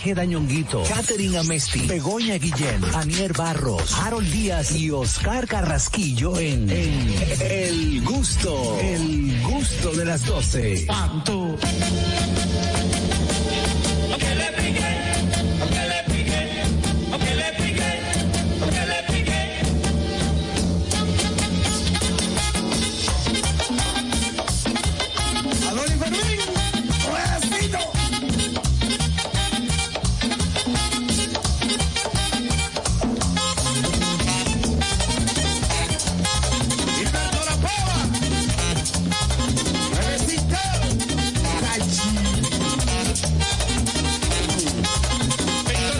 Maqueda Ñonguito, Katherine Amesti, Begoña Guillén, Anier Barros, Harold Díaz y Oscar Carrasquillo en, en El Gusto, El Gusto de las 12. Tanto. Aunque le pique, aunque le pique, aunque le pique, aunque le pique. Adonis Fermín, jueguecito. Gilberto La Pava, jueguecito. Víctor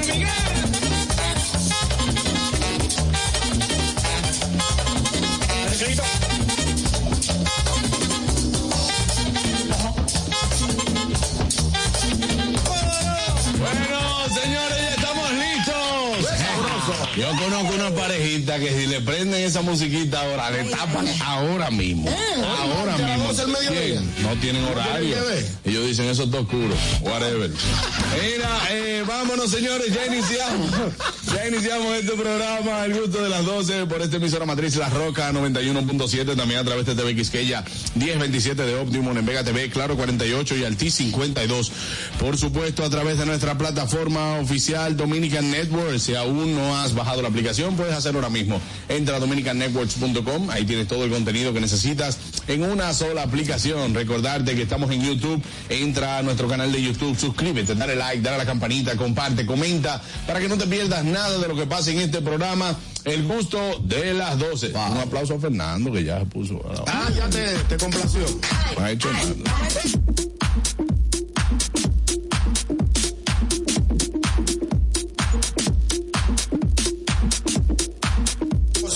Miguel. Tranquilito. Bueno, señores, ya estamos listos. Yo conozco una parejita que si le prenden esa musiquita ahora, le tapan ahora mismo. Ahora ¿a las mismo. doce del mediodía? ¿Quién? No tienen horario. que ver? Ellos dicen eso está oscuro. Whatever. Mira, eh, vámonos, señores. Ya iniciamos. Ya iniciamos este programa. El gusto de las 12 por esta emisora matriz La Roca 91.7. También a través de TV Quisqueya 1027 de Optimum en Vega TV, Claro 48 y Alti 52. Por supuesto, a través de nuestra plataforma oficial Dominican Network. Si aún no has bajado la aplicación, puedes hacerlo ahora mismo. Entra a dominicannetworks.com. Ahí tienes todo el contenido que necesitas en una sola aplicación. Recordarte que estamos en YouTube. Entra a nuestro canal de YouTube. Suscríbete, dale like, dale a la campanita, comparte, comenta para que no te pierdas nada de lo que pasa en este programa. El gusto de las 12. Un aplauso a Fernando que ya se puso. Ah, ya te, te complació. No ha hecho nada.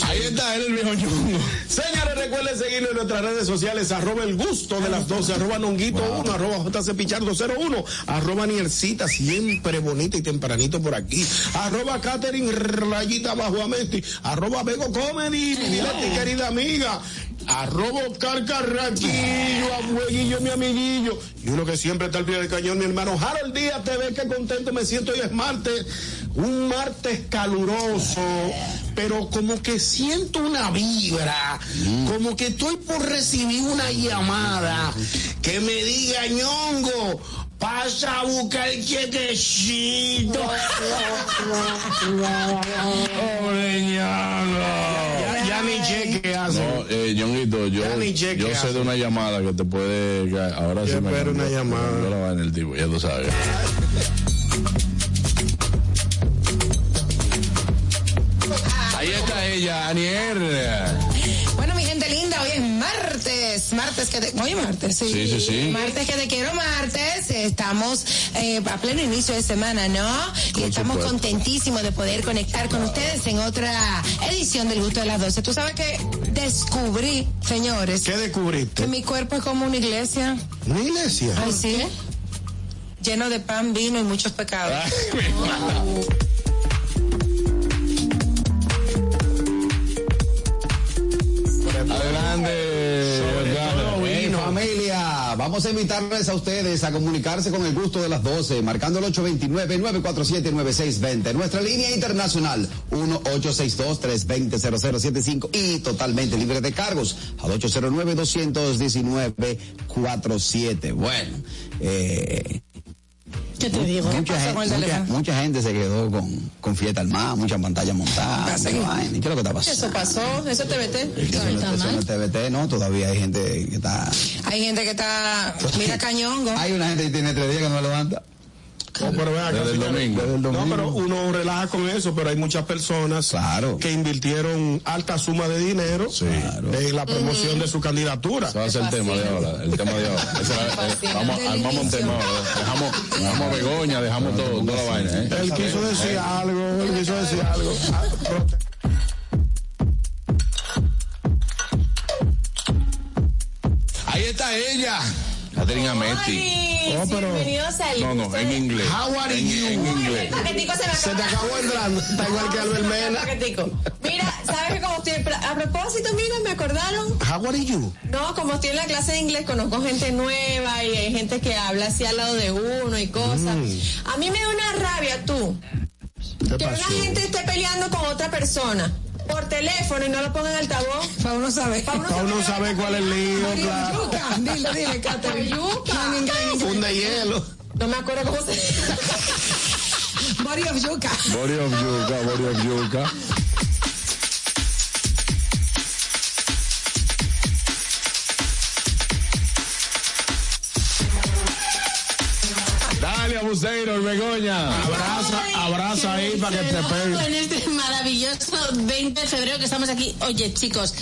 Ahí está, él el viejo ñongo. Señores, recuerden seguirnos en nuestras redes sociales, arroba el gusto de las 12, arroba nonguito 1, arroba JC Pichardo 01, arroba Niercita, siempre bonita y tempranito por aquí, arroba Catherine Rayita Bajo Amesti, arroba Bego Comedy, mi dileta y querida amiga, arroba Oscar Carraquillo, abuelillo, mi amiguillo, y uno que siempre está al pie del cañón, mi hermano Harold Díaz TV, que contento me siento, hoy es martes, un martes caluroso, pero como que siento una vibra, como que estoy por recibir una llamada que me diga ñongo. Pasa a buscar el chequecito. Pobre ñongo. Ya, ya ni cheque hace. No, eh, Ñonguito, yo, Ya ni cheque yo sé hace. de una llamada que te puede. ca- Ahora Yo sí me espero cambió. una llamada. No la va en el tipo, ya tú sabes. Ahí está ella, Anier. Bueno, mi gente linda, hoy es martes, martes que te... Hoy es martes, sí. Sí, sí, sí. Martes que te quiero, martes. Estamos eh, a pleno inicio de semana, ¿no? Con y estamos supuesto. contentísimos de poder conectar con ustedes en otra edición del Gusto de las 12. Tú sabes que descubrí, señores, ¿Qué que descubriste? mi cuerpo es como una iglesia. Una iglesia. Ay, sí. Lleno de pan, vino y muchos pecados. Adelante. Bueno, familia, vamos a invitarles a ustedes a comunicarse con el gusto de las 12, marcando el 829-947-9620. Nuestra línea internacional, 1-862-320-0075 y totalmente libre de cargos al 809-219-47. Bueno, eh, ¿Qué te digo? ¿Qué mucha, pasa con el gente, mucha, teléfono? mucha gente se quedó con, con fiesta al mar, mucha pantalla montada. mucha Pasa que- vaina. ¿Qué es lo que está pasando? Ah, Eso pasó, eso Eso no- te eso no es TVT, no, todavía hay gente que está... Hay gente que está, mira cañongo. Hay una gente que tiene tres días que no me levanta. No, pero ven acá, Desde el señores. domingo. Desde el domingo. No, pero uno relaja con eso, pero hay muchas personas Claro. que invirtieron alta suma de dinero Claro. en la promoción de su candidatura. Ese va a ser el tema de ahora. El tema de ahora. Ese va- eh, Fascinante. vamos, armamos un tema. ahora. Dejamos, dejamos a Begoña, dejamos todo, toda la vaina. ¿eh? Él quiso decir algo, él quiso decir algo. Ah, pero- Ahí está ella. Catherine Amesti. Ay, Oh, pero- bienvenidos al No, no, gusto en de- inglés. How are En, you? en El inglés. paquetico se me Se te acabó el drama. Está igual que Albert Mena. Paquetico. Mira, ¿sabes que como estoy... A propósito, mira, me acordaron... How are you? No, como estoy en la clase de inglés, conozco gente nueva y hay gente que habla así al lado de uno y cosas. Mm. A mí me da una rabia, tú. ¿Qué Que una pasó? gente esté peleando con otra persona por teléfono y no lo pongan en altavoz. Para uno saber. Pa' uno Para uno saber cuál es el lío, claro. Yuca, dile, dile, Catherine. Yuca. No, en inglés. Un de hielo. No me acuerdo cómo se Body of yuca. Body of Yuca, Body of Yuca. Dalia Buseiro y Begoña. Abraza, abraza ahí para que te peguen. En este maravilloso 20 de febrero que estamos aquí. Oye, chicos,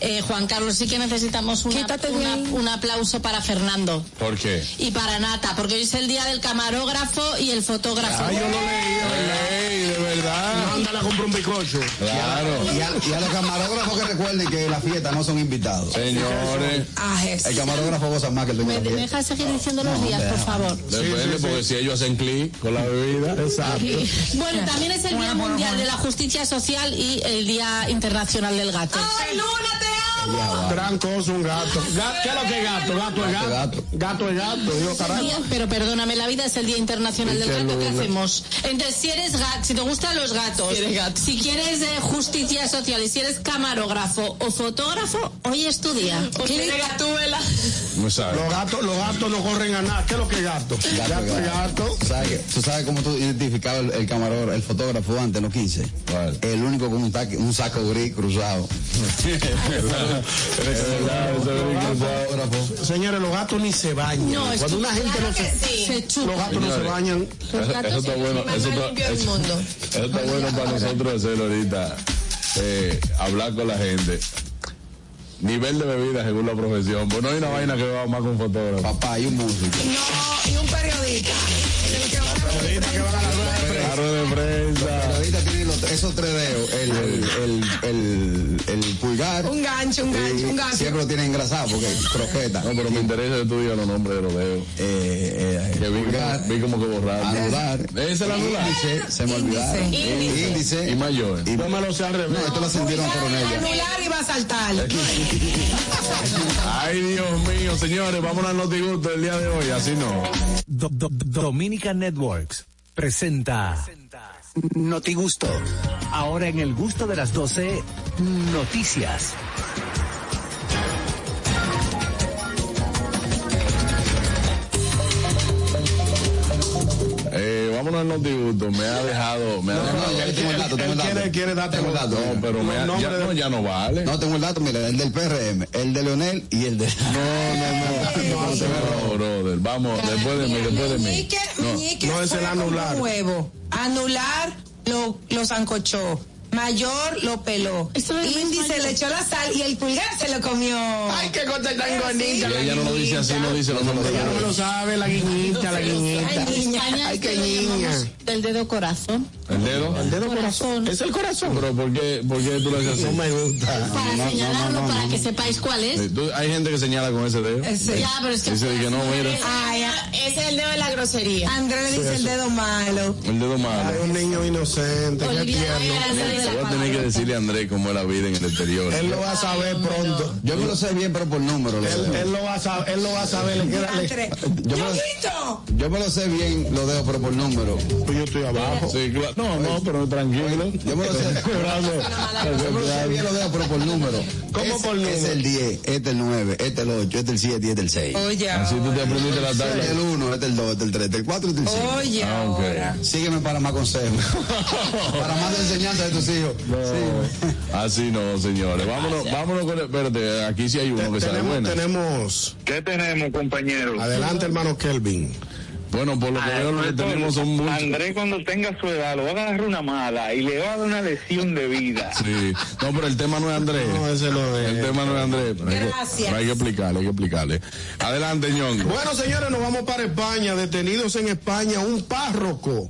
eh, Juan Carlos, sí que necesitamos una- Quítate de una- ahí. un aplauso para Fernando ¿Por qué? y para Nata, porque hoy es el día del camarógrafo y el fotógrafo. Ay, yo lo leí. Ey, de verdad. Ándale, compra un bizcocho. Claro. Y a, y a los camarógrafos que recuerden que las fiestas no son invitados. Señores, Ah, es. El camarógrafo goza más que el dueño ¿Me, de la me fiesta. dejas seguir diciendo los días, por favor? depende, porque si ellos hacen clic con la bebida. Exacto. Bueno, también es el Día Mundial de la Justicia Social y el Día Internacional del Gato. ¡Ay, Luna, te amo! Trancoso, un gato. Ga- ¿Qué es lo que es gato? Gato es gato. Gato es gato. Dios, carajo. Día- Pero perdóname, la vida es el Día Internacional del Gato, ¿qué hacemos? Entonces, si eres gato, si te gustan los gatos, si quieres, eh, justicia social y si eres camarógrafo o fotógrafo, hoy es tu día. Tiene gatúbela. No sabes. Los gatos, los gatos no corren a nada. ¿Qué es lo que es gato? Gato es gato. ¿Sabes qué? ¿Tú sabes cómo tú identificabas el, el camarógrafo, el fotógrafo antes, en los 15? ¿Cuál? El único con un, taque- un saco gris cruzado. Es verdad, es verdad, eso es El verdad. fotógrafo. Señores, los gatos ni se bañan. No, es Cuando que- una gente no Claro que se... sí. Se chupa. Los gatos no se Señores. bañan. Eso está bueno, eso está, eso- eso está bueno para nosotros hacer ahorita. eh, hablar con la gente. Nivel de bebida según la profesión. Pues no hay una vaina que va más con fotógrafo. Papá y un músico. No, y un periodista. Claro de prensa. Ahorita tiene los- esos tres dedos, el, el, el, el, el pulgar. Un gancho, un gancho, un y gancho. siempre lo tiene engrasado porque croqueta. No, pero me interesa que tú digas los nombres de los dedos. eh, eh, Que vi, pulgar, como- vi como que borraron. anular, Ese es el anular. índice, se me olvidaron. Índice. Índice. Y mayor. Y No me lo sé al No, revés. esto lo ascendieron a coronel. Anular y va a saltar. Ay, Dios mío, señores, vamos al notigusto del día de hoy. Así no. Do- do- do- Dominica Networks presenta Noti Gusto. Ahora en el gusto de las 12, noticias. Eh, vámonos al notigusto. Me ha dejado. Me ha No, dejado. no, ya tengo el dato, tengo el dato. quiere- quiere darte Tengo el dato. No, pero me ha- ya, no, ya no vale. No, tengo el dato, mira, el del PRM, el de Leonel y el de... No, no, no, brother. Vamos, después de mí, después de mí. Meñique, meñique no es fue el como anular. un huevo. Anular lo, lo zancochó. Mayor lo peló. Esto es Índice mayor. le echó la sal y el pulgar se lo comió. Ay, qué cosa tan Y bonita. ella no lo dice así, no dice los nombres. Ya no me lo sabe, la guiñita, la guiñita. España Ay, esto qué lo niña. llamamos Del dedo corazón. ¿El dedo? El dedo Corazón. Es el corazón. Pero ¿por qué, por qué tú lo haces así? me gusta. Para señalarlo, para que sepáis cuál es. Eh, tú- Hay gente que señala con ese dedo. Ese. Ya, pero es que... Dice que no, mira, Ay, Ese es el dedo de la grosería. Andrés le dice el dedo malo. el dedo malo. un niño inocente, qué Olivia, tierno. vaya a ser de la Voy a tener que palabra. decirle a Andrés cómo es la vida en el exterior. Él lo va a saber pronto. Yo me lo sé bien, pero por número. lo Él, dejo. él lo va a saber, él lo va a saber. Le queda, le- Andrés. Yo me, ¡Yoguito! yo me lo sé bien, lo dejo, pero por número. pues, Pues yo estoy abajo. Sí, claro. No, no, pero tranquilo. Yo me lo sé. Yo me lo sé bien, lo dejo, pero por número. ¿Cómo Ese- por número? Es el 10, este el 9, este el 8, este el 7 y este el 6. Oye, Así tú te aprendiste la Este es tabla. el 1, este el 2, este el 3, este el 4 y este el 5. oye. Ah, ok. ahora. Sígueme para más consejos. para más enseñanza de tus hijos. Sígueme. Así no, señores. Vámonos, vámonos con el. Espérate, aquí sí hay uno que sale Tenemos, bueno. tenemos. ¿Qué tenemos, compañeros? Adelante, hermano Kelvin. Bueno, por lo que veo, lo que tenemos son muchos. Andrés, cuando tenga su edad, lo va a agarrar una mala y le va a dar una lesión de vida. Sí. No, pero el tema no es Andrés. No, ese lo El es. tema no es Andrés. pero hay que- Gracias. pero hay que explicarle, hay que explicarle. Adelante, ñongo. Bueno, señores, nos vamos para España. Detenidos en España, un párroco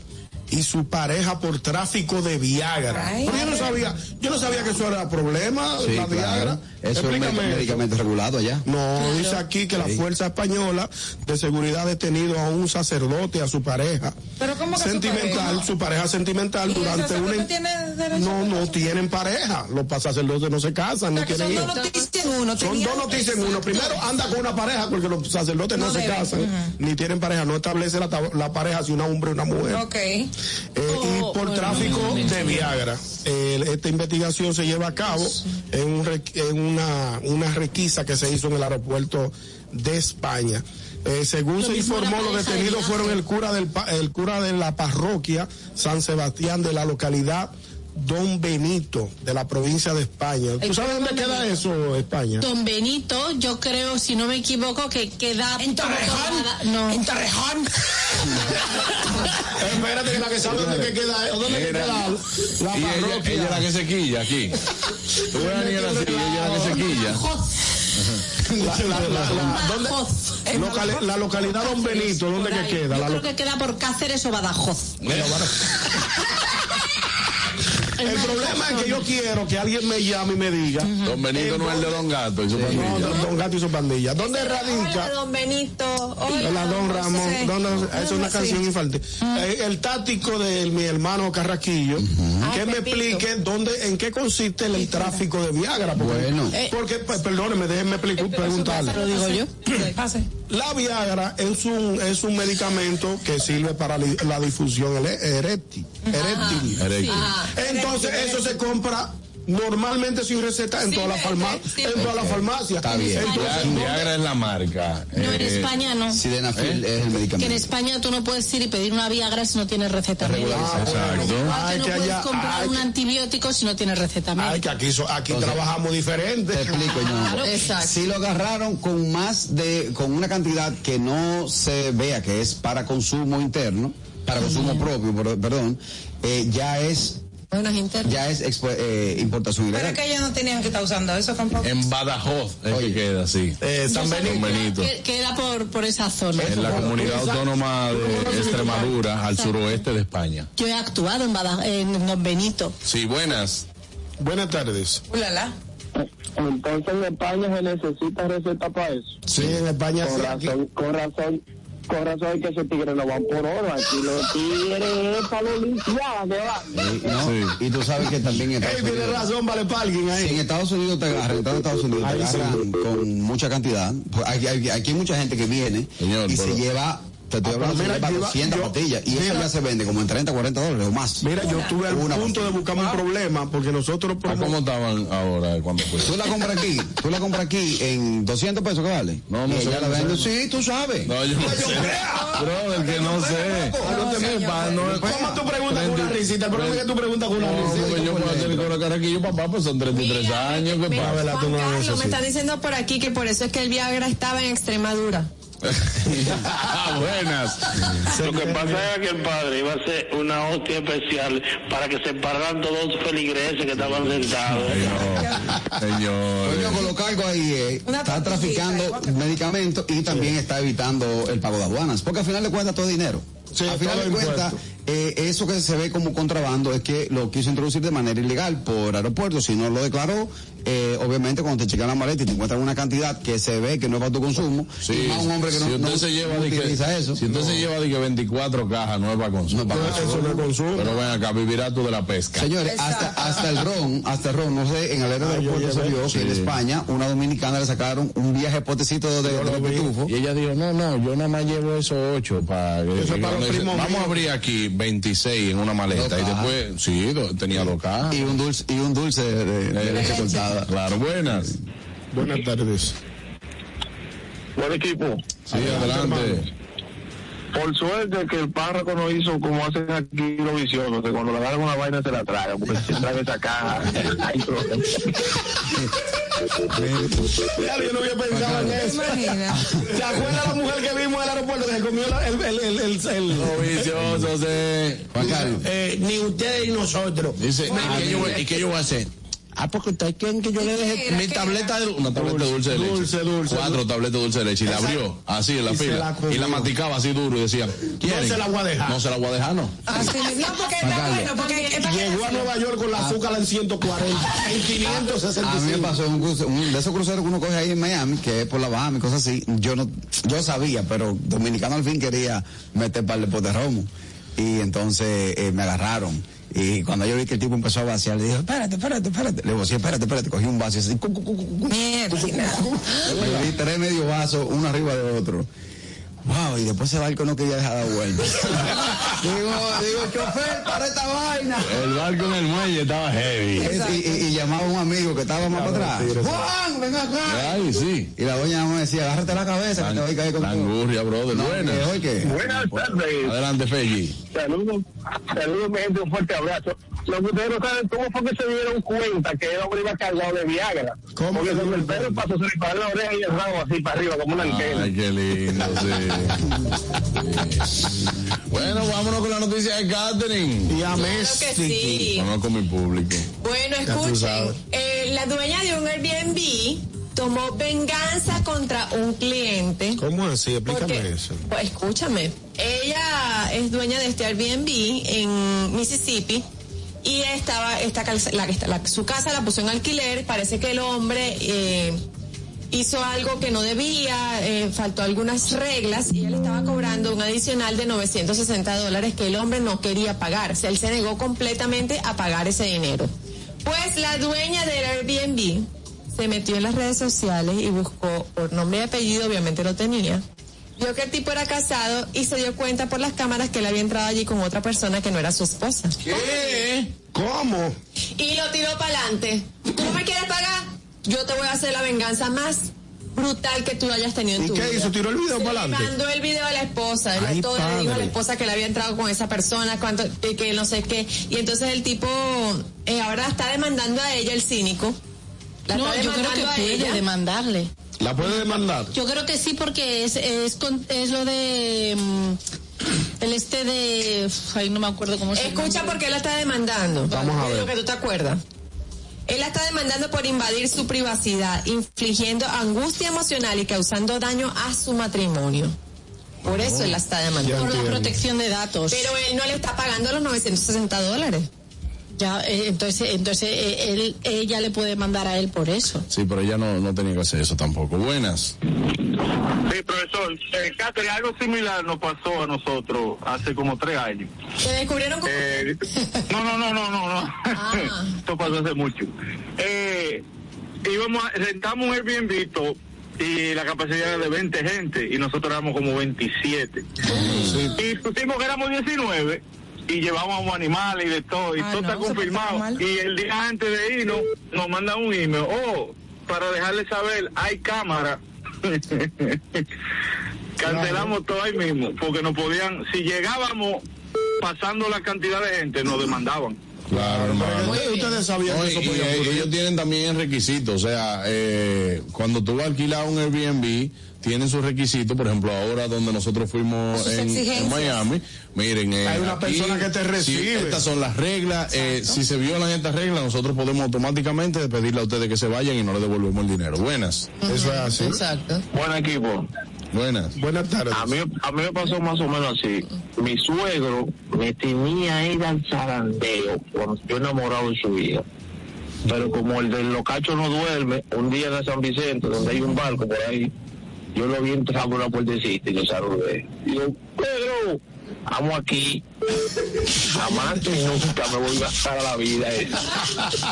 y su pareja por tráfico de Viagra. Pero yo no sabía, yo no sabía que eso era problema, Sí, la claro. Viagra. Eso es un Explícame medic- eso. medicamento regulado allá. No, dice aquí que la Fuerza Española de Seguridad ha detenido a un sacerdote, a su pareja. Pero ¿cómo que su sentimental, pareja? su pareja sentimental ¿Y el durante sacerdote una... no tiene derecho no, no tienen pareja. Los pa- sacerdotes no se casan, sea, ni que tienen son hijos. dos noticias en uno. Son tenía- dos noticias en uno. Primero, anda con una pareja porque los sacerdotes no, No se deben. casan, Ujú. ni tienen pareja. No establece la, tab- la pareja si un hombre o una mujer. Ok. Oh, Eh, y por tráfico de Viagra. Eh, esta investigación se lleva a cabo en, un re- en una, una requisa que se hizo en el aeropuerto de España. Eh, según se mismo la informó, los pareja de detenidos viaje. fueron el cura, del, pa- el cura de la parroquia San Sebastián de la localidad Don Benito, de la provincia de España. ¿Tú El sabes cura dónde Don queda Benito. eso, España? Don Benito, yo creo, si no me equivoco, que queda... ¿En Torrejón? No. ¿En Torrejón? Espérate, que la que sabe dónde que queda, dónde que Mira, queda la, la y ella- parroquia. ella es la que se quilla aquí. Tú ves a Daniela así, ella es la que se quilla. La, la- la- la- ¿dónde? Locali- la localidad Don Benito, ¿dónde que queda? Yo La creo lo- que queda por Cáceres o Badajoz. Mira, bueno. El problema es que yo quiero que alguien me llame y me diga. eh, Don Benito no es el de Don Gato y su No, pandilla. don, Don Gato y su pandilla. ¿Dónde Hola, radica? don Benito. Hola, Hola, don Ramón. José. Don- don- Don es una José. canción infantil. Eh, El táctico de mi hermano Carraquillo, que Ay, me Pepito. explique dónde, en qué consiste el tráfico de Viagra. Porque, Bueno. porque pe- perdóneme, déjenme pli- preguntarle. Pase. La Viagra es un, es un medicamento que sirve para li- la difusión ele- eréctil. eréctil. Erecto. Ah, Entonces, eso se compra normalmente sin receta en todas las farmacias. En todas las farmacias. Está bien. Entonces, Viagra- Viagra es la marca. No, en Eh, España no. Sildenafil es el Que en medicamento. España tú no puedes ir y pedir una Viagra si no tienes receta Ah, médica. Regular. Exacto. ay, Tú no que puedes allá- comprar ay, un antibiótico si no tienes receta médica. ay, que aquí, so- aquí Entonces, trabajamos diferente. Te explico, Claro, exacto. Si lo agarraron con más de, con una cantidad que no se vea que es para consumo interno, para consumo propio, por- perdón, eh, ya es, Bueno, gente. ya es expo- eh, importación Pero ilegal. es que ellos no tenían que estar usando eso tampoco. En Badajoz es que Oye. queda, sí. Eh, San Don Benito. Benito. Que- Queda por, por esa zona. En la comunidad autónoma de Extremadura, al suroeste de España. Yo he actuado en, Bada- en Don Benito. Sí, buenas. Buenas tardes. Ulala. Entonces en España se necesita receta para eso. Sí, en España Con sí, aquí- razón, con razón, con razón es que esos tigres no van por oro. Aquí los tigres es para los limpiados, que van. Eh, ¿no? Y tú sabes que también Ey, en Estados tiene Unidos- razón, vale Palguín ahí. Si en Estados Unidos te agarran, entrando a Estados Unidos te Ahí sí. agarran con mucha cantidad. pues Aquí, aquí- aquí hay mucha gente que viene Señor, y pero- se lleva, te estoy Ah, hablando, pero mira, se lleva yo iba- 200 yo- pastillas. Y eso mira. ya se vende como en 30, 40 dólares o más. Mira, yo estuve al Una punto de buscar un problema porque nosotros Ah, promo- ¿Cómo estaban ahora cuando fue? Tú la compras aquí, tú la compras aquí en 200 pesos que vale. No, no Y sé, ella la no vende. sé. Sí, tú sabes. No, yo no sé. Brother, que no sé. No, te señor. pa- no- ¿Cómo tú preguntas con una risita? El problema es que tú preguntas con una No, risita. porque yo puedo hacer con la cara aquí, yo papá, pues son 33 años, ¿qué Mira, pasa? Juan no hagas Carlos eso, me sí. está diciendo por aquí que por eso es que el Viagra estaba en Extremadura. Ah, buenas. Lo que pasa es que el padre iba a hacer una hostia especial para que se pararan todos los feligreses que estaban sentados. Señor, Coño, señor. con lo cargo ahí eh, Una está tortillita, traficando guácala. medicamentos y también está evitando el pago de aduanas, porque al final de cuentas todo es dinero. Sí, al final todo de es cuentas, eh, eso que se ve como contrabando es que lo quiso introducir de manera ilegal por aeropuerto. Si no lo declaró, eh, obviamente cuando te checan la maleta y te encuentran una cantidad que se ve que no es para tu consumo, Sí, y más Ah, un hombre que no, si usted no se lleva no de que, utiliza eso, si usted se lleva de que 24 cajas no es para consumo, no paga. Eso no consumo. pero ven acá, vivirá tú de la pesca. Señores, hasta, hasta el ron, hasta el ron, no sé, en el Ah, aeropuerto yo se llevé. vio que en España una dominicana le sacaron un viaje potecito de, de, los pitufos. Y ella dijo, no, no, yo nada más llevo esos ocho para... Eso es para los primos Vamos míos. a abrir aquí 26 en una maleta Dos y cajas. después, sí, do- tenía dos cajas. y un dulce y un dulce de, de- de Eh, leche cortada. Claro, buenas. Buenas tardes. Buen equipo. Sí, adelante. Por suerte que el párroco no hizo como hacen aquí los viciosos, que cuando le agarran una vaina se la traga, porque si se traga esa caja, hay problema. Claro, yo no había pensado en eso. Imagina. ¿Te acuerdas la mujer que vimos en el aeropuerto que se comió la- el... el, el, el, el- Los viciosos, eh. Juan Carlos, eh, ni ustedes ni nosotros. ah, Dice, ¿y qué, yo, voy- y qué yo voy a hacer? Ah, porque ustedes quieren que yo le deje Mi tableta de una tableta de dulce de leche. Dulce, dulce, Cuatro tabletas de dulce de leche. Y la Esa- abrió así en la y se pila. la comió. y la masticaba así duro y decía, ¿quieren? se la voy a dejar. No se la voy a dejar, no. Así mismo, no, porque está Macalde. bueno, porque es para que Llegó a Nueva York con la azúcar en 140, en A Ah, mí me 565. pasó un, cruce- un- de esos cruceros que uno coge ahí en Miami, que es por la Bahama y cosas así. Yo no, yo sabía, pero Dominicano al fin quería meter para el pote de romo. Y entonces eh, me agarraron. Y cuando yo vi que el tipo empezó a vaciar, le dije, espérate, espérate, espérate. Le digo, sí, espérate, espérate. Cogí un vaso y así, cu, cu, cu, cu, cu, cu. Le di tres medio vasos, uno arriba de otro. Wow, y después ese barco no quería dejar de vuelta. digo, digo, chofer, para esta vaina. El barco en el muelle estaba heavy. Es- y, y- y llamaba a un amigo que estaba más para atrás. Juan, ven acá. Ay, sí. Y la doña me decía, agárrate la cabeza, que te voy a caer con La angurria, brother. Buenas. ¿Hoy qué? Buenas tardes. Adelante, Feji. Saludos, saludos, mi gente, un fuerte abrazo. Lo que ustedes no saben, ¿cómo fue que se dieron cuenta que el hombre iba cargado de Viagra? ¿Cómo? Porque cuando el perro pasó, se le paró la oreja y el rabo así para arriba, como una antena. Ay, qué lindo, sí. Sí. Bueno, vámonos con la noticia de Catherine. Y a que Messi. sí. Vámonos con mi público. Bueno, tú sabes. escuchen, eh, la dueña de un Airbnb tomó venganza contra un cliente. ¿Cómo así? Explícame Porque- eso. Pues, escúchame, ella es dueña de este Airbnb en Mississippi y estaba esta calza- la, esta- la- su casa la puso en alquiler. Parece que el hombre eh, hizo algo que no debía, eh, faltó algunas reglas y él estaba cobrando un adicional de 960 dólares que el hombre no quería pagar. O sea, él se negó completamente a pagar ese dinero. Pues la dueña del Airbnb se metió en las redes sociales y buscó por nombre y apellido, obviamente lo tenía. Vio que el tipo era casado y se dio cuenta por las cámaras que él había entrado allí con otra persona que no era su esposa. Oh, ¿Eh? ¿Qué? ¿Cómo? Y lo tiró para adelante. ¿Tú no me quieres pagar? Yo te voy a hacer la venganza más brutal que tú hayas tenido en ¿Y tu vida. qué hizo? ¿Tiró el video Se para le adelante? mandó el video a la esposa. Ay, Le- todo le dijo a padre. la esposa que le había entrado con esa persona, cuánto, que, que no sé qué. Y entonces el tipo eh, ahora está demandando a ella, el cínico. La No, está yo creo demandando que a puede ella. demandarle. ¿La puede demandar? Yo creo que sí, porque es, es, con- es lo de. mm, el este de. uf, Ay, no me acuerdo cómo se llama. Escucha porque él la está demandando. Vamos a Es ver. Lo que tú te acuerdas. Él la está demandando por invadir su privacidad, infligiendo angustia emocional y causando daño a su matrimonio. Por eso él la está Ya demandando. Por la Oh, entiendo. protección de datos. Pero él no le está pagando los 960 dólares. Ya, eh, entonces, entonces eh, él, ella le puede mandar a él por eso. Sí, pero ella no, no tenía que hacer eso tampoco. Buenas. Sí, profesor, eh, Catherine, algo similar nos pasó a nosotros hace como tres años. Se descubrieron como... Eh, no, no, no, no, no, no. Ah. Esto pasó hace mucho. Eh, íbamos a, rentamos un Airbnb to- y la capacidad era de 20 gente y nosotros éramos como 27. Y pusimos que éramos 19 y llevábamos animales y de todo y Ah, todo no, está se portaba mal. confirmado. Y el día antes de irnos nos mandan un email. Oh, para dejarle saber, hay cámara. Cancelamos todo ahí mismo, porque no podían, si llegábamos pasando la cantidad de gente, nos demandaban. Claro, hermano. Oye, ustedes sabían No, que y- eso y, podía eh, ocurrir. ellos tienen también requisitos, o sea, eh, cuando tú alquilas un Airbnb, tienen sus requisitos, por ejemplo, ahora donde nosotros fuimos Sus en, exigencias. en Miami, miren, eh, Hay una aquí, persona que te si recibe. estas son las reglas, eh, si se violan estas reglas, nosotros podemos automáticamente pedirle a ustedes que se vayan y no les devolvemos el dinero. Buenas, Eso es así. Exacto. Buen equipo. buenas. Buenas tardes. A mí, a mí me pasó más o menos así. Mi suegro me tenía ir al zarandeo cuando yo enamorado de su vida. Pero como el del locacho no duerme, un día en San Vicente, donde hay un barco por ahí, yo lo vi entrar por la puertecita y lo saludé. Digo, Pedro, amo aquí. Jamás y nunca me voy a gastar la vida. esa".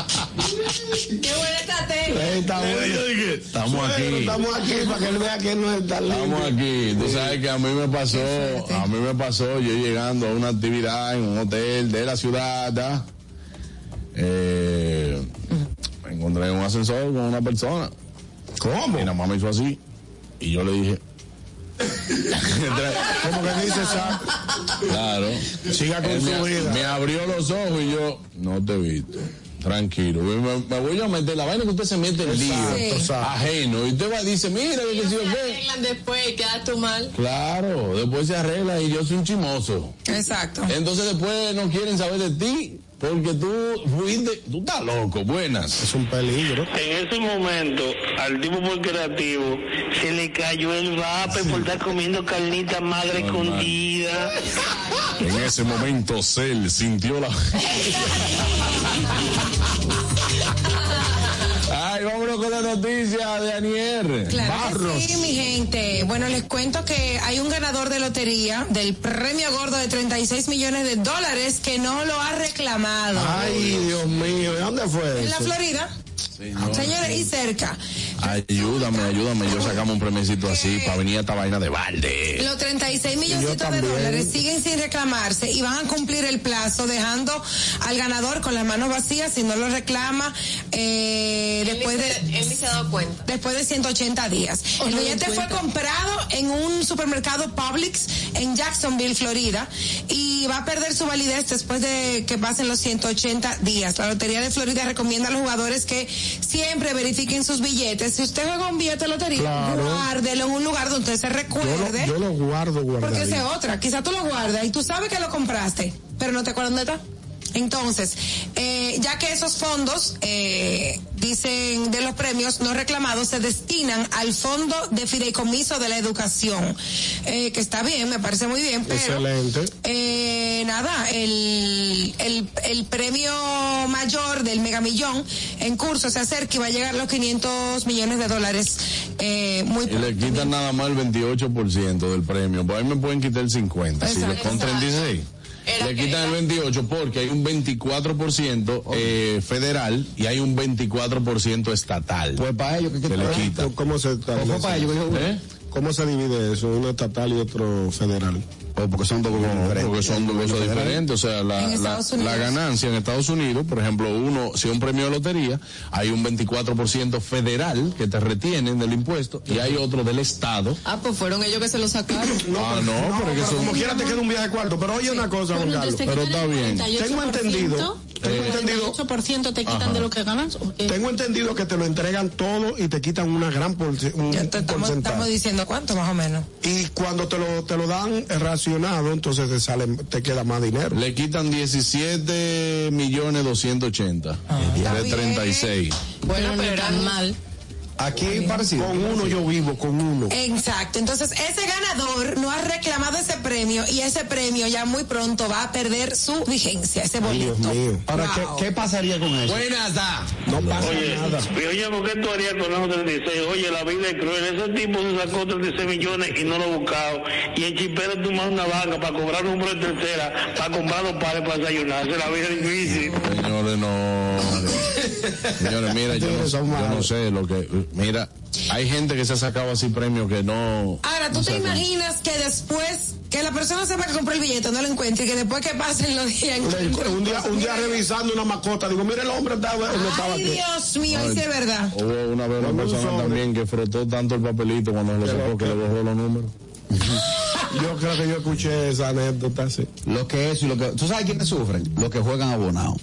¡Qué buena estrategia! Eh, está bueno. Estamos Bueno, aquí. Estamos aquí para que él vea que no está lindo. Estamos aquí, tú sabes que a mí me pasó, a mí me pasó yo llegando a una actividad en un hotel de la ciudad, ¿da? Eh, me encontré en un ascensor con una persona ¿Cómo? y nada más me hizo así y yo le dije, ¿Cómo que dice esa? claro, Siga con Él su me, vida. me abrió los ojos y yo, no te he visto. Tranquilo, Y me, me voy yo a meter la vaina que usted se mete en lío Sí. ajeno. Y usted va y dice, mira, que sí, Ellos o se qué. arreglan después y quedas tú mal. Claro, después se arregla y yo soy un chimoso. Exacto. Entonces después no quieren saber de ti Porque tú fuiste, tú estás loco, buenas. Es un peligro. En ese momento, al tipo por creativo, se le cayó el vape por estar comiendo carnita madre escondida. En ese momento Cell sintió la. Ay, vámonos con la noticia de Anier. Claro que sí, mi gente. Bueno, les cuento que hay un ganador de lotería del premio gordo de 36 millones de dólares que no lo ha reclamado. Ay, Dios mío, ¿de dónde fue? En la eso? Florida. Señores, y cerca. Ayúdame, ayúdame. Yo sacamos un premicito así Eh. para venir a esta vaina de balde. Los 36 Yo milloncitos de también. dólares siguen sin reclamarse y van a cumplir el plazo dejando al ganador con las manos vacías si no lo reclama eh, después de... Él ni se ha dado cuenta. Después de 180 días. O el no lo billete fue encuentra. comprado en un supermercado Publix en Jacksonville, Florida, y va a perder su validez después de que pasen los 180 días. La Lotería de Florida recomienda a los jugadores que siempre verifiquen sus billetes. Si usted juega un billete de lotería, Claro. guárdelo en un lugar donde usted Yo se lo, recuerde. yo lo guardo, guardado. Porque esa es otra. Quizá tú lo guardas y tú sabes que lo compraste, pero no te acuerdas dónde está. Entonces, eh, ya que esos fondos, eh, dicen de los premios no reclamados, se destinan al Fondo de Fideicomiso de la Educación, eh, que está bien, me parece muy bien, pero... Excelente. Eh, nada, el, el, el premio mayor del megamillón en curso se acerca y va a llegar a los 500 millones de dólares eh, muy Y le quitan nada más el 28% del premio. Pues a mí me pueden quitar el 50. si Exacto. le- con 36. le quitan el 28 porque hay un 24% eh, federal y hay un 24% estatal. Pues para ellos, Se le quita. ¿Cómo se establece? para ellos, dijo uno. ¿Eh? ¿Cómo se divide eso? Uno estatal y otro federal. O porque son dos grupos diferentes. Porque son dos cosas diferentes. O sea, la, En la- Estados Unidos. la ganancia en Estados Unidos, por ejemplo, uno, si es un premio de lotería, hay un 24% federal que te retienen del impuesto y hay otro del Estado. Ah, pues fueron ellos que se lo sacaron. ah, no, porque pero son- como quiera te queda un viaje cuarto. Pero oye una cosa, Juan Bueno, Carlos. entonces te pero quitan está bien. el 48%, Tengo entendido. Tengo entendido. 8% te quitan Ajá. de lo que ganas. ¿o qué? Tengo entendido que te lo entregan todo y te quitan una gran porci- un Ya te estamos, estamos porcentaje. diciendo cuánto más o menos. Y cuando te lo, te lo dan racionado, entonces te sale, te queda más dinero. Le quitan 17 millones 280 Ah. está de bien. 36. Bueno, no pero tan mal. Aquí parecido. Con uno yo vivo, con uno. Oh, Exacto. Entonces, ese ganador no ha reclamado ese premio y ese premio ya muy pronto va a perder su vigencia, ese Ay, boleto. Dios mío. Ahora, ¿qué, Wow. ¿qué pasaría con eso? Buenas, ah. da. No pasa Oye, nada. y oye, ¿por qué tú harías con los 36? Oye, la vida es cruel. Ese tipo se sacó 36 millones y no lo ha buscado. Y el chipero tomó una vaca para cobrar un hombre de tercera, para comprar los pares para desayunarse. La vida es difícil. Señores, no. Señores, mira, yo no, Ustedes son yo no malos. sé lo que. Mira, hay gente que se ha sacado así premios que no. Ahora, ¿tú te imaginas que después, que la persona sepa que compró el billete, no lo encuentre y que después que pasen los días... encuentre- Le- Un día, un día revisando una mascota, digo, mira el hombre estaba, no estaba Ay, aquí. Dios mío, ahí sí es verdad. Hubo una vez Dame un una persona sobre. también que frotó tanto el papelito cuando lo sacó que le borró los números. Yo creo que yo escuché esa anécdota, sí. Lo que es y lo que... ¿Tú sabes quiénes sufren? Los que juegan abonado.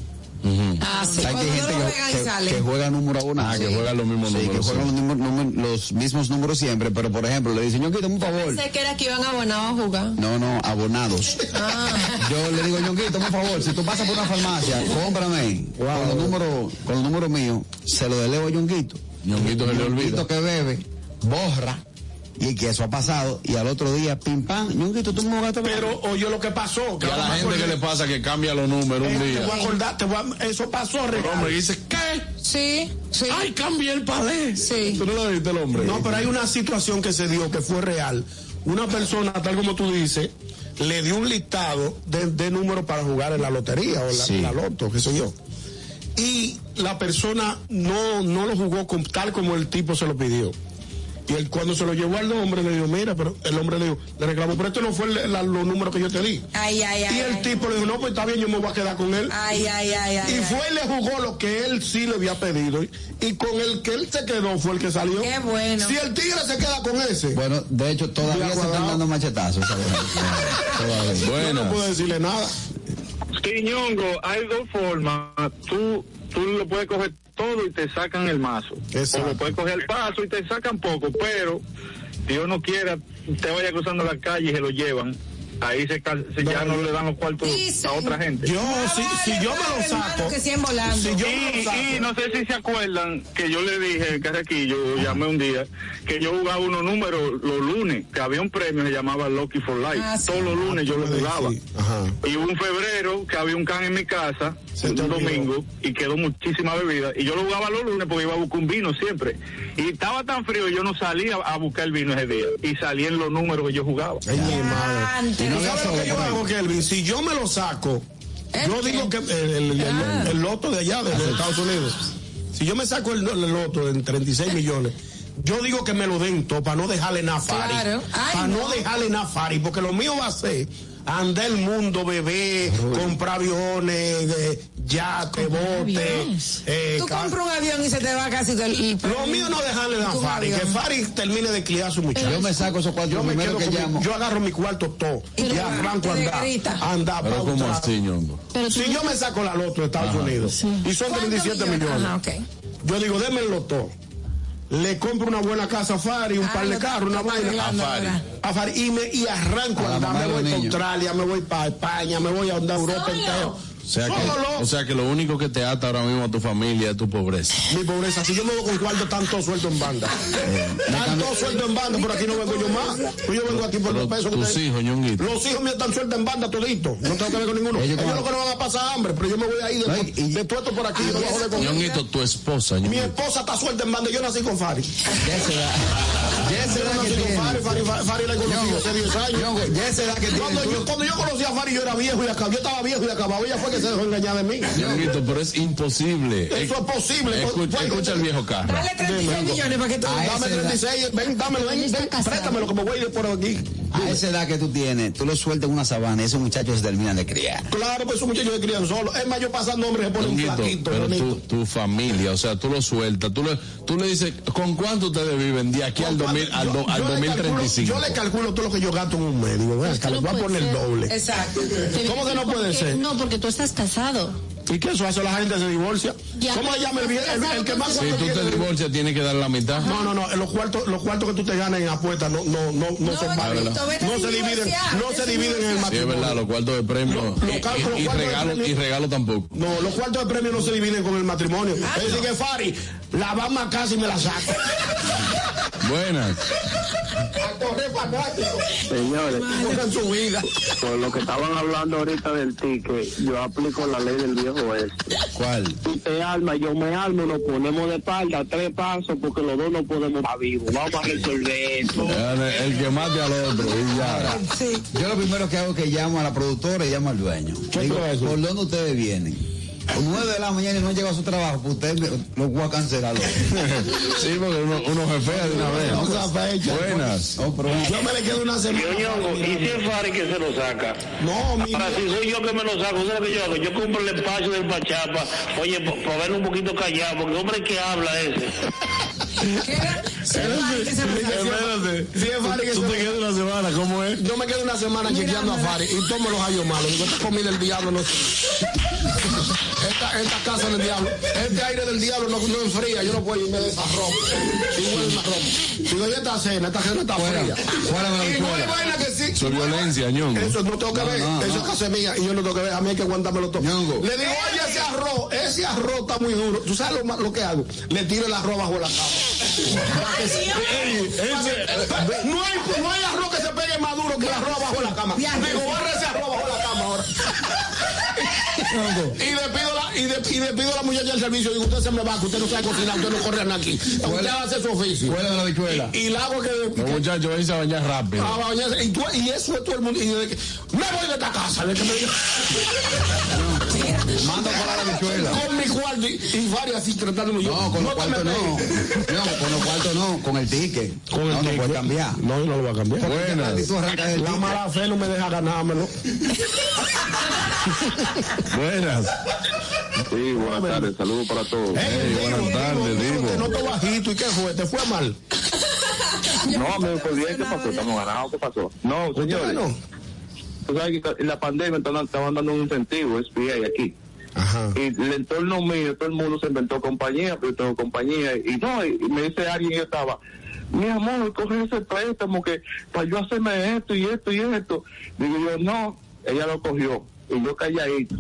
Ah, sí. Hay Cuando que uno gente lo juega que, y que, sale. que juega número abonado. Ah, que juegan los mismos Sí, que números. juegan los, número- número- los mismos números siempre, pero por ejemplo, le dicen, Ñonguito, un favor. Pensé que era que iban abonados a jugar. No, no, abonados. Ah. Yo le digo, Ñonguito, por favor, si tú pasas por una farmacia, cómprame con, los números, con los números míos, se lo delego a Ñonguito. Ñonguito se le olvida. Ñonguito que bebe, borra, y que eso ha pasado, y al otro día, pim, pam, Ñonguito, tú me gastas Pero oye lo que pasó. Y a la ahora me gente que acordé. le pasa que cambia los números un Eh, Te día. voy a acordar, te voy a- eso pasó, El regalo. hombre dice, ¿qué? Sí, sí, ¡Ay, cambié el palé! sí. ¿Tú no lo viste el hombre? No, pero hay una situación que se dio que fue real. Una persona, tal como tú dices, le dio un listado de, de números para jugar en la lotería o en la, Sí. la loto, qué sé yo. Y la persona no, no lo jugó con, tal como el tipo se lo pidió. Y él, cuando se lo llevó al hombre, le dijo, mira, pero el hombre le dijo, le reclamó, pero esto no fue el- la- los números que yo te di. Ay, ay, ay. Y el tipo le dijo, no, pues está bien, yo me voy a quedar con él. Ay, ay, ay, ay. Y ay. fue y le jugó lo que él sí le había pedido. Y, y con el que él se quedó fue el que salió. Qué bueno. Si el tigre se queda con ese, Bueno, de hecho, todavía se están Cuadrado. dando machetazos. ¿sabes? Todavía. yo no Buenas. puedo decirle nada. Sí, Ñongo, hay dos formas. Tú, tú lo puedes coger todo y te sacan el mazo. Exacto. O lo puedes coger el paso y te sacan poco, pero Dios no quiera, te vaya cruzando la calle y se lo llevan. ahí se, cal- se ya no le dan los cuartos a otra gente. Yo, si, si yo me lo saco. Si yo me lo saco. y, y no sé si se acuerdan que yo le dije, Carraquillo, llamé un día, que yo jugaba unos números los lunes, que había un premio que se llamaba Lucky for Life. Ah, sí. Todos los lunes yo lo jugaba. Ajá. Y hubo un febrero que había un can en mi casa, un domingo, y quedó muchísima bebida. Y yo lo jugaba los lunes porque iba a buscar un vino siempre. Y estaba tan frío, yo no salía a buscar el vino ese día. Y salí en los números que yo jugaba. Ay, mi madre. Antes. ¿Y no sabes lo que yo hago, Kelvin? Si yo me lo saco, ¿Eh? yo digo que el, el- el- Ah. el loto de allá, de los Estados Unidos, si yo me saco el, el loto en 36 millones, yo digo que me lo den todo para no dejarle nada a Fari. Claro. Ay, Para no no. dejarle nada a Fari, porque lo mío va a ser andar el mundo, beber, comprar aviones, eh, yate, botes. eh, Tú ca- compras un avión y se te va casi todo el... el- lo mío no dejarle nada a un Fari, que avión. Fari termine de criar a su muchacho. Yo me saco esos cuatro Yo me primeros quedo con que mi- llamo. yo agarro mi cuarto todo Pero y arranco a te andar. grita. Andar, Pero pautar. como así, ñongo. Pero tú Si yo me saco la loto de Estados Unidos y son ¿Cuántos 37 millones, Ajá, ok. yo digo, démelo todo. Le compro una buena casa a Fari, un Ah, par de lo- carros, una lo- vaina. hablando ahora. A Fari, y, me, y arranco A a la andar. Me mamá de voy los para niños. Australia, me voy para España, me voy a andar a Europa Solo. entero. O sea, que, Solo. o sea que lo único que te ata ahora mismo a tu familia es tu pobreza. mi pobreza, si yo me voy con cuarto, tanto suelto en banda. Eh, tanto suelto en banda, por aquí no vengo yo más. Pues Yo vengo aquí por Pero los pesos. que tus te- hijos, ñonguito. Los hijos míos están sueltos en banda todito. No tengo que ver con ninguno. Ellos Ellos, con- lo que no van a pasar hambre, pero yo me voy a ir de, No, y- y- de tuerto por aquí. yo no voy a joder con- Ñonguito, tu esposa, Mi ñonguito. esposa está suelta en banda. Yo nací con Fari. Ya esa edad. Ya esa Yo edad que nací con Fari. tiene. Fari, Fari, Fari la conocí Ñongo, hace 10 años. Ñongo, ya esa edad que Cuando tiene. yo, cuando yo conocí a Fari, yo era viejo y acabado. Yo estaba viejo y acabado. Ella fue que se dejó engañar de mí. Ñonguito, pero es imposible. Eso es posible. Escucha, Fue- escucha el viejo carro. Dale 36 millones para que tú... A Dame esa edad. 36. Ven, dámelo. Ven, Ella está ven, casada. préstamelo que me voy a ir por aquí. A esa edad que tú tienes, tú lo sueltas en una sabana y esos muchachos se terminan de criar. Claro, pues esos muchachos se crían solos. Es más, yo pasando hombre se pone un Ñonguito, flaquito. pero bonito. tu, tu familia, o sea, tú lo sueltas, tú le, tú le dices, ¿con cuánto ustedes viven de aquí al, 2000, al, do- Yo- al yo le calculo- 2035? Yo le calculo todo lo que yo gasto en un mes. Digo, ven Pues acá, le voy a puede poner el ser. doble. Exacto. te- ¿Cómo que no puede porque- ser? No, porque tú estás casado. ¿Y qué eso hace? La gente se divorcia. Ya. ¿Cómo se llama el, vie- el- el que más Si cuarto tú te tiene? divorcias, tienes que dar la mitad. No, no, no. Los cuartos, los cuartos que tú te ganas en apuestas no, no, no, no, son vete, válidos. Cristo, vete No sin se dividen, divorciar, no vete se sin dividen en el divorciar. Sí, es matrimonio. verdad, los cuartos de premio Lo- lo y- calculo, y, y los cuartos de regalo, premio. y regalo tampoco. No, los cuartos de premio no se dividen con el matrimonio. Ah, es decir, que Fari, la vamos a casa y me la saco. Buenas. a correr fanático. Señores, Cojan su vida. por lo que estaban hablando ahorita del ticket, yo aplico la ley del viejo este. ¿Cuál? Tú te armas, yo me armo, nos ponemos de espalda, tres pasos, porque los dos no podemos estar vivos. Vamos a resolver eso. El que mate al otro. y ya. Sí. Yo lo primero que hago es que llamo a la productora y llamo al dueño. ¿Qué Digo, fue eso? ¿por dónde ustedes vienen? O nueve de la mañana y no llega a su trabajo, pues usted me- lo voy a cancelar. loco. Sí, porque uno, uno jefea de una vez. Cosa fecha. Buenas. No, Oh, pero bueno. Yo me le quedo una semana. Yo, Ñongo, ¿y si es Fari que se lo saca? No, mi Ahora, si soy yo que me lo saco, ¿sabes lo que yo hago? Yo compro el espacio del Pachapa, oye, para verlo un poquito callado, porque hombre que habla ese. ¿Qué era? Se va, que se va. Espérate. Si es Fari que se me queda una semana, ¿cómo es? Yo me quedo una semana chequeando a Fari y tomo los hallos malos. Digo, esta comida del diablo no. Esta, esta casa del diablo, este aire del diablo no, no enfría, yo no puedo irme de esa ropa. Y huele una ropa. Digo, y esta cena, esta cena está fría. fuera de la Y no hay bichuela. vaina que sí. Su violencia, ñongo. Eso no tengo que ver, no, eso es casa mía y yo no tengo que ver, a mí hay que aguantármelo todo. Ñongo. Le digo, oye, ese arroz, ese arroz está muy duro. ¿Tú sabes lo, ma- lo que hago? Le tiro el arroz bajo la cama. Ey, ese- no, hay, pues, no hay arroz que se pegue más duro que el arroz bajo la cama. Digo, barra ese arroz bajo la cama ahora. Y le pido la, y le, y le pido a la muchacha del servicio, digo, usted se me va, que usted no sabe cocinar, usted no corre a nadie. Usted hace su oficio. Fuera de la bichuela. Y la hago que, Los muchachos, váyanse a bañar rápido. a bañarse, Ah, y, tú- y eso es todo el mundo. Y yo de que, me voy de esta casa. de que me diga, Manda fuera la bichuela. con mi cuarto y, y varios así tratándome yo. No, con los te me cuartos no. No, con los cuartos no, con el ticket. el no, no ticket. puede cambiar. pegues. No, yo no lo voy a cambiar. Y Buenas. tú arrancas el La ticket. mala fe no me deja ganármelo. Buenas. Sí, buenas tardes, saludos para todos. Ey, buenas tardes, Divo. Te noto bajito y qué fue, te fue mal. No, me bien, ¿qué pasó? Estamos ganados, ¿qué pasó? No, señores, Bueno. tú sabes que en la pandemia estaban estaban dando un incentivo, SPA, aquí. Ajá. y el entorno mío, todo el mundo se inventó compañía, pero yo tengo compañía, y no, y me dice alguien, yo estaba, mi amor, coge ese préstamo que para yo hacerme esto y esto y esto. Digo yo, no, ella lo cogió y yo calladito,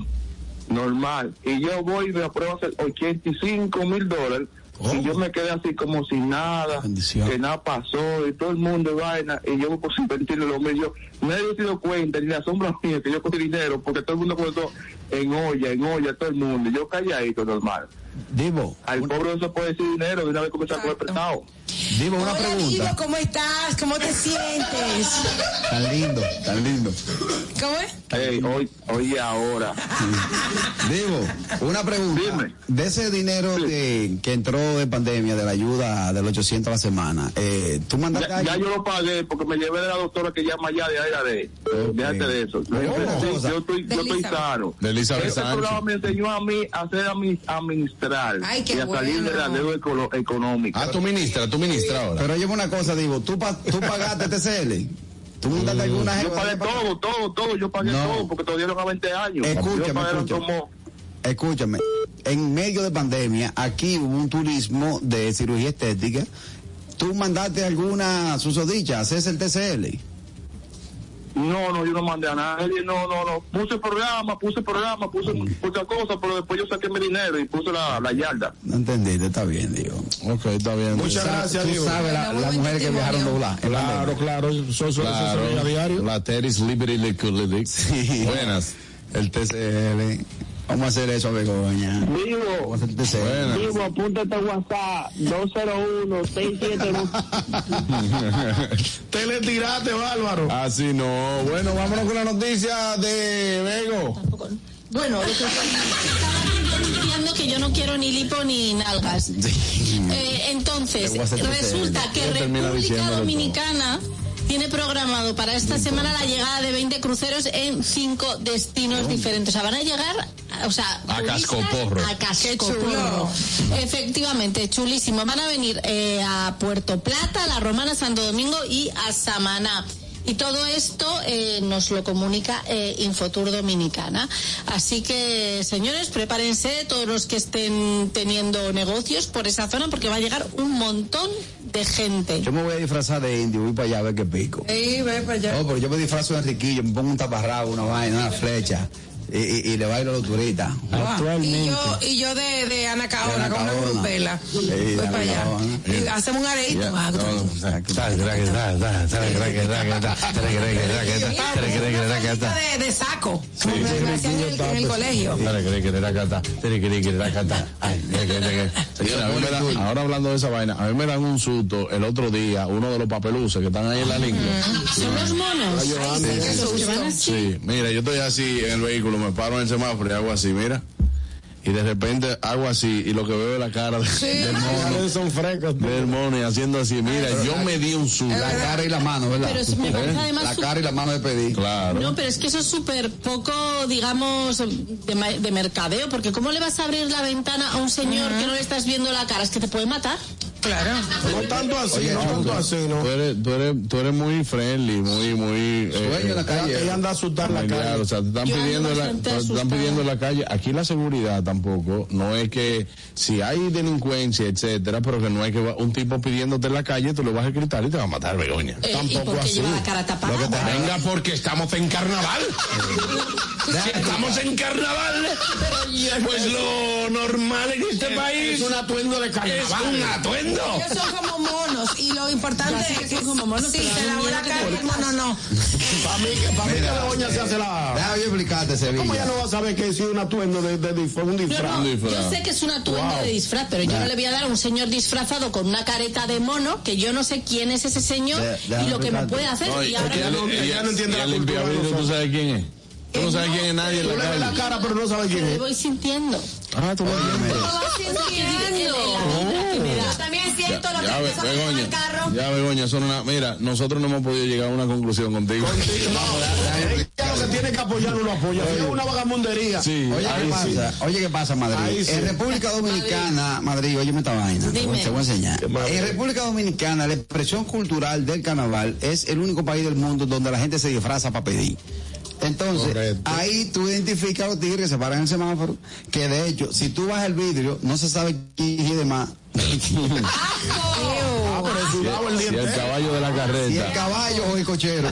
normal. Y yo voy y me apruebo hacer 85 mil dólares. Y yo me quedé así como sin nada, que nada pasó, y todo el mundo y vaina, y yo por sentirlo lo mío, yo me he dado cuenta, ni la sombra mía, que yo cogí dinero, porque todo el mundo comenzó en olla, en olla, todo el mundo, y yo calladito, normal. Divo. Al pobre no se puede decir dinero, de una vez comenzó a coger prestado. Divo, una Hola, pregunta. Divo, ¿cómo estás? ¿Cómo te sientes? Tan lindo, tan lindo. ¿Cómo es? Ey, hoy, hoy y ahora. Digo, una pregunta. De ese dinero de- que entró de pandemia, de la ayuda del 800 a la semana, eh, tú mandaste Ya, a ya yo lo pagué porque me llevé de la doctora que llama ya de era de. Déjate de eso. Yo, estoy- yo estoy, yo estoy Deslízame. sano. Deslízame Este Sánchez. programa me enseñó a mí a hacer a mi- a administrar Ay, qué y a salir bueno. de la deuda econo- económica. Ah, tú ministra, tú ministra ahora. Pero oye una cosa, digo, tú, pa- tú pagaste TCL. Tú Mm. mandaste alguna Yo jeva pagué de pa- todo, todo, todo. Yo pagué No. todo porque todavía no a 20 años. yo Escúchame, pagué escúchame. como Escúchame, en medio de pandemia, aquí hubo un turismo de cirugía estética. ¿Tú mandaste alguna susodicha? ¿Haces el TCL? No, no, yo no mandé a nadie, no, no, no. Puse programa, puse programa, puse Mm. muchas cosas, pero después yo saqué mi dinero y puse la, la yarda. No entendiste, está bien, digo. Ok, está bien. Muchas gracias, Tú Diego. sabes, la, Bueno, la buen mujer que testimonio. viajaron doblar. Claro, claro, soy su Claro, a diario. la Teris Liberty Liquid. Buenas. El TCL. Vamos a hacer eso a Begoña. Vivo, Vamos a hacer TCL. vivo, este apúntate a WhatsApp 201-671. Te le tiraste, Bárbaro. Así no. Bueno, vámonos con la noticia de Bego. Bueno, lo que estaban diciendo que yo no quiero ni lipo ni nalgas. Eh, entonces, Te voy a hacer resulta TCL. que Yo termino República diciéndolo todo. Dominicana tiene programado para esta semana la llegada de 20 cruceros en cinco destinos diferentes. O sea, van a llegar, o sea, A turistas cascoporro. A Qué cascoporro. chulo. Efectivamente, chulísimo. Van a venir eh, a Puerto Plata, a La Romana, Santo Domingo y a Samaná. Y todo esto eh, nos lo comunica eh, Infotur Dominicana. Así que, señores, prepárense todos los que estén teniendo negocios por esa zona porque va a llegar un montón de gente. Yo me voy a disfrazar de indio, voy para allá a ver qué pico. Sí, ve para allá. No, pero yo me disfrazo de riquillo, me pongo un taparrabo, una vaina, una flecha. Y, y- y le bailo a los turistas. Ah. Y yo, y yo de, de Ana Caona, con una Caona. grupela. Sí, Voy Ana para allá. Caona. Y hacemos un areito. Ah, Está de, de saco. Como me hacían en el, en el colegio. Señora, a mí me da- Ahora hablando de esa vaina, a mí me dan un susto el otro día, uno de los papeluces que están ahí en la línea. Son los monos. Ay, Johanna. Ay, Sí, los que van Ah, así. Sí, mira, yo estoy así en el vehículo, me paro en el semáforo y hago así, mira. Y de repente hago así y lo que veo es la cara de- del mono. Son Ah, frescos. Del mono y haciendo así, mira, yo me di un susto. La cara y la mano, ¿verdad? Pero es- me parece ¿Eh? además La su- cara y la mano de pedir. Claro. No, pero es que eso es súper poco, digamos, de, ma- de mercadeo, porque ¿cómo le vas a abrir la ventana a un señor que no le estás viendo la cara? Es que te puede matar. Claro. No tanto así, no tanto así, no. Tú eres, tú, eres, tú eres muy friendly, muy, muy. Sueño en la calle. Ella- ella anda a asustar en la familiar, calle. O sea, te están, Yo ando pidiendo en la, bastante te están asustada. pidiendo en la calle. Aquí la seguridad tampoco. No es que si hay delincuencia, etcétera, pero que no es que va- un tipo pidiéndote en la calle, tú le vas a gritar y te va a matar, Begoña. Eh, ¿y tampoco por qué así. lleva la cara tapada? Lo que te- venga porque estamos en carnaval. si estamos en carnaval, pues lo normal en este país es un atuendo de carnaval. Es un atuendo. Ellos son como monos y lo Ya importante sé es que que son como monos, sí, pero se a mí la me hora da que cae te no, no, no. Para mí, que- pa' mí que Mira, la doña se hace la. Déjame yo explicarte, ¿Cómo ella Sevilla. no va a saber que es un atuendo de, de, dif- un Yo, disfraz? no, yo sé que es un atuendo Wow. de disfraz, pero yo no le voy a dar a un señor disfrazado con una careta de mono que yo no sé quién es ese señor Ya, ya, y lo que me Ricardo. puede hacer. No, y y- ahora y que- el- no- y ella el- no entiende y la el cultura de limpiavidrio, ¿Tú nosotros. sabes quién es? Tú no sabes quién es nadie en Tú la le ves la calle. cara, pero no sabe quién me es. voy sintiendo. Ah, tú lo ves. Yo también siento Ya, Be- Begoña, ya, Begoña, son una, mira, nosotros no hemos podido llegar a una conclusión contigo. Ella lo que tiene que apoyar no lo apoya. Si Es una vagamundería. Sí, Oye, ¿qué ahí sí. pasa? Oye, ¿qué pasa, Madrid? Ahí sí. En República Dominicana, Madrid, oye, esta vaina. Te voy- Dime. Te voy a enseñar. En República Dominicana, la expresión cultural del carnaval es el único país del mundo donde la gente se disfraza para pedir. Entonces, ahí tú identificas a los tigres que se paran en el semáforo, que de hecho, si tú vas el vidrio, no se sabe quién es y demás. Ah, pero sudado el Si día el entero. caballo de la carreta. Si el caballo o el cochero.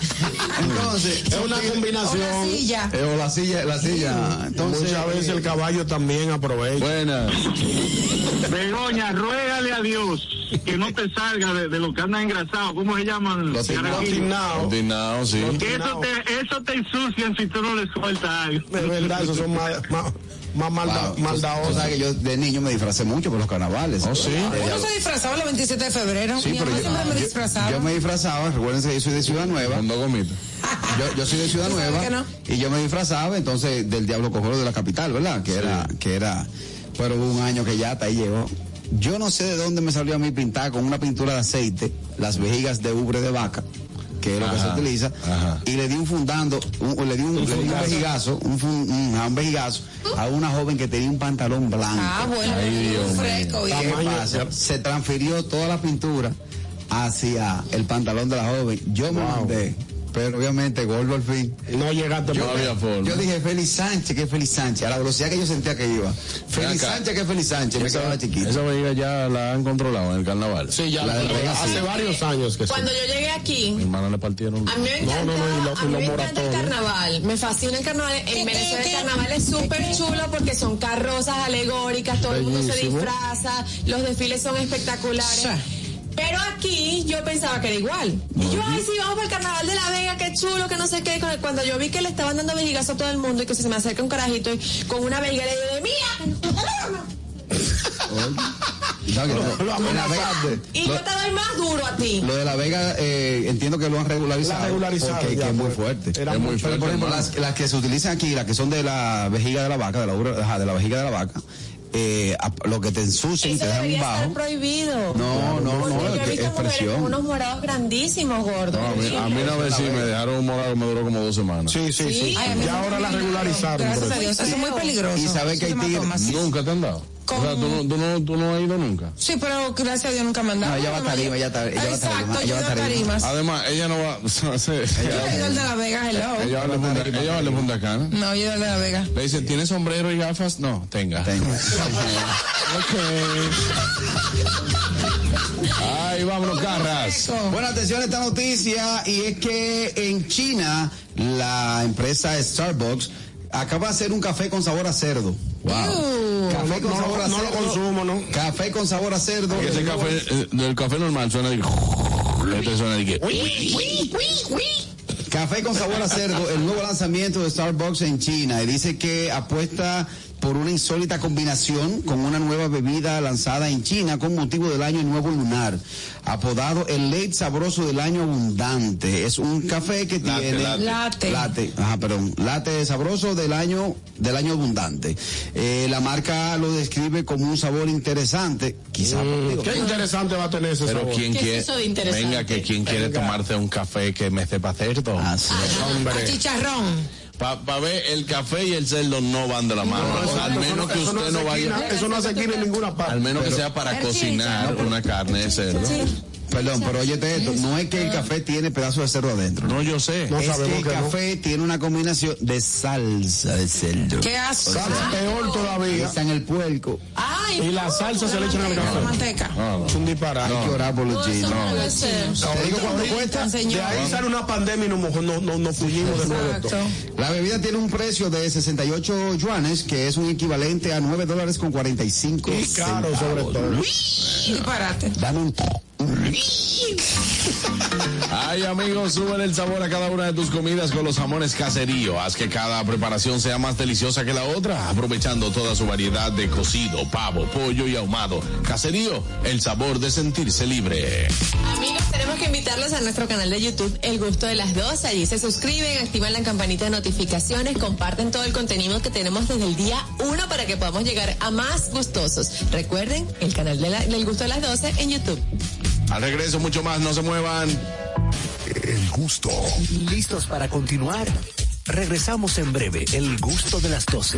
Entonces, Es una combinación. O la silla. Eh, o la silla, la silla. Entonces, Muchas veces el caballo también aprovecha. Buenas. Begoña, ruégale a Dios que no te salga de, de lo que andan engrasados. ¿Cómo se llaman? Los Carajillos. tinaos. Tinao, sí. Que eso te, eso te ensucian si tú no les sueltas algo. De verdad, esos son más, más, más malda- maldadosos. tú sabes que yo de niño me disfracé mucho por los carnavales. Oh, sí. Uno se disfrazaba el 27 de febrero. Sí, Mi pero mamá siempre me yo, disfrazaba. yo me disfrazaba, recuérdense que yo soy de Ciudad Nueva. Con dos gomitas. Yo, yo soy de Ciudad ¿Tú sabes Nueva que no? y yo me disfrazaba entonces del Diablo Cojoro de la capital, ¿verdad? Que era, que era, pero hubo un año que ya hasta ahí llegó. Yo no sé de dónde me salió a mí pintar con una pintura de aceite las vejigas de ubre de vaca, que es lo que se Ajá, utiliza, ajá. y le di un fundando, un- le di un, le di un vejigazo, un, fun- un- a un vejigazo a una joven que tenía un pantalón blanco. Ah, bueno, Ay, Dios un fresco. ¿Qué bien. pasa? Se transfirió toda la pintura hacia el pantalón de la joven. Yo me mandé, pero obviamente gordo al fin. No llegaste Yo- más. había forma. Yo dije, Félix Sánchez, que Félix Sánchez, a la velocidad que yo sentía que iba. Félix acá. Sánchez, que Félix Sánchez, me quedaba chiquito. Esa vejiga ya la han controlado en el carnaval. Sí, ya La la- verdad que hace sí. varios años que sí. Cuando yo llegué Mi aquí, hermana le partieron. a mí me encanta, No, no, no, y lo- y a mí lo me encanta el moratón, ¿eh? carnaval. Me fascina el carnaval. En Venezuela el carnaval es súper chulo porque son carrozas alegóricas, todo el mundo se Bellísimo. disfraza, los desfiles son espectaculares. Pero aquí yo pensaba que era igual. Y yo, ay, sí, vamos para el carnaval de la Vega, qué chulo, que no sé qué. Cuando yo vi que le estaban dando vejigazo a todo el mundo y que se me acerca un carajito y con una vejiga le digo, mira, No, que no. lo En la Vega- y yo te doy más duro a ti. Lo de La Vega eh, entiendo que lo han regularizado. La regularizaron, Porque ya, que es muy pues, fuerte. era Es mucho. Pero, por ejemplo, las, las que se utilizan aquí, las que son de la vejiga de la vaca, de la, ura- ajá, de la vejiga de la vaca, eh, ap- lo que te ensucia y Eso te deja debería un estar bajo. prohibido. No, no, Porque no, yo es he que visto es mujeres presión. con unos morados grandísimos, gordos. No, a mí, ah. a mí una vez sí me dejaron un morado que me duró como dos semanas. Sí, sí, sí. Sí. Ay, a mí ya me ahora la encanta. regularizaron. Gracias a pero- Dios, eso es muy peligroso. Y saber que hay Eso tigres. hematomas. Nunca te han dado. O sea, tú no, tú, no, tú no has ido nunca. Sí, pero gracias a Dios nunca me han dado. No, ella va a tarima, ella ta- ella va a tarima, Exacto, ella yo va a voy a tarima. tarimas. Además, ella no va. o sea, Yo he ido al de La Vega, hello. Ella va a Punta- ella va a Punta Cana. No, yo he ido al de La Vega. Le dicen, ¿tienes sombrero y gafas? No, tenga. Ay, vámonos, carras. Bueno, atención a esta noticia y es que en China la empresa Starbucks acaba de hacer un café con sabor a cerdo. Wow. Café con Uh, No, sabor a no lo cerdo. consumo, ¿no? Café con sabor a cerdo. Ese café, eh, del café normal suena el. Este suena el que. Café con sabor a cerdo, el nuevo lanzamiento de Starbucks en China. Y dice que apuesta por una insólita combinación con una nueva bebida lanzada en China con motivo del año nuevo lunar, apodado el late sabroso del año abundante. Es un café que Latte, tiene latte. Latte. Latte, ajá, perdón, latte sabroso del año del año abundante. Eh, la marca lo describe como un sabor interesante, quizá Mm, Qué interesante va a tener ese Pero sabor. quien ¿Qué es quiere. eso de interesante? Venga, que quien quiere tomarse un café que me sepa cerdo. así. A chicharrón. Para ver, el café y el cerdo no van de la mano. O sea, al Exacto, menos que eso no usted no hace esquina- vaya. Eso no hace aquí en ninguna parte. Al menos que sea para Pero sí, cocinar chicharrón. una carne de cerdo. Perdón, pero óyete esto, no es que Ah. el café tiene pedazos de cerdo adentro. No, yo sé. No es sabemos que el que no. café tiene una combinación de salsa de cerdo. Qué asco. Salsa peor todavía. Está en el puerco. Ay, Y la salsa se le echa en el La café. manteca. No, no. Ah. Es un disparate. Hay que orar por los no, eso chinos. no debe ser. Ahorita digo cuando ahorita, cuesta, de señor. ahí sale una pandemia y nos, mojó- no, no, nos fuimos de nuevo. Exacto. La bebida tiene un precio de 68 yuanes, que es un equivalente a 9 dólares con 45 Y caro sobre todo. Disparate. Dame un... Ay, amigos, suben el sabor a cada una de tus comidas con los jamones caserío. Haz que cada preparación sea más deliciosa que la otra, aprovechando toda su variedad de cocido, pavo, pollo y ahumado. Caserío, el sabor de sentirse libre. Amigos, tenemos que invitarlos a nuestro canal de YouTube, El Gusto de las Dos. Allí se suscriben, activan la campanita de notificaciones, comparten todo el contenido que tenemos desde el día 1 para que podamos llegar a más gustosos. Recuerden, el canal de la- del Gusto de las 12 en YouTube. Al regreso, mucho más, no se muevan. El gusto. ¿Listos para continuar? Regresamos en breve. El gusto de las 12.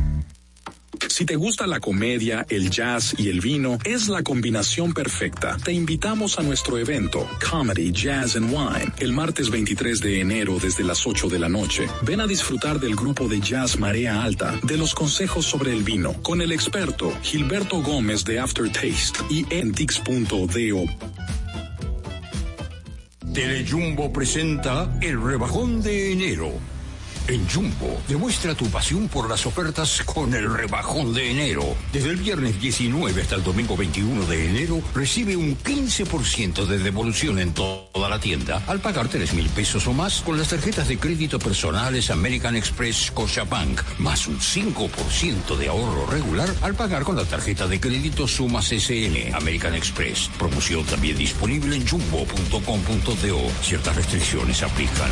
Si te gusta la comedia, el jazz y el vino, es la combinación perfecta. Te invitamos a nuestro evento, Comedy, Jazz and Wine, el martes 23 de enero desde las 8 de la noche. Ven a disfrutar del grupo de jazz Marea Alta, de los consejos sobre el vino, con el experto Gilberto Gómez de Aftertaste y Entix.do. Telejumbo presenta el rebajón de enero. En Jumbo, demuestra tu pasión por las ofertas con el rebajón de enero. Desde el viernes 19 hasta el domingo 21 de enero, recibe un 15% de devolución en to- toda la tienda al pagar 3 mil pesos o más con las tarjetas de crédito personales American Express Scotiabank, más un 5% de ahorro regular al pagar con la tarjeta de crédito Sumas SN American Express. Promoción también disponible en jumbo.com.do. Ciertas restricciones aplican.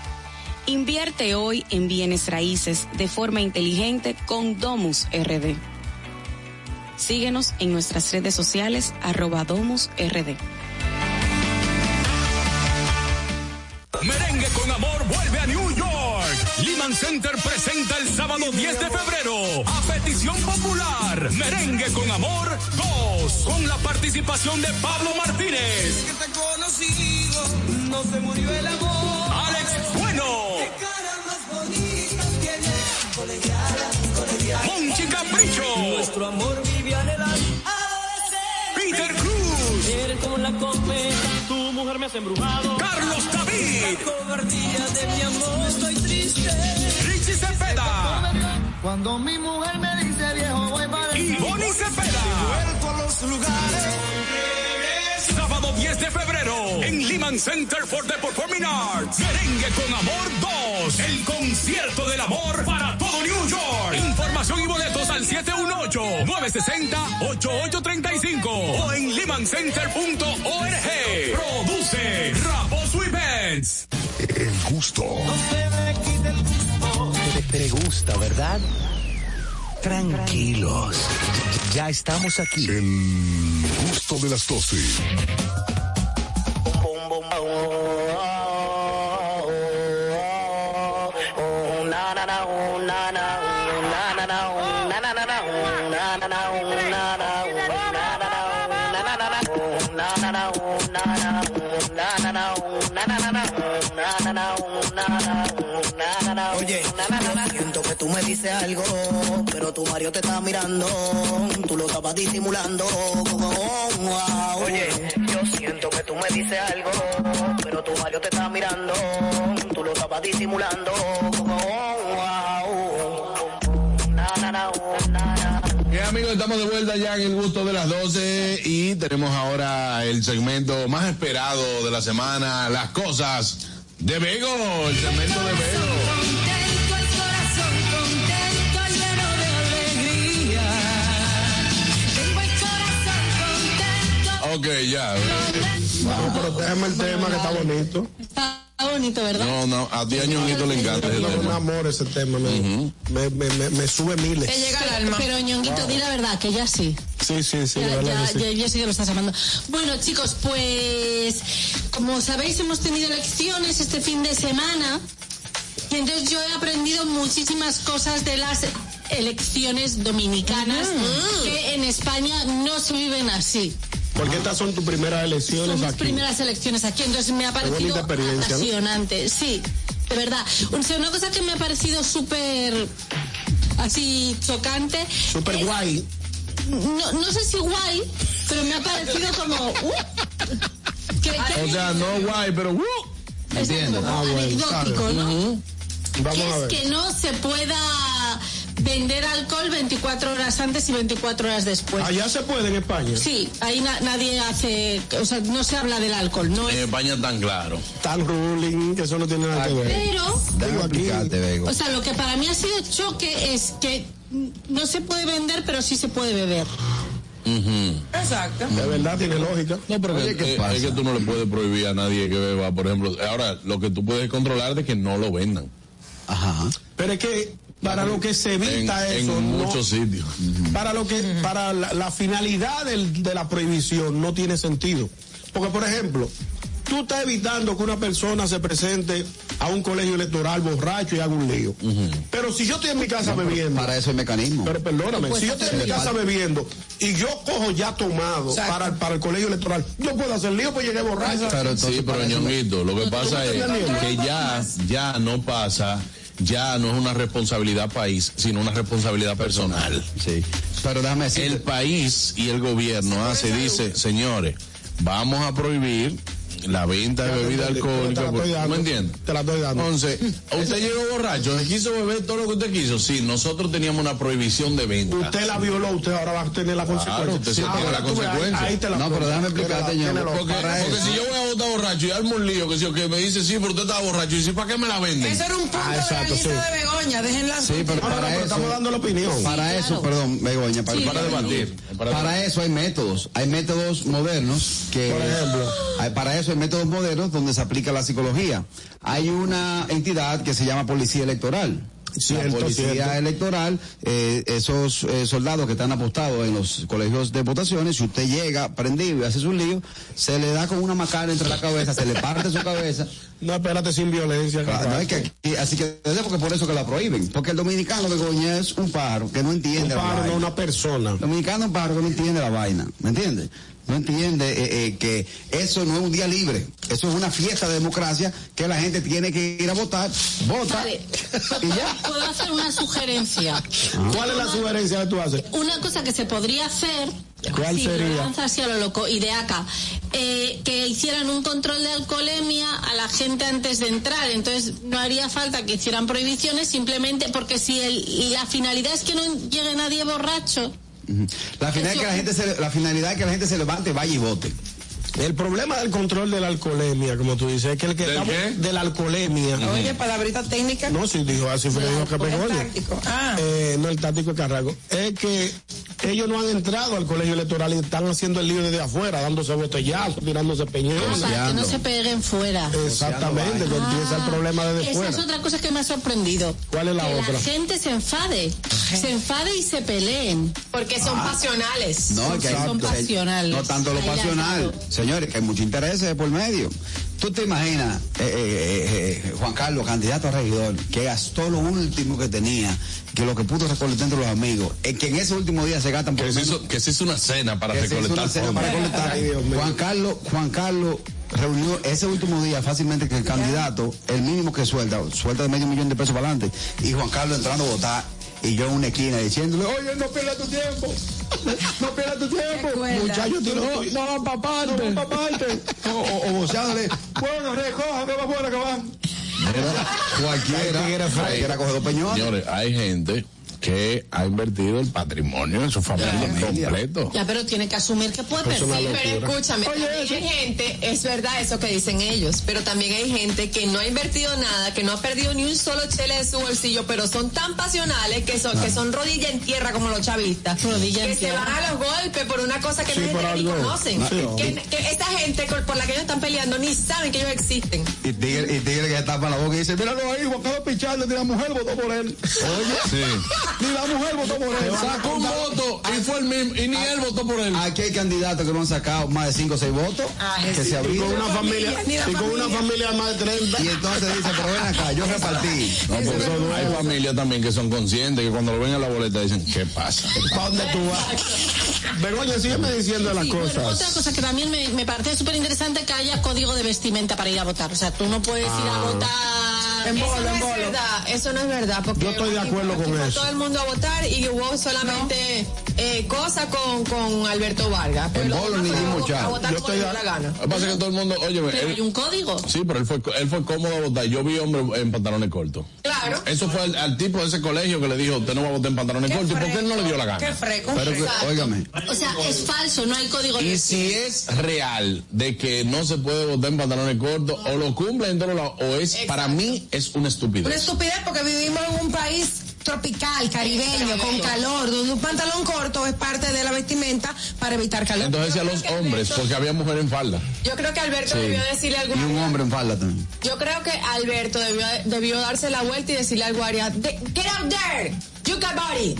Invierte hoy en bienes raíces de forma inteligente con Domus RD. Síguenos en nuestras redes sociales arroba Domus RD. Merengue con amor vuelve a New York. Lehman Center presenta el sábado 10 de febrero, a petición popular, Merengue con amor 2, con la participación de Pablo Martínez. Que te he conocido, no se murió el amor. Alex Bueno. Qué cara más bonita tiene. Colegiala, colegiala. Monchi Capricho. Nuestro amor vive anhelando. Peter Cruz. Eres como la copeta, tu mujer me has embrujado. Carlos David. La cobardía de mi amor, estoy triste. Richie Cepeda. Cuando mi mujer me dice viejo, voy para Y Bonnie Cepeda. Vuelvo a los lugares. Sábado 10 de febrero en Lehman Center for the Performing Arts. Merengue con Amor 2. El concierto del amor para todo New York. Información y boletos al 718-960-8835 o en lehmancenter.org. Produce Raposo Events. El gusto. Te, te gusta, ¿verdad? Tranquilos. Ya estamos aquí. El gusto de las 12. Oye, siento que tú me dices algo, pero tu Mario te está mirando, tú lo estabas disimulando. Oye, yo siento que tú me dices algo, pero tu Mario te está mirando, tú lo estabas disimulando. Bien amigos, estamos de vuelta ya en el gusto de las 12 y tenemos ahora el segmento más esperado de la semana, las cosas de Bego, el segmento de Bego. Contento el corazón, contento, lleno de alegría. Tengo el corazón contento. Ok, ya. Bueno, pero déjame el tema que está bonito. Está bonito, ¿verdad? No, no, a ti a Ñonguito le encanta ese No, un tema. amor ese tema, me, me, me, me- me sube miles. Te llega al alma. Pero Ñonguito, di la verdad, que ya sí. Sí, sí, sí, Ya, la verdad ya, que sí. ya, ya sé que lo estás amando. Bueno, chicos, pues como sabéis, hemos tenido elecciones este fin de semana. Y entonces yo he aprendido muchísimas cosas de las elecciones dominicanas que en España no se viven así. Porque estas son tus primeras elecciones Son mis aquí. primeras elecciones aquí, entonces me ha parecido bonita experiencia, ¿no? apasionante, sí, de verdad. O sea, una cosa que me ha parecido súper así chocante. Súper es- guay. No, no sé si guay, pero me ha parecido como. uh, que- que- O sea, no guay, pero uh, Entiendo. Ah, bueno, Anecdótico, ¿no? Ujú. que es que no se pueda vender alcohol 24 horas antes y 24 horas después. Allá se puede en España. Sí, ahí na- nadie hace, o sea, no se habla del alcohol, no En es España tan claro. Tal ruling, que eso no tiene nada que ver. Pero- Digo, aquí- O sea, lo que para mí ha sido choque es que mm, no se puede vender, pero sí se puede beber. Exacto. De verdad tiene lógica. No, pero Oye, que- ¿qué eh, pasa? es que tú no le puedes prohibir a nadie que beba, por ejemplo. Ahora, lo que tú puedes controlar es que no lo vendan. Ajá. Pero es que Eh, para lo que se evita en, eso, En no- muchos sitios. para lo que para la, la finalidad del- de la prohibición no tiene sentido. Porque por ejemplo, tú estás evitando que una persona se presente a un colegio electoral borracho y haga un lío. Pero si yo estoy en mi casa bebiendo, Para eso el mecanismo. pero perdóname, si yo estoy en mi casa bebiendo y yo cojo ya tomado para, para el colegio electoral, yo puedo hacer lío pues llegué borracho. sí, pero ñonguito, lo que pasa es que ya, ya no pasa, ya no es una responsabilidad país, sino una responsabilidad personal. Sí. Pero déjame decir. El país y el gobierno hace, dice, señores, vamos a prohibir la venta de bebida alcohólica. porque- ¿tú ¿Me entiendes? Te la estoy dando. Entonces, usted llegó borracho, quiso beber todo lo que usted quiso. Sí, nosotros teníamos una prohibición de venta. Usted la violó, usted ahora va a tener la consecuencia. usted sí Ah, tiene ahora la tú ves, ahí- consecuencia. ahí te la No, pero pongo. déjame Te la- explicarte, te la- ñongo. Porque- para porque eso. si yo voy a votar borracho y armo un lío, que si o que me dice, sí, pero usted estaba borracho, y si ¿para qué me la venden? Eso era un punto Ah, de exacto, la lista sí. de Begoña, déjenla. Sí, pero para eso. Para eso, perdón, Begoña, para, Sí, para claro. debatir. Para, eso hay métodos. Hay métodos modernos que. Por ejemplo. hay- para eso hay métodos modernos donde se aplica la psicología. Hay una entidad que se llama Policía Electoral. Cierto, la policía cierto. electoral, eh, esos eh, soldados que están apostados en los colegios de votaciones, si usted llega prendido y hace su lío, se le da con una macana entre la cabeza, se le parte su cabeza. No, espérate, sin violencia. Ah, no, es que aquí- así que es porque por eso que la prohíben. Porque el dominicano de Goña es un paro que no Un entiende la pájaro, vaina. no una persona. Dominicano es un paro que no entiende la vaina. ¿Me entiendes? No entiende eh, eh, que eso no es un día libre. Eso es una fiesta de democracia que la gente tiene que ir a votar. Vota. Y ya. Puedo hacer una sugerencia. ¿Cuál es la sugerencia que tú haces? Una cosa que se podría hacer, ¿Cuál si sería? lo lanza así a lo loco, y de acá, eh, que hicieran un control de alcoholemia a la gente antes de entrar. Entonces no haría falta que hicieran prohibiciones, simplemente porque si el- la finalidad es que no llegue nadie borracho. La finalidad, es que la, gente se, la finalidad es que la gente se levante, vaya y vote. El problema del control de la alcoholemia, como tú dices, es que el que está- de la alcoholemia. Oye, palabrita técnica. No, sí, dijo así fue dijo Ah, que Pues, Begoña. táctico. Eh, no, el táctico de Carrago. Es que ellos no han entrado al colegio electoral y están haciendo el lío desde afuera, dándose botellazos, tirándose Ah, peñones. para que no se Ah. peguen fuera. Exactamente, que empieza el problema desde Esa fuera. es otra cosa que me ha sorprendido. ¿Cuál es la que otra? la gente se enfade. Se enfade y se peleen. Porque son Ah. pasionales. No, es que hay- son se- pasionales. No tanto lo Ahí la pasional. acabo. Señores, que hay mucho interés de por medio. Tú te imaginas, eh, eh, eh, eh, Juan Carlos, candidato a regidor, que gastó lo último que tenía, que lo que pudo recolectar entre los amigos, eh, que en ese último día se gastan por Que lo se, menos- hizo, que se hizo una cena para que se hizo recolectar una cena fondos. para recolectar. Juan Carlos, Juan Carlos reunió ese último día fácilmente que el candidato, el mínimo que suelta, suelta de medio millón de pesos para adelante, y Juan Carlos entrando a votar, y yo en una esquina diciéndole, oye, no pierdas tu tiempo. No pierdas tu tiempo. Recuerda. Muchachos, tú no, no van para parte. No van para parte. O, o, o voceándole, bueno, recoja, que va bueno, que va. Cualquiera, Hay- cualquiera coge dos peñones. Señores, hay gente que ha invertido el patrimonio en su familia completo. Ya, pero tiene que asumir que puede Es perder. una Sí, pero locura. escúchame, también hay gente, es verdad eso que dicen ellos, pero también hay gente que no ha invertido nada, que no ha perdido ni un solo chele de su bolsillo, pero son tan pasionales que son, que son rodilla en tierra como los chavistas. que se van a los golpes por una cosa que Sí, no por ni algo. conocen. Sí, no. que, que esa gente con- por la que ellos están peleando ni saben que ellos existen. Y tigre, y tigre que tapa la boca y dice, míralo ahí, acaba de picharle, ni la mujer votó por él. Oye, ni la mujer votó por él. Sacó un voto y fue el mismo, y ni él votó por él. Aquí hay candidatos que no han sacado más de 5 o 6 votos, que se y Ah, abrieron. con una familia, y con una familia más de 30. Y entonces dice, pero ven acá, yo repartí. No, porque hay familias también que son conscientes que cuando lo ven a la boleta dicen, ¿qué pasa? ¿Para dónde tú vas? Begoña, sígueme diciendo las Sí, bueno, cosas. otra cosa que también me, me parece súper interesante que haya código de vestimenta para ir a votar. O sea, tú no puedes ir a Ah. votar. En bolo, Eso no en es bolo. verdad. Eso no es verdad. Porque Yo estoy de acuerdo aquí con fue eso. todo el mundo a votar y hubo solamente eh, cosa con, con Alberto Vargas. Pero los demás fueron a vo- a votar como les dio la gana. Lo que pasa es que todo el mundo, oye, eh, Pero hay un código. Sí, pero él fue, él fue cómodo a votar. Yo vi hombres en pantalones cortos. Claro. Eso fue al, al tipo de ese colegio que le dijo, usted no va a votar en pantalones cortos, porque él no le dio la gana. qué fresco. Pero Exacto. que, óigame, O sea, es falso, no hay código de y si es real de que no se puede votar en pantalones cortos, o lo cumple en todos lados, o es, para mí, es una estupidez. Una estupidez porque vivimos en un país tropical, caribeño, con calor, donde un pantalón corto es parte de la vestimenta para evitar calor. Entonces a los hombres, porque había mujeres en falda. Yo creo que Alberto debió decirle algo. alguna hombre en falda también. Yo creo que Alberto debió, debió darse la vuelta y decirle al guardia, "De- get out there, you got body.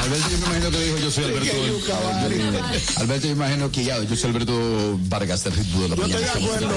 Alberto, yo me imagino que dijo, yo soy Alberto. Alberto, yo imagino que ya, yo soy Alberto Vargas, del ritmo de la Yo estoy de acuerdo.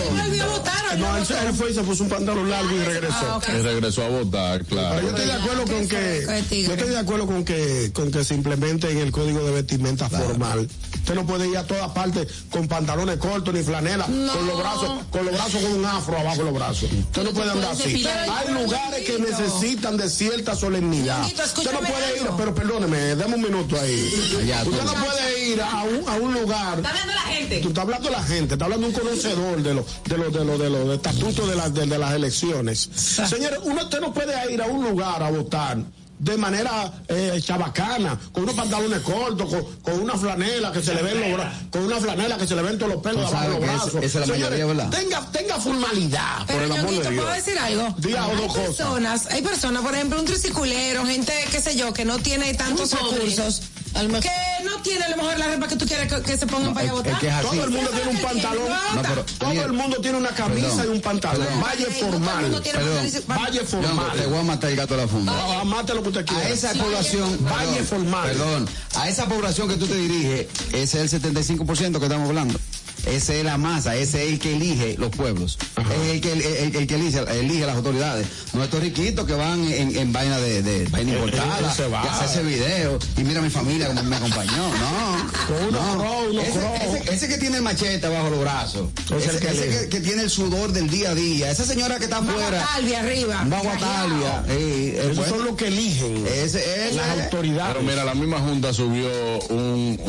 No, él, se- él fue y se puso un pantalón largo y regresó. Y regresó a votar, claro. Pero yo estoy de acuerdo con que yo estoy de acuerdo con que con que se implemente en el código de vestimenta formal. Usted no puede ir a todas partes con pantalones cortos ni flanela, No. con los brazos, con los brazos con un afro abajo de los brazos. Usted no puede andar puedes así. cepillar el Hay cabello. lugares que necesitan de cierta solemnidad. Ñonguito, Usted no escúchame puede ir, algo. pero perdóneme, dame un minuto ahí. Allá, tú. Usted no puede ir a un, a un lugar. Está hablando la gente. Tú estás hablando de la gente, está hablando de un conocedor de los de los de los de los estatutos de las de, de las elecciones. Señores, uno usted no puede ir a un lugar a votar de manera eh, chabacana, con unos pantalones cortos, con, con una flanela que se le ven los bra- con una flanela que se le ven todos los pelos Tú de abajo de sabes los que brazos. esa- esa es la mayoría, ¿verdad? Tenga, tenga formalidad, por Pero el yo, amor de Dios. ¿puedo decir algo? Diga hay dos cosas. personas, hay personas, por ejemplo, un triciculero, gente, qué sé yo, que no tiene tantos Muy pobre. recursos, que no tiene a lo mejor la ropa que tú quieres que, que se pongan para ir a votar. es que es así. Todo el mundo tiene un pantalón. No, pero, todo Daniel, el mundo tiene una camisa perdón, y un pantalón. perdón. Valle Ay, no, todo el formal. mundo tiene Perdón. pantalón. Valle Leongo, formal. Te voy a matar el gato a la funda. Ah, ah, mate lo que usted quiera. A esa población, Valle perdón, formal. Perdón, a esa población que tú te diriges, ese es el 75% que estamos hablando. Ese es la masa, ese es el que elige los pueblos. Es el que, el, el- el que elige, elige las autoridades. No estos riquitos que van en, en vaina de, de vaina Eh, importada, eh, se va. y hacerse video, y mira mi familia como me acompañó. No, Con unos crow, unos ese, crow. ese- ese que tiene el machete bajo los brazos, Es el ese, que ese elige. que, que tiene el sudor del día a día, esa señora que está afuera. Baguatalvia arriba. Baguatalvia, eh, eh, Esos bueno. son los que eligen. Ese- ese- las autoridades. Pero mira, la misma Junta subió un,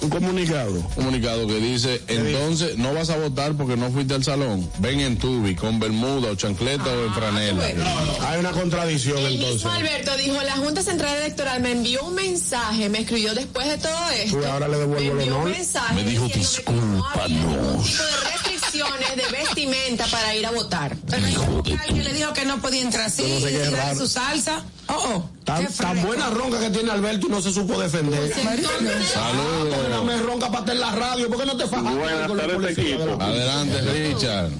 un, comunicado. comunicado que dice, entonces no vas a votar porque no fuiste al salón. Ven en tubi, con bermuda o chancleta o en franela. Hay una contradicción Mismo Alberto dijo, la Junta Central Electoral me envió un mensaje, me escribió después de todo esto. Uy, ahora le devuelvo el me envió honor. un mensaje Me dijo, diciéndome que no había ningún tipo de restricciones de vestimenta para ir a votar. Alguien le dijo que no podía entrar así, Yo no sé qué es y darle raro. su salsa. Oh, oh. Tan, tan buena ronca que tiene Alberto y no se supo defender. Saludos. Ah, no me ronca para estar en la radio. ¿Por qué no te fajas? con la policía de la- Adelante, Richard.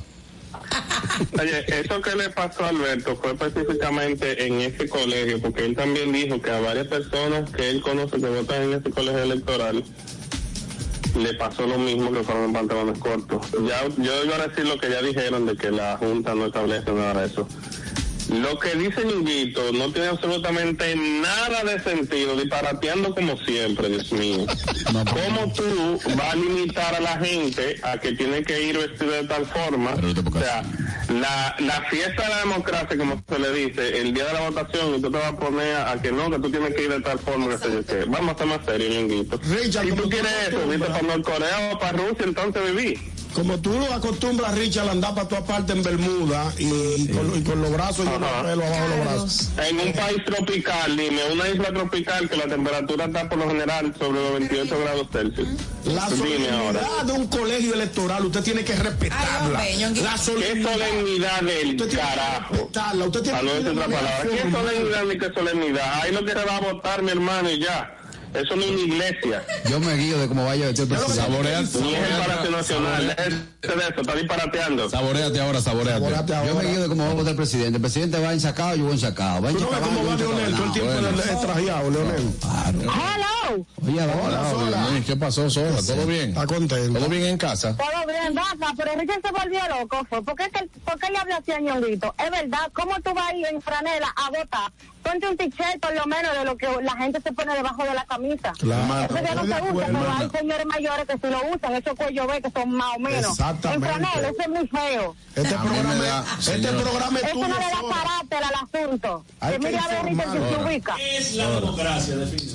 Oye, eso que le pasó a Alberto fue específicamente en ese colegio, porque él también dijo que a varias personas que él conoce que votan en ese colegio electoral le pasó lo mismo que fueron en pantalones cortos. Ya, yo iba a decir lo que ya dijeron de que la Junta no establece nada de eso. Lo que dice Ñuguito no tiene absolutamente nada de sentido, disparateando como siempre, Dios mío. ¿Cómo tú vas a limitar a la gente a que tiene que ir vestida de tal forma? O sea, la, la fiesta de la democracia, como se le dice, el día de la votación, y tú te vas a poner a, a que no, que tú tienes que ir de tal forma, que sé yo qué. Vamos a ser más serios, Ñuguito. Richard, si como tú tú quieres no eso, viste, acostumbras. para Norcorea o para Rusia, entonces viví. Como tú lo acostumbras, Richard, a andar para tu aparte en Bermuda y, y con, y con los brazos y con los pelos abajo de los brazos. En un país tropical, dime, una isla tropical que la temperatura está por lo general sobre los 28 grados Celsius. La dime ahora. solemnidad de un colegio electoral, usted tiene que respetarla. la ¿Qué solemnidad del carajo? respetarla. Usted tiene Ah, no, que es otra palabra. ¿Qué solemnidad ni qué solemnidad? Ahí lo que se va a votar, mi hermano, y ya. Eso no es una iglesia. Yo me guío de cómo vaya vestido el presidente. Ni es el Palacio Nacional. Es de eso, está disparateando. Saboreate ahora, saboreate. Yo me guío de cómo va a votar el presidente. El presidente va ensacado, yo voy ensacado. Va Eh, enchacabado, yo voy Ah, enchacabanado. Bueno. trajeado, Leonel. Hello. Oye, hola, hola. ¿Qué pasó, Sola? ¿Todo bien? Está contento. ¿Todo bien en casa? Todo bien, vaca, pero Richard se volvió loco. Fue. ¿Por, qué, que- ¿Por qué le habla así a Ñonguito? Es verdad, ¿cómo tú vas ahí en franela a votar? Ponte un t-shirt por lo menos de lo que la gente se pone debajo de la camisa. Claro. Eso ya no se Estoy de usa, acuerdo, pero hay hermana. señores mayores que sí lo usan, esos cuello B que son más o menos. Exactamente. En franela, eso es muy feo. Este programa, este programa es Eso tuyo. no le da carácter al asunto. Hay Que que mira a ver, Richard, si se informarlo. ubica. democracia, definitivamente.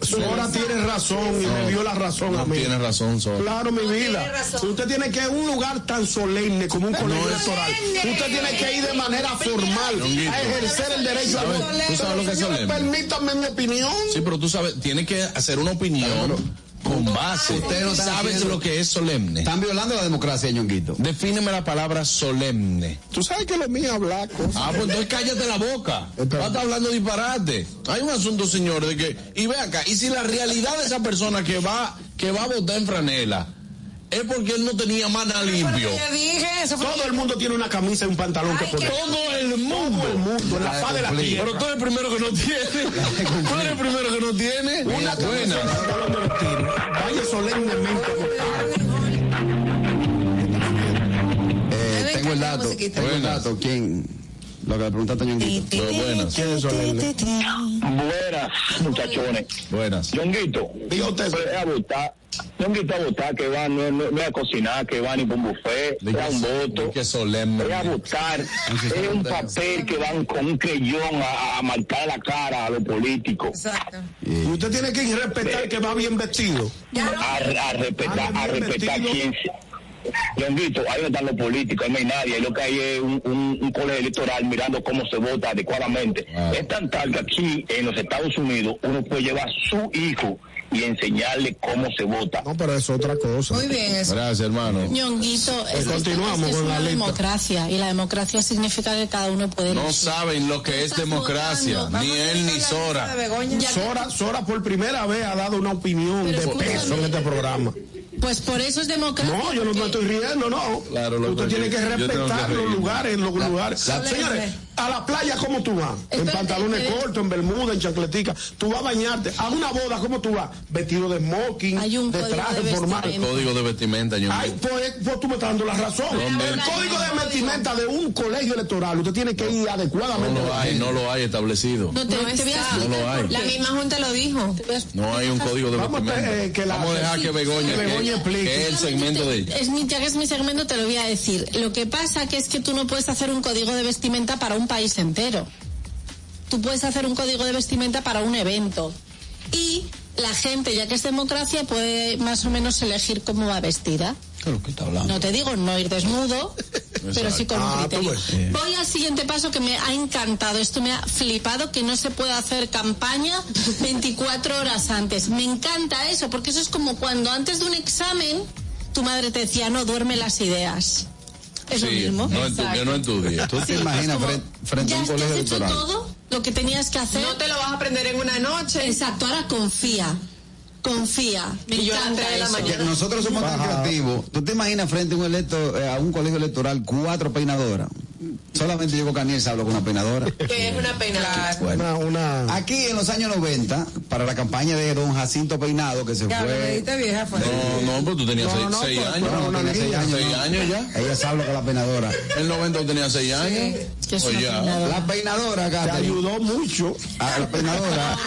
Señores. Ahora tiene razón y me dio la razón no a mí. Tiene razón, Sola. Claro, mi vida. Usted tiene que ir a un lugar tan solemne como un colegio electoral. Usted tiene que ir de manera formal Ñonguito. a ejercer el derecho a ¿Sabes? ¿Tú votar. sabes lo que es Señores, solemne? Permítanme mi opinión. Sí, pero tú sabes, tiene que hacer una opinión con base. Usted no sabe lo que es solemne. Están violando la democracia, Ñonguito. Defíneme la palabra solemne. Tú sabes que lo mío es hablar cosas. Ah, pues entonces cállate la boca. Vas a estar hablando disparate. Hay un asunto, señor, de que. Y ve acá, y si la realidad de esa persona que va, que va a votar en franela es porque él no tenía mana limpio. Todo el mundo tiene una camisa y un pantalón que poner. Todo el mundo. Todo el mundo, en la paz de la tierra. Pero tú eres el primero que no tiene. Tú eres el primero que no tiene. Una Buena. Vaya solemnemente. Eh, tengo el dato. Tengo el dato. ¿Quién? Lo que le preguntaste a Ñonguito. Buenas. ¿Quién es solemne? Buenas, muchachones. Buenas. Yonguito. pero es a votar. Yonguito a votar, que va, no, no, no es a cocinar, que va ni con buffet, es a un voto. Qué solemne. Es a votar. Es un papel que van con un creyón a, a marcar la cara a los políticos. Y usted tiene que respetar que va bien vestido. Ah, A, a respetar, a respetar vestido. quién se- Yonguito, ahí no están los políticos, ahí no hay nadie, ahí lo que hay es un, un- un colegio electoral mirando cómo se vota adecuadamente. Es tan tal que aquí en los Estados Unidos uno puede llevar a su hijo y enseñarle cómo se vota. No, pero es otra cosa. Muy bien, eso. Gracias, hermano. Ñonguito, Pues es, que continuamos es con la una lista. democracia y la democracia significa que cada uno puede No elegir. saben lo que es democracia. Ni él ni Sora. Sora, Sora por primera vez ha dado una opinión de peso en este programa. Pues por eso es democracia. No, yo no me estoy riendo, no. Claro, loco, Usted yo- tiene que yo tengo que respetar los reírme. lugares, los La- lugares. la- Señores, a la playa, ¿cómo tú vas? En Espérate, pantalones espérate. cortos, en bermuda, en chacletica. Tú vas a bañarte. A una boda, ¿cómo tú vas? Vestido de smoking, de traje formal. El código de vestimenta, Ay, Ñonguito. pues, pues tú me estás dando la razón. ¿Dónde? El código de vestimenta de un colegio electoral, usted tiene que ir No adecuadamente. lo hay, no lo hay establecido. No, te, te voy a No explicar lo hay. por qué. La misma junta lo dijo. No hay un código de Vamos, vestimenta. eh, que la- Vamos a dejar que Begoña, que Begoña que- explique. que es el segmento de ella. Es mi, ya que es mi segmento, te lo voy a decir. Lo que pasa que es que tú no puedes hacer un código de vestimenta para un país entero. Tú puedes hacer un código de vestimenta para un evento. Y la gente, ya que es democracia, puede más o menos elegir cómo va vestida. No te digo no ir desnudo, pero sí con un Ah, tú criterio. ves. Sí. Voy al siguiente paso que me ha encantado. Esto me ha flipado que no se puede hacer campaña 24 horas antes. Me encanta eso, porque eso es como cuando antes de un examen tu madre te decía, no, duerme las ideas. Es lo Sí, mismo. no en tu- Exacto. yo no en tu día. ¿Tú Sí, te imaginas es como, fren- frente a ya un colegio has hecho electoral? todo lo que tenías que hacer. No te lo vas a aprender en una noche. Exacto, ahora confía. Confía. Me Y yo a las encanta tres de la eso. mañana. Que Nosotros somos tan creativos. ¿Tú te imaginas frente a un, electo, eh, a un colegio electoral cuatro peinadoras? Solamente Diego Caniel se habló con una peinadora. Que es una pena. Bueno, Aquí en los años 90, para la campaña de don Jacinto Peinado, que se Ya, lo fue. leíste vieja, fue. No, no, pero tú tenías No, seis, no, seis pues, años. no, no, Tenía no, seis no, años, no. ya. Ella se habla con la peinadora. El 90 tenía seis años. ah, que es O una ya. peinadora. La peinadora, Te ayudó mucho. A la peinadora.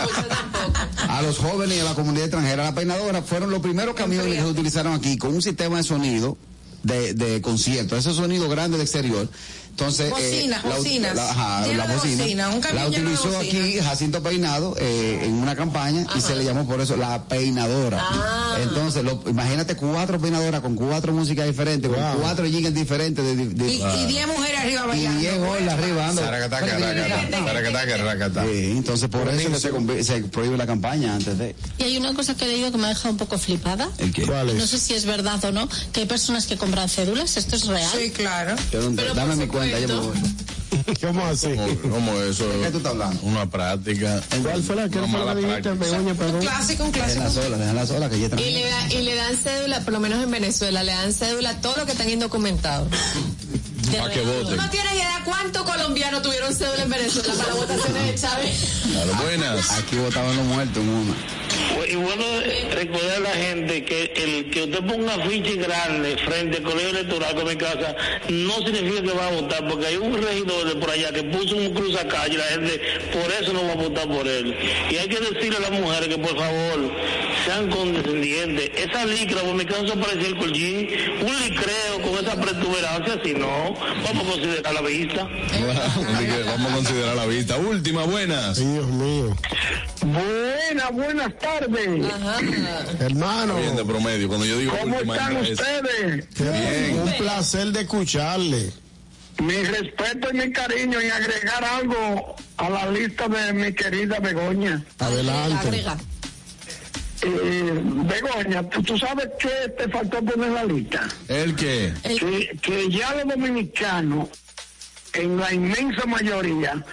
a los jóvenes y a la comunidad extranjera. La peinadora fueron los primeros camiones que se utilizaron aquí con un sistema de sonido de, de concierto. Ese sonido grande de exterior Entonces, eh, Bocina, la ut- bocinas, la- ajá, lleno la de bocina. bocina, un camión la lleno de utilizó bocina. aquí Jacinto Peinado eh, en una campaña y se le llamó por eso la peinadora. Ah. Entonces, lo- imagínate cuatro peinadoras con cuatro músicas diferentes, con cuatro jingles diferentes. De, de- Y, y 10 mujeres arriba bailando. Y 10 gordas arriba ando. Saracataca, racata, saracataca, racata. Sí, entonces por eso que se, convi- se prohíbe la campaña antes de... Y hay una cosa que he leído que me ha dejado un poco flipada. ¿Cuál No sé si es verdad o no, que hay personas que compran cédulas, esto es real. Sí, claro. Dame mi cuenta, yo me voy. ¿Cómo así? ¿Cómo eso? ¿De qué tú estás hablando? Una práctica. ¿Cuál fue la que Una mala práctica. Un clásico, un clásico. Déjala sola, déjala sola, que ella Y también. le, da- y le dan cédula, por lo menos en Venezuela, le dan cédula a todos los que están indocumentados. Pa' que voten. ¿Tú no tienes idea cuántos colombianos tuvieron cédula en Venezuela para votaciones de Chávez? Claro, buenas. Aquí votaban los muertos en una. Bu- Y bueno, eh, recordar a la gente que el que usted ponga un afiche grande frente al colegio electoral con mi casa no significa que va a votar, porque hay un regidor de por allá que puso un cruz a calle y la gente por eso no va a votar por él. Y hay que decirle a las mujeres que por favor sean condescendientes. Esa licra, por mi caso parecía el colchín, un licreo con esa protuberancia, si no, vamos a considerar la vista. Así que Vamos a considerar la vista. Última, buenas. Dios mío. Buenas, buenas tardes. Hermano. Bien de promedio. Cuando yo digo última, es- Qué Un placer de escucharle. Mi respeto y mi cariño en agregar algo a la lista de mi querida Begoña. Adelante. Eh, Begoña, ¿tú, tú sabes qué te faltó poner en la lista? ¿El qué? Que, que ya los dominicanos, en la inmensa mayoría,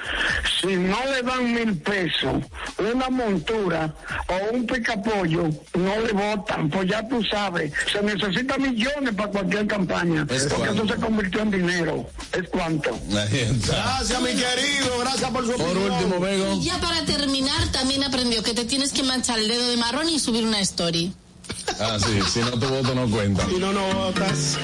si no le dan mil pesos, una montura o un picapollo, no le votan. Pues ya tú sabes, se necesita millones para cualquier campaña. Es porque cuanto. eso se convirtió en dinero. Es cuanto. Ahí está. Gracias, mi querido. Gracias por su Por opinión. último, Bego. Y ya para terminar, también aprendió que te tienes que manchar el dedo de marrón y subir una story. Ah, sí. Si no tu voto no cuenta. Y no nos votas.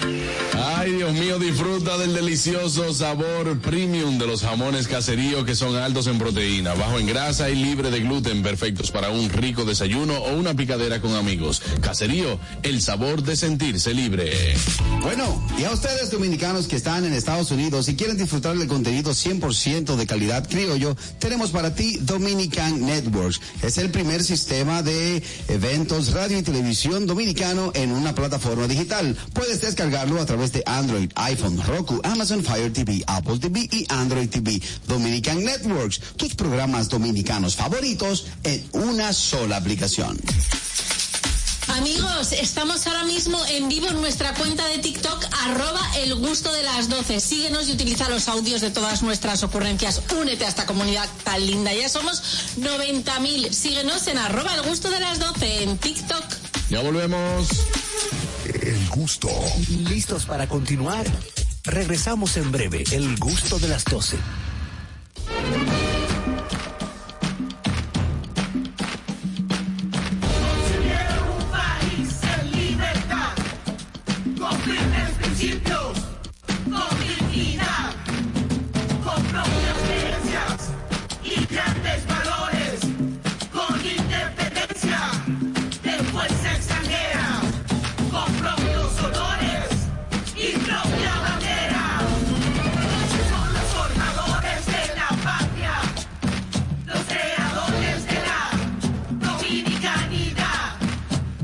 Ay, Dios mío, disfruta del delicioso sabor premium de los jamones caserío que son altos en proteína, bajo en grasa y libre de gluten, perfectos para un rico desayuno o una picadera con amigos. Caserío, el sabor de sentirse libre. Bueno, y a ustedes dominicanos que están en Estados Unidos y quieren disfrutar del contenido 100% de calidad criollo, tenemos para ti Dominican Networks. Es el primer sistema de eventos, radio y televisión dominicano en una plataforma digital. Puedes descargarlo a través de Android, iPhone, Roku, Amazon Fire TV, Apple TV y Android TV. Dominican Networks, tus programas dominicanos favoritos en una sola aplicación. Amigos, estamos ahora mismo en vivo en nuestra cuenta de TikTok, arroba el gusto de las 12. Síguenos y utiliza los audios de todas nuestras ocurrencias. Únete a esta comunidad tan linda. Ya somos 90.000. Síguenos en arroba el gusto de las 12 en TikTok. Ya volvemos. El gusto. ¿Listos para continuar? Regresamos en breve. El gusto de las 12. Considero un país en libertad, con firmes principios, con dignidad, con propias creencias y grandes valores, con independencia de fuerza extranjera, con propios honores y propia bandera. Son los formadores de la patria, los creadores de la dominicanidad.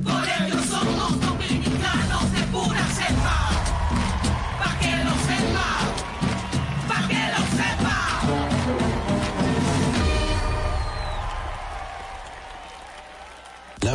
Por ello somos dominicanos de pura cepa. Pa' que lo sepa. Pa' que lo La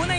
Una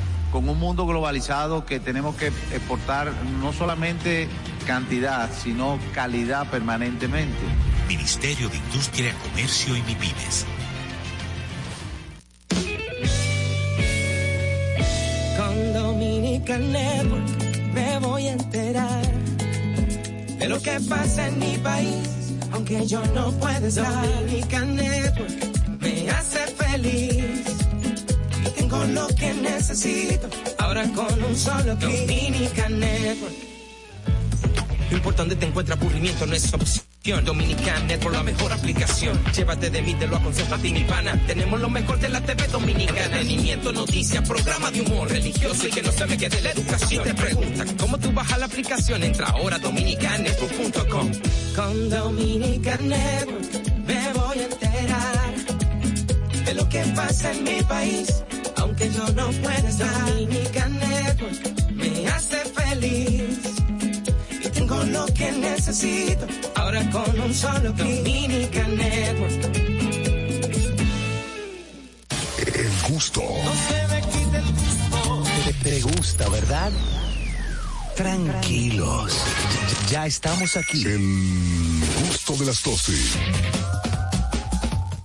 con un mundo globalizado que tenemos que exportar no solamente cantidad, sino calidad permanentemente. Ministerio de Industria, Comercio y MIPIMES. Con Dominican Network me voy a enterar de lo que pasa en mi país, aunque yo no pueda estar. Dominican Network me hace feliz y tengo lo que necesito ahora con un solo clic. Dominican Network. Lo importante te encuentra aburrimiento, no es opción. Dominican Network, la mejor aplicación. Llévate de mí, te lo aconsejo a ti, mi pana. Tenemos lo mejor de la TV dominicana. Entretenimiento, noticias, programa de humor religioso y que no se me quede la educación. te preguntan cómo tú bajas la aplicación, entra ahora a dominicanetwork.com. Con Dominican Network me voy a enterar de lo que pasa en mi país, aunque yo no pueda estar. Dominican Network me hace feliz y tengo lo que necesito ahora con un solo clic. Dominican Network. El gusto. Te, te gusta, ¿verdad? Tranquilos. Ya estamos aquí. El gusto de las 12.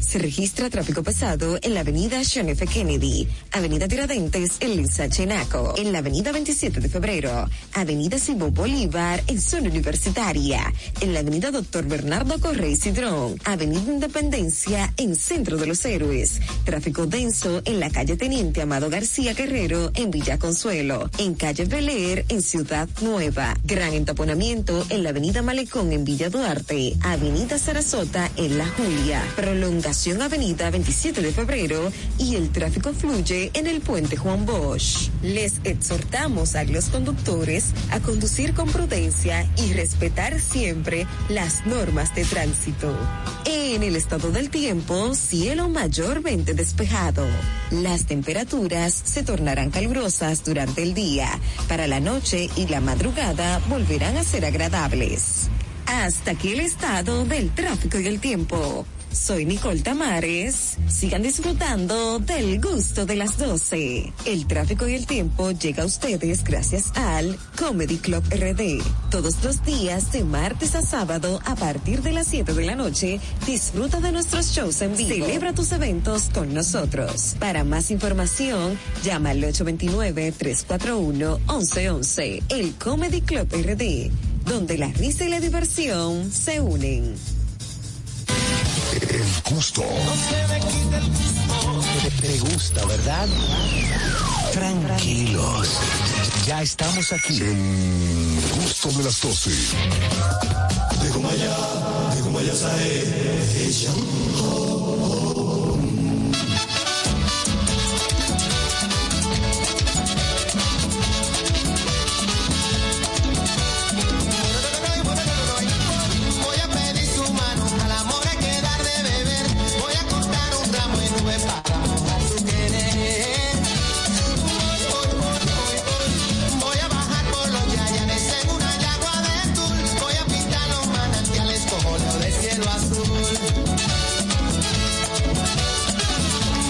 Se registra tráfico pesado en la avenida John F. Kennedy, avenida Tiradentes en Lisa Chenaco, en la avenida 27 de febrero, avenida Simón Bolívar en zona universitaria, en la avenida Doctor Bernardo Correy Cidrón, avenida Independencia en Centro de los Héroes, tráfico denso en la calle Teniente Amado García Guerrero en Villa Consuelo, en calle Beler en Ciudad Nueva, gran entaponamiento en la avenida Malecón en Villa Duarte, avenida Sarasota en La Julia, prolongación avenida 27 de febrero y el tráfico fluye en el puente Juan Bosch. Les exhortamos a los conductores a conducir con prudencia y respetar siempre las normas de tránsito. En el estado del tiempo, cielo mayormente despejado. Las temperaturas se tornarán calurosas durante el día. Para la noche y la madrugada volverán a ser agradables. Hasta aquí el estado del tráfico y el tiempo. Soy Nicole Tamares. Sigan disfrutando del gusto de las 12. El tráfico y el tiempo llega a ustedes gracias al Comedy Club RD. Todos los días de martes a sábado a partir de las 7 de la noche, disfruta de nuestros shows en vivo. Celebra tus eventos con nosotros. Para más información, llama al 829-341-1111. El Comedy Club RD, donde la risa y la diversión se unen. El gusto. Te, te gusta, ¿verdad? Tranquilos. Ya estamos aquí. El gusto de las 12. De Gumaya, de Gumaya Sae, ella. Voy a pedir su mano, al amor hay que dar de beber. Voy a cortar un tramo y nube para mojar su querer. Voy, voy, voy, voy, voy. Voy a bajar por los yayanes en una yagua de tul. Voy a pintar los manantiales como lo de cielo azul.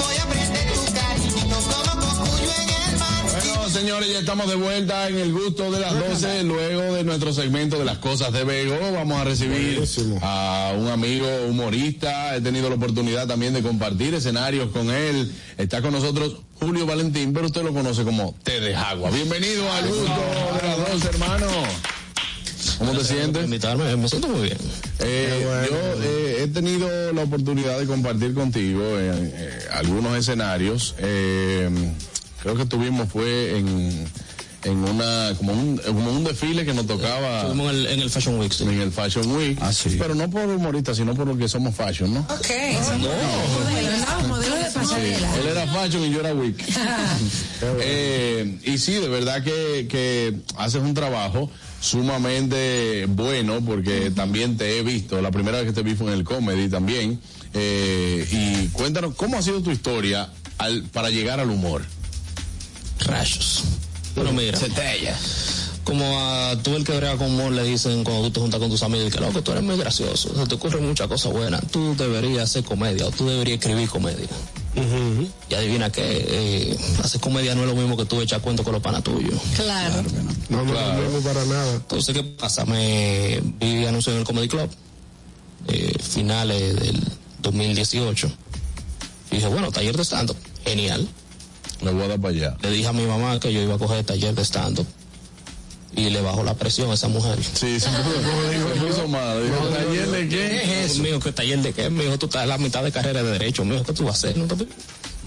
Voy a prender tu cariñito como cocuyo en el mar. Bueno, señores, ya estamos de vuelta en el gusto de las 12. Luego de nuestro segmento de las cosas de Bego, vamos a recibir a un amigo humorista. He tenido la oportunidad también de compartir escenarios con él. Está con nosotros Julio Valentín, pero usted lo conoce como Te Agua. Bienvenido al gusto de las 12, hermano. ¿Cómo te sientes? Invitarme, me siento muy bien. yo eh, he tenido la oportunidad de compartir contigo eh, eh, algunos escenarios. Eh, creo que tuvimos fue en, en una como un, como un desfile que nos tocaba. Estuvimos en el, en el Fashion Week. En el Fashion Week. Ah, Pero no por humoristas, sino por lo que somos fashion, ¿no? Ok. Son modelos, modelos de Sí, él era fashion y yo era weak. Eh, y sí, de verdad que, que haces un trabajo sumamente bueno porque también te he visto, la primera vez que te vi fue en el comedy también. Eh, y cuéntanos, ¿cómo ha sido tu historia al- para llegar al humor? Rayos. Pero mira. Como a tú el que brega con humor le dicen cuando tú te juntas con tus amigos, que loco, tú eres muy gracioso, se te ocurren muchas cosas buenas, tú deberías hacer comedia o tú deberías escribir comedia. Y adivina que hacer comedia no es lo mismo que tú echar cuento con los panas tuyos. Claro. No, no es para nada. Entonces, ¿qué pasa? Me vi anunciado en el Comedy Club, eh, finales del 2018. Y dije, bueno, taller de stand-up. Genial. Me voy a dar para allá. Le dije a mi mamá que yo iba a coger taller de stand-up. Y le bajó la presión a esa mujer. Sí, sí, ¿Taller de qué? es eso? Mijo, ¿qué taller de qué? Mijo, tú estás en la mitad de carrera de derecho. Mijo, ¿qué tú vas a hacer? No te-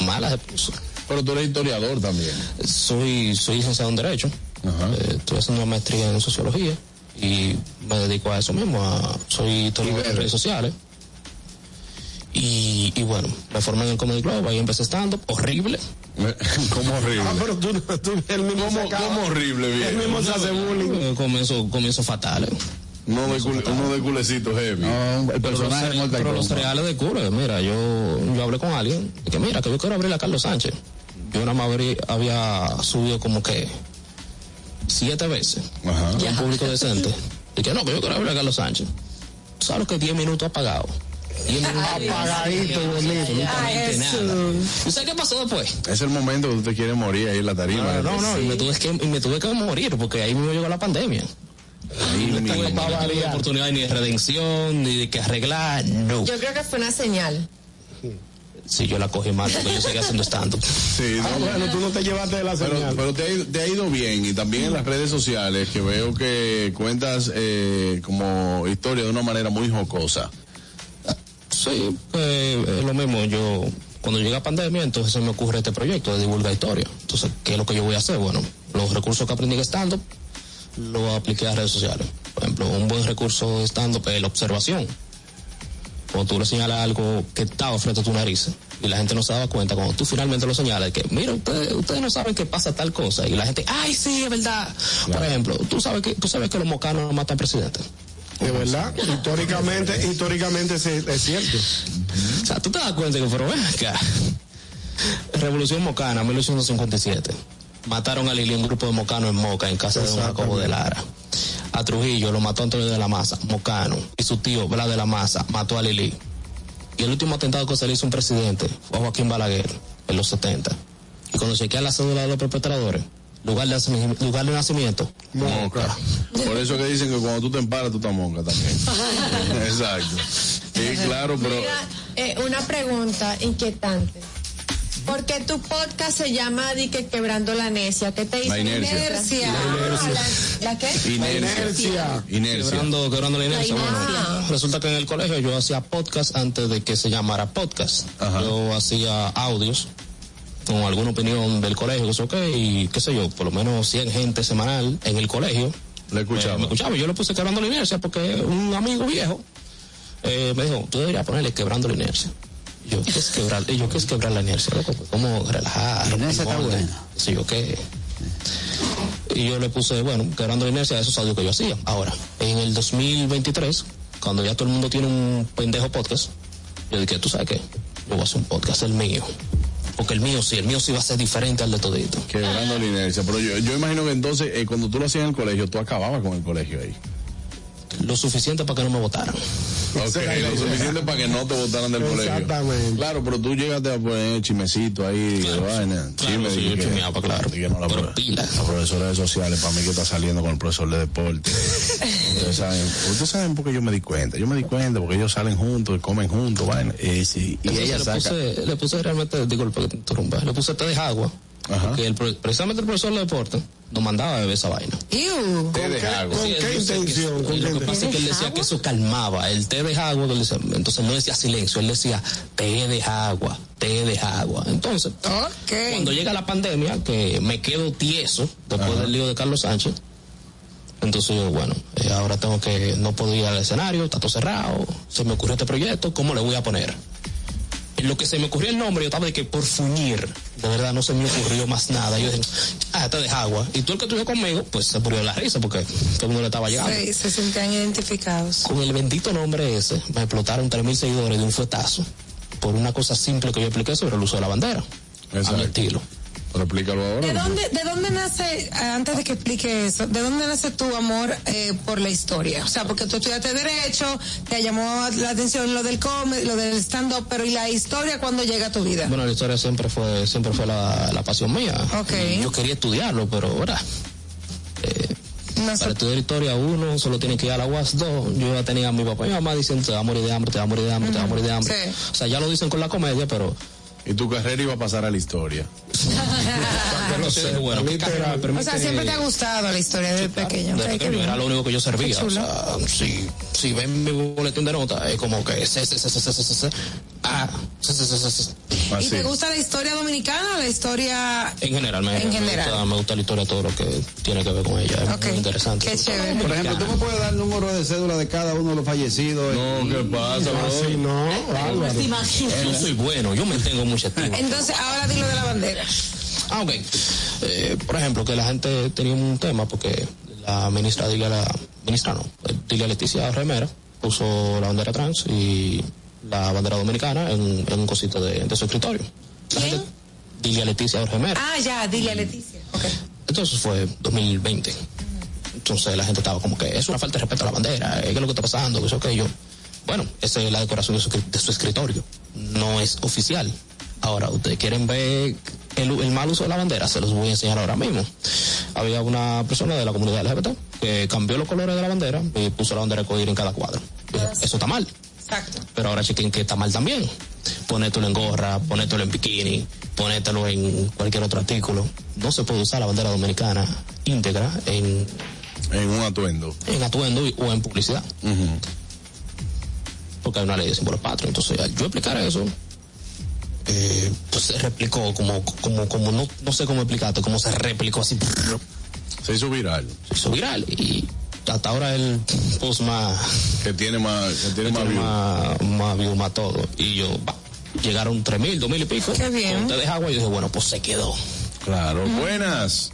Mala se puso. Pero tú eres historiador también. Soy, soy licenciado en Derecho. Eh, estoy haciendo una maestría en Sociología. Y me dedico a eso mismo. a- soy historiador de redes sociales. Y, y bueno, me formé en el Comedy Club. Ahí empecé stand-up. Horrible. ¿Cómo horrible? Ah, pero tú, el mismo horrible, bien? El mismo se hace bullying. Eh, Comienzo, comienzo fatal. eh. Uno de, cul- uno de culecito heavy. Pero los re- Pero los reales de culo, mira, yo, yo hablé con alguien, y que mira, que yo quiero abrir a Carlos Sánchez. Yo nada más abrí- había subido como que siete veces a un público decente. Y que no, que yo quiero abrir a Carlos Sánchez. ¿Sabes lo que 10 minutos apagado? 10 minutos Ay, Apagadito, Dios mío, bonito. absolutamente Ay, nada. ¿Y sabes qué pasó después? Es el momento que tú te quieres morir ahí en la tarima. Ah, No, no, no, y, me tuve que, y me tuve que morir porque ahí mismo llegó la pandemia. Ahí no tuve, no tuve oportunidad ni de redención, ni de que arreglar, no. Yo creo que fue una señal. Si yo la cogí mal, porque yo seguía haciendo stand-up. Sí, Ah, no, bueno, tú no te llevaste de la pero, señal. pero te, ha ido- te ha ido bien y también en las redes sociales que veo que cuentas eh, como historia de una manera muy jocosa. Sí, eh, es lo mismo. Yo, cuando llega pandemia, entonces se me ocurre este proyecto de divulgar historia. Entonces, ¿qué es lo que yo voy a hacer? Bueno, los recursos que aprendí en stand-up los apliqué a redes sociales. Por ejemplo, un buen recurso de stand-up es la observación. Cuando tú le señalas algo que estaba frente a tu nariz y la gente no se daba cuenta, cuando tú finalmente lo señalas, que mira, ustedes, ustedes no saben que pasa tal cosa y la gente, ay, sí, es verdad. Por ejemplo, tú sabes que, tú sabes que los mocanos matan presidentes. De verdad, históricamente, históricamente se- es cierto. O sea, tú te das cuenta que fueron ven acá. Revolución Mocana, 1857. Mataron a Lili, un grupo de mocanos en Moca, en casa de un Jacobo de Lara. A Trujillo lo mató Antonio de la Maza, mocano. Y su tío, Blas de la Maza, mató a Lili. Y el último atentado que se le hizo a un presidente fue a Joaquín Balaguer, en los 70. Y cuando chequea la cédula de los perpetradores, lugar de, nacimiento- lugar de nacimiento, Moca. Por eso que dicen que cuando tú te emparas, tú estás monca también. Exacto. Sí, claro, pero... Mira, eh, una pregunta inquietante. ¿Por qué tu podcast se llama di que Quebrando la Necia? ¿Qué te dice? La inercia. ¿La, la qué? Inercia. Quebrando, quebrando la inercia. La Bueno, inercia. resulta que en el colegio yo hacía podcast antes de que se llamara podcast. Yo hacía audios con alguna opinión del colegio, que sé yo qué, y qué sé yo, por lo menos 100 gente semanal en el colegio. Eh, Le escuchaba. me escuchaba. Yo le puse quebrando la inercia porque un amigo viejo eh, me dijo, tú deberías ponerle quebrando la inercia. Y Yo, ¿qué es quebrar? y Yo, ¿qué es quebrar la inercia? loco? Pues, ¿Cómo relajar? un orden, qué sé yo qué. Y yo le puse, bueno, quebrando la inercia de esos audios que yo hacía. Ahora, en el 2023, cuando ya todo el mundo tiene un pendejo podcast, yo dije, ¿tú sabes qué? Yo voy a hacer un podcast, el mío. Porque el mío sí, el mío sí va a ser diferente al de todito. Quebrando la inercia. Pero yo, yo imagino que entonces, eh, cuando tú lo hacías en el colegio, tú acababas con el colegio ahí. Lo suficiente para que no me votaran. Ok, lo suficiente para que no te votaran del colegio. Exactamente. Claro, pero tú llegaste a poner chimecito ahí, de vaina. Chime, sí, yo chimeaba, claro. Que no, la, pro- la profesora de sociales, para mí que está saliendo con el profesor de deporte. ustedes saben, ustedes saben por qué yo me di cuenta. Yo me di cuenta porque ellos salen juntos, comen juntos, vaina. Eh, sí, y Entonces ella le saca. Puse, le puse realmente, disculpa que te interrumpa, le puse té de agua. Porque el pro- precisamente el profesor de deporte nos mandaba a beber esa vaina. Té de agua. Sí, él decía que eso- y Lo que pasa es que él decía que eso calmaba. El té de agua, que él decía- entonces no decía silencio, él decía té de agua, té de agua. Entonces, cuando llega la pandemia, que me quedo tieso después del lío de Carlos Sánchez, entonces yo, bueno, eh, ahora tengo que, no puedo ir al escenario, está todo cerrado, se me ocurrió este proyecto, ¿cómo le voy a poner? en lo que se me ocurrió el nombre, yo estaba de que por fuñir, de verdad no se me ocurrió más nada. Yo dije, ah, esta es agua. Y tú el que estuvo conmigo, pues se murió de la risa porque todo el mundo le estaba llegando. Se, se sentían identificados. Con el bendito nombre ese, me explotaron 3.000 seguidores de un fuetazo por una cosa simple que yo expliqué sobre el uso de la bandera. A mi estilo. Pero explícalo ahora. ¿De ¿no? dónde, ¿De dónde nace, antes de que explique eso, de dónde nace tu amor eh, por la historia? O sea, porque tú estudiaste Derecho, te llamó la atención lo del comedy, lo del stand-up, pero ¿y la historia cuándo llega a tu vida? Bueno, la historia siempre fue, siempre fue la, la pasión mía. Ok. Yo quería estudiarlo, pero ahora. eh, para estudiar historia uno solo tiene que ir a la UAS 2. Yo ya tenía a mi papá y mi mamá diciendo te va a morir de hambre, te va a morir de hambre, te va a morir de hambre. O sea, ya lo dicen con la comedia, pero. Y tu carrera iba a pasar a la historia. Yo no sé, bueno, ¿qué carrera Ah. O me sea, permite? siempre te ha gustado la historia desde pequeño. De Ay, qué pequeño bien. era lo único que yo servía. Qué O chulo. sea, si, si ven mi boletín de nota, es como que C, C, C, C, C, C, C, ah, C, C, C, C, C. ¿Y te gusta la historia dominicana o la historia En general, me, En general. Me, gusta, me gusta la historia, todo lo que tiene que ver con ella. Es muy interesante. Qué chévere. Por ejemplo, ¿tú me puedes dar el número de cédula de cada uno de los fallecidos? No, ¿qué pasa, bro? Ah, no, Álvaro. imaginas. Yo soy bueno, yo me tengo mucha estima. Entonces, ahora dilo de la bandera. Ah, ok. Eh, por ejemplo, que la gente tenía un tema porque la ministra Dilia, la ministra no, eh, Dilia Leticia Remera puso la bandera trans y la bandera dominicana en, en un cosito de, de su escritorio. La gente, Dilia Leticia Remera. Ah, ya, dile a Leticia. Entonces fue 2020. Entonces la gente estaba como que es una falta de respeto a la bandera, eh, ¿qué es lo que está pasando? Que eso que yo. Bueno, esa es la decoración de su, de su escritorio. No es oficial. Ahora, ustedes quieren ver el, el mal uso de la bandera, se los voy a enseñar ahora mismo. Había una persona de la comunidad LGBT que cambió los colores de la bandera y puso la bandera arcoíris en cada cuadro. Dije, Eso está mal. Exacto. Pero ahora chequen que está mal también. Ponételo en gorra, ponételo en bikini, ponételo en cualquier otro artículo. No se puede usar la bandera dominicana íntegra en... En un atuendo. En atuendo y- o en publicidad. Porque hay una ley de símbolos patrios. Entonces, al yo explicar eso, eh, pues se replicó como, como, como no, no sé cómo explicarte, como se replicó así. Se hizo viral. Se hizo viral. Y hasta ahora el post más... Que tiene más, que tiene más view. más, más view, más todo. Y yo, bah, llegaron tres mil, dos mil y pico. Qué bien. Te deja agua y yo dije, bueno, pues se quedó. Claro, Pues, buenas.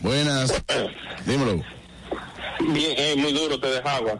Buenas. Dímelo. Mm. Bien, eh, muy duro, te dejaba.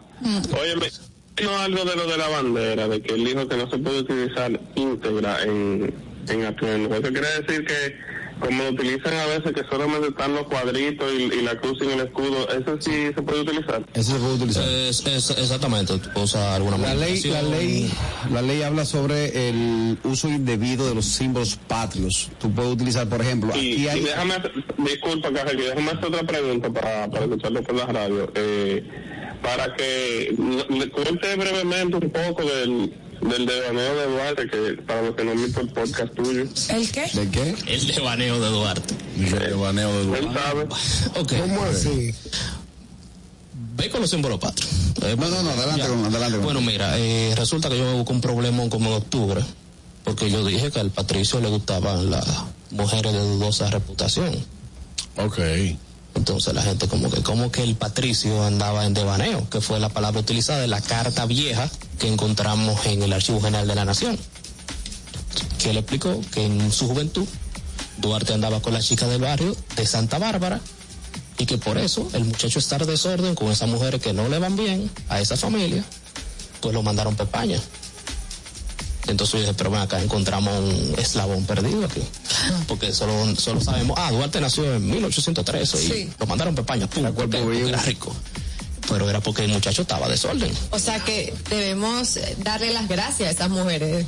Oye, me no, algo de lo de la bandera, de que él dijo que no se puede utilizar íntegra en, en atuendo. Eso quiere decir que, como lo utilizan a veces, que solamente están los cuadritos y, y la cruz sin el escudo, eso sí se puede utilizar. Eso se puede utilizar. Eh, exactamente, tú puedes usar alguna La ley, la manipulación. ley, la ley habla sobre el uso indebido de los símbolos patrios. Tú puedes utilizar, por ejemplo, Y, aquí y hay déjame, hacer- disculpa, Carlos, que déjame hacer otra pregunta para, para escucharlo por la radio. Eh, para que no- le cuente brevemente un poco del, del devaneo de Duarte, que para los que no han visto el podcast tuyo. ¿El qué? ¿De qué? El devaneo de Duarte. El devaneo de Duarte. Él sabe. Ok. ¿Cómo así? Ve con los símbolos patrios. No, no, no, adelante, adelante. Bueno, mira, eh, resulta que yo me busqué un problema como en octubre, porque yo dije que al Patricio le gustaban las mujeres de dudosa reputación. Ok. Entonces la gente como que, como que el Patricio andaba en devaneo, que fue la palabra utilizada en la carta vieja que encontramos en el Archivo General de la Nación, que le explicó que en su juventud Duarte andaba con la chica del barrio de Santa Bárbara y que por eso el muchacho estar desorden con esas mujeres que no le van bien a esa familia, pues lo mandaron para España. Entonces yo dije, pero ven acá encontramos un eslabón perdido aquí. Porque solo, solo sabemos, ah, Duarte nació en 1813 y lo mandaron para España, pum, porque- porque era rico. Pero era porque el muchacho estaba desorden. O sea que debemos darle las gracias a esas mujeres.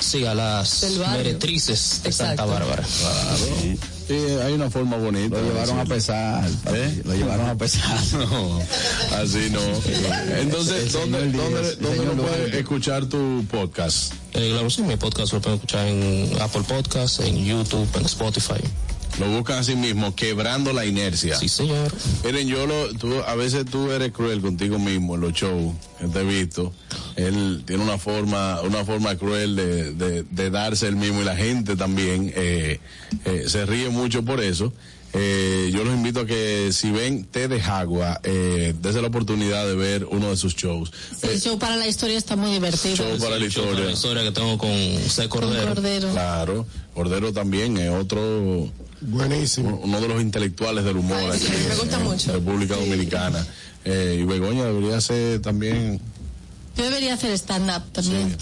Sí, a las Del barrio. meretrices de Santa Exacto. Bárbara. Sí. Eh, hay una forma bonita. ¿Eh? Lo llevaron a pesar, lo llevaron a pesar. No, así no. Entonces, ¿dónde, dónde, dónde lo puedes escuchar tu podcast? Eh, claro, sí, mi podcast lo pueden escuchar en Apple Podcast, en YouTube, en Spotify. Lo buscan así mismo, quebrando la inercia. Sí, señor. Miren, yo lo, tú, a veces tú eres cruel contigo mismo en los shows que te he visto. Él tiene una forma, una forma cruel de, de, de darse el mismo y la gente también eh, eh, se ríe mucho por eso. Eh, yo los invito a que si ven Té de Jagua, eh, dese la oportunidad de ver uno de sus shows. Sí, el show para la historia está muy divertido. Show para la historia. La historia que tengo con C. Cordero. Con Cordero. Claro, Cordero también es otro. Buenísimo. Uno de los intelectuales del humor aquí me gusta en mucho. República Dominicana. Eh, y Begoña debería ser también. Yo debería hacer stand-up también.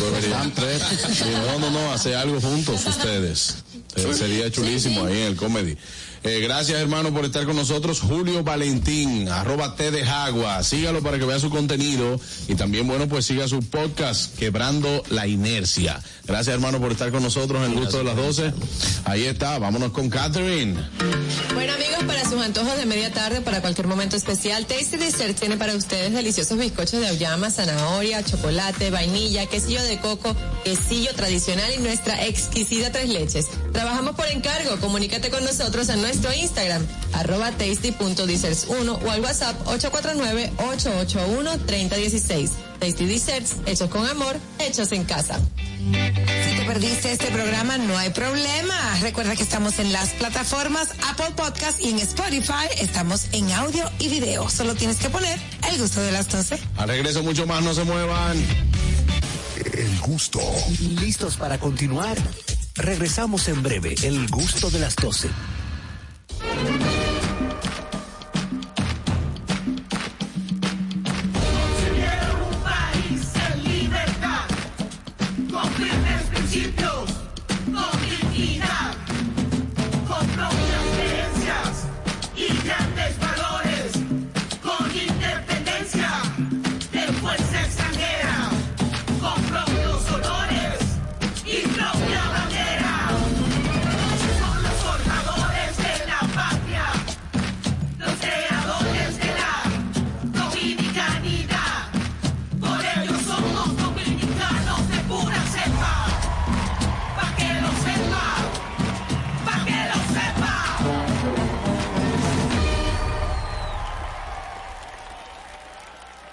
deberían tres. Sí, No, no, no, hacer algo juntos ustedes. Eh, sería chulísimo ahí en el comedy. Eh, gracias hermano por estar con nosotros. Julio Valentín, arroba T de Jagua. Sígalo para que vea su contenido y también, bueno, pues siga su podcast, Quebrando la Inercia. Gracias hermano por estar con nosotros en el gusto de las 12. Ahí está, vámonos con Catherine. Bueno amigos, para sus antojos de media tarde, para cualquier momento especial, Tasty Dessert tiene para ustedes deliciosos bizcochos de auyama, zanahoria, chocolate, vainilla, quesillo de coco, quesillo tradicional y nuestra exquisita tres leches. Trabajamos por encargo, comunícate con nosotros a nuestro Instagram, arroba tasty.desserts1 o al WhatsApp 849-881-3016. Tasty Desserts, hechos con amor, hechos en casa. Si te perdiste este programa, no hay problema. Recuerda que estamos en las plataformas Apple Podcast y en Spotify. Estamos en audio y video. Solo tienes que poner el gusto de las 12. Al regreso mucho más, no se muevan. El gusto. ¿Listos para continuar? Regresamos en breve. El gusto de las 12. Si quiero un país en libertad, con firmes principios, con dignidad, con propias creencias y grandes valores, con independencia de fuerza extranjera, con propios honores y propia bandera. Son los formadores de la patria, los creadores de la dominicanidad. Por ello somos dominicanos de pura cepa. Pa' que lo sepa. Pa' que lo sepa.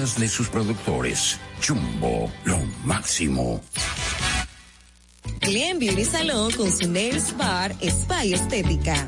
de sus productores. Chumbo, lo máximo. Glen Beauty Salón con su Nails Bar Spa y Estética.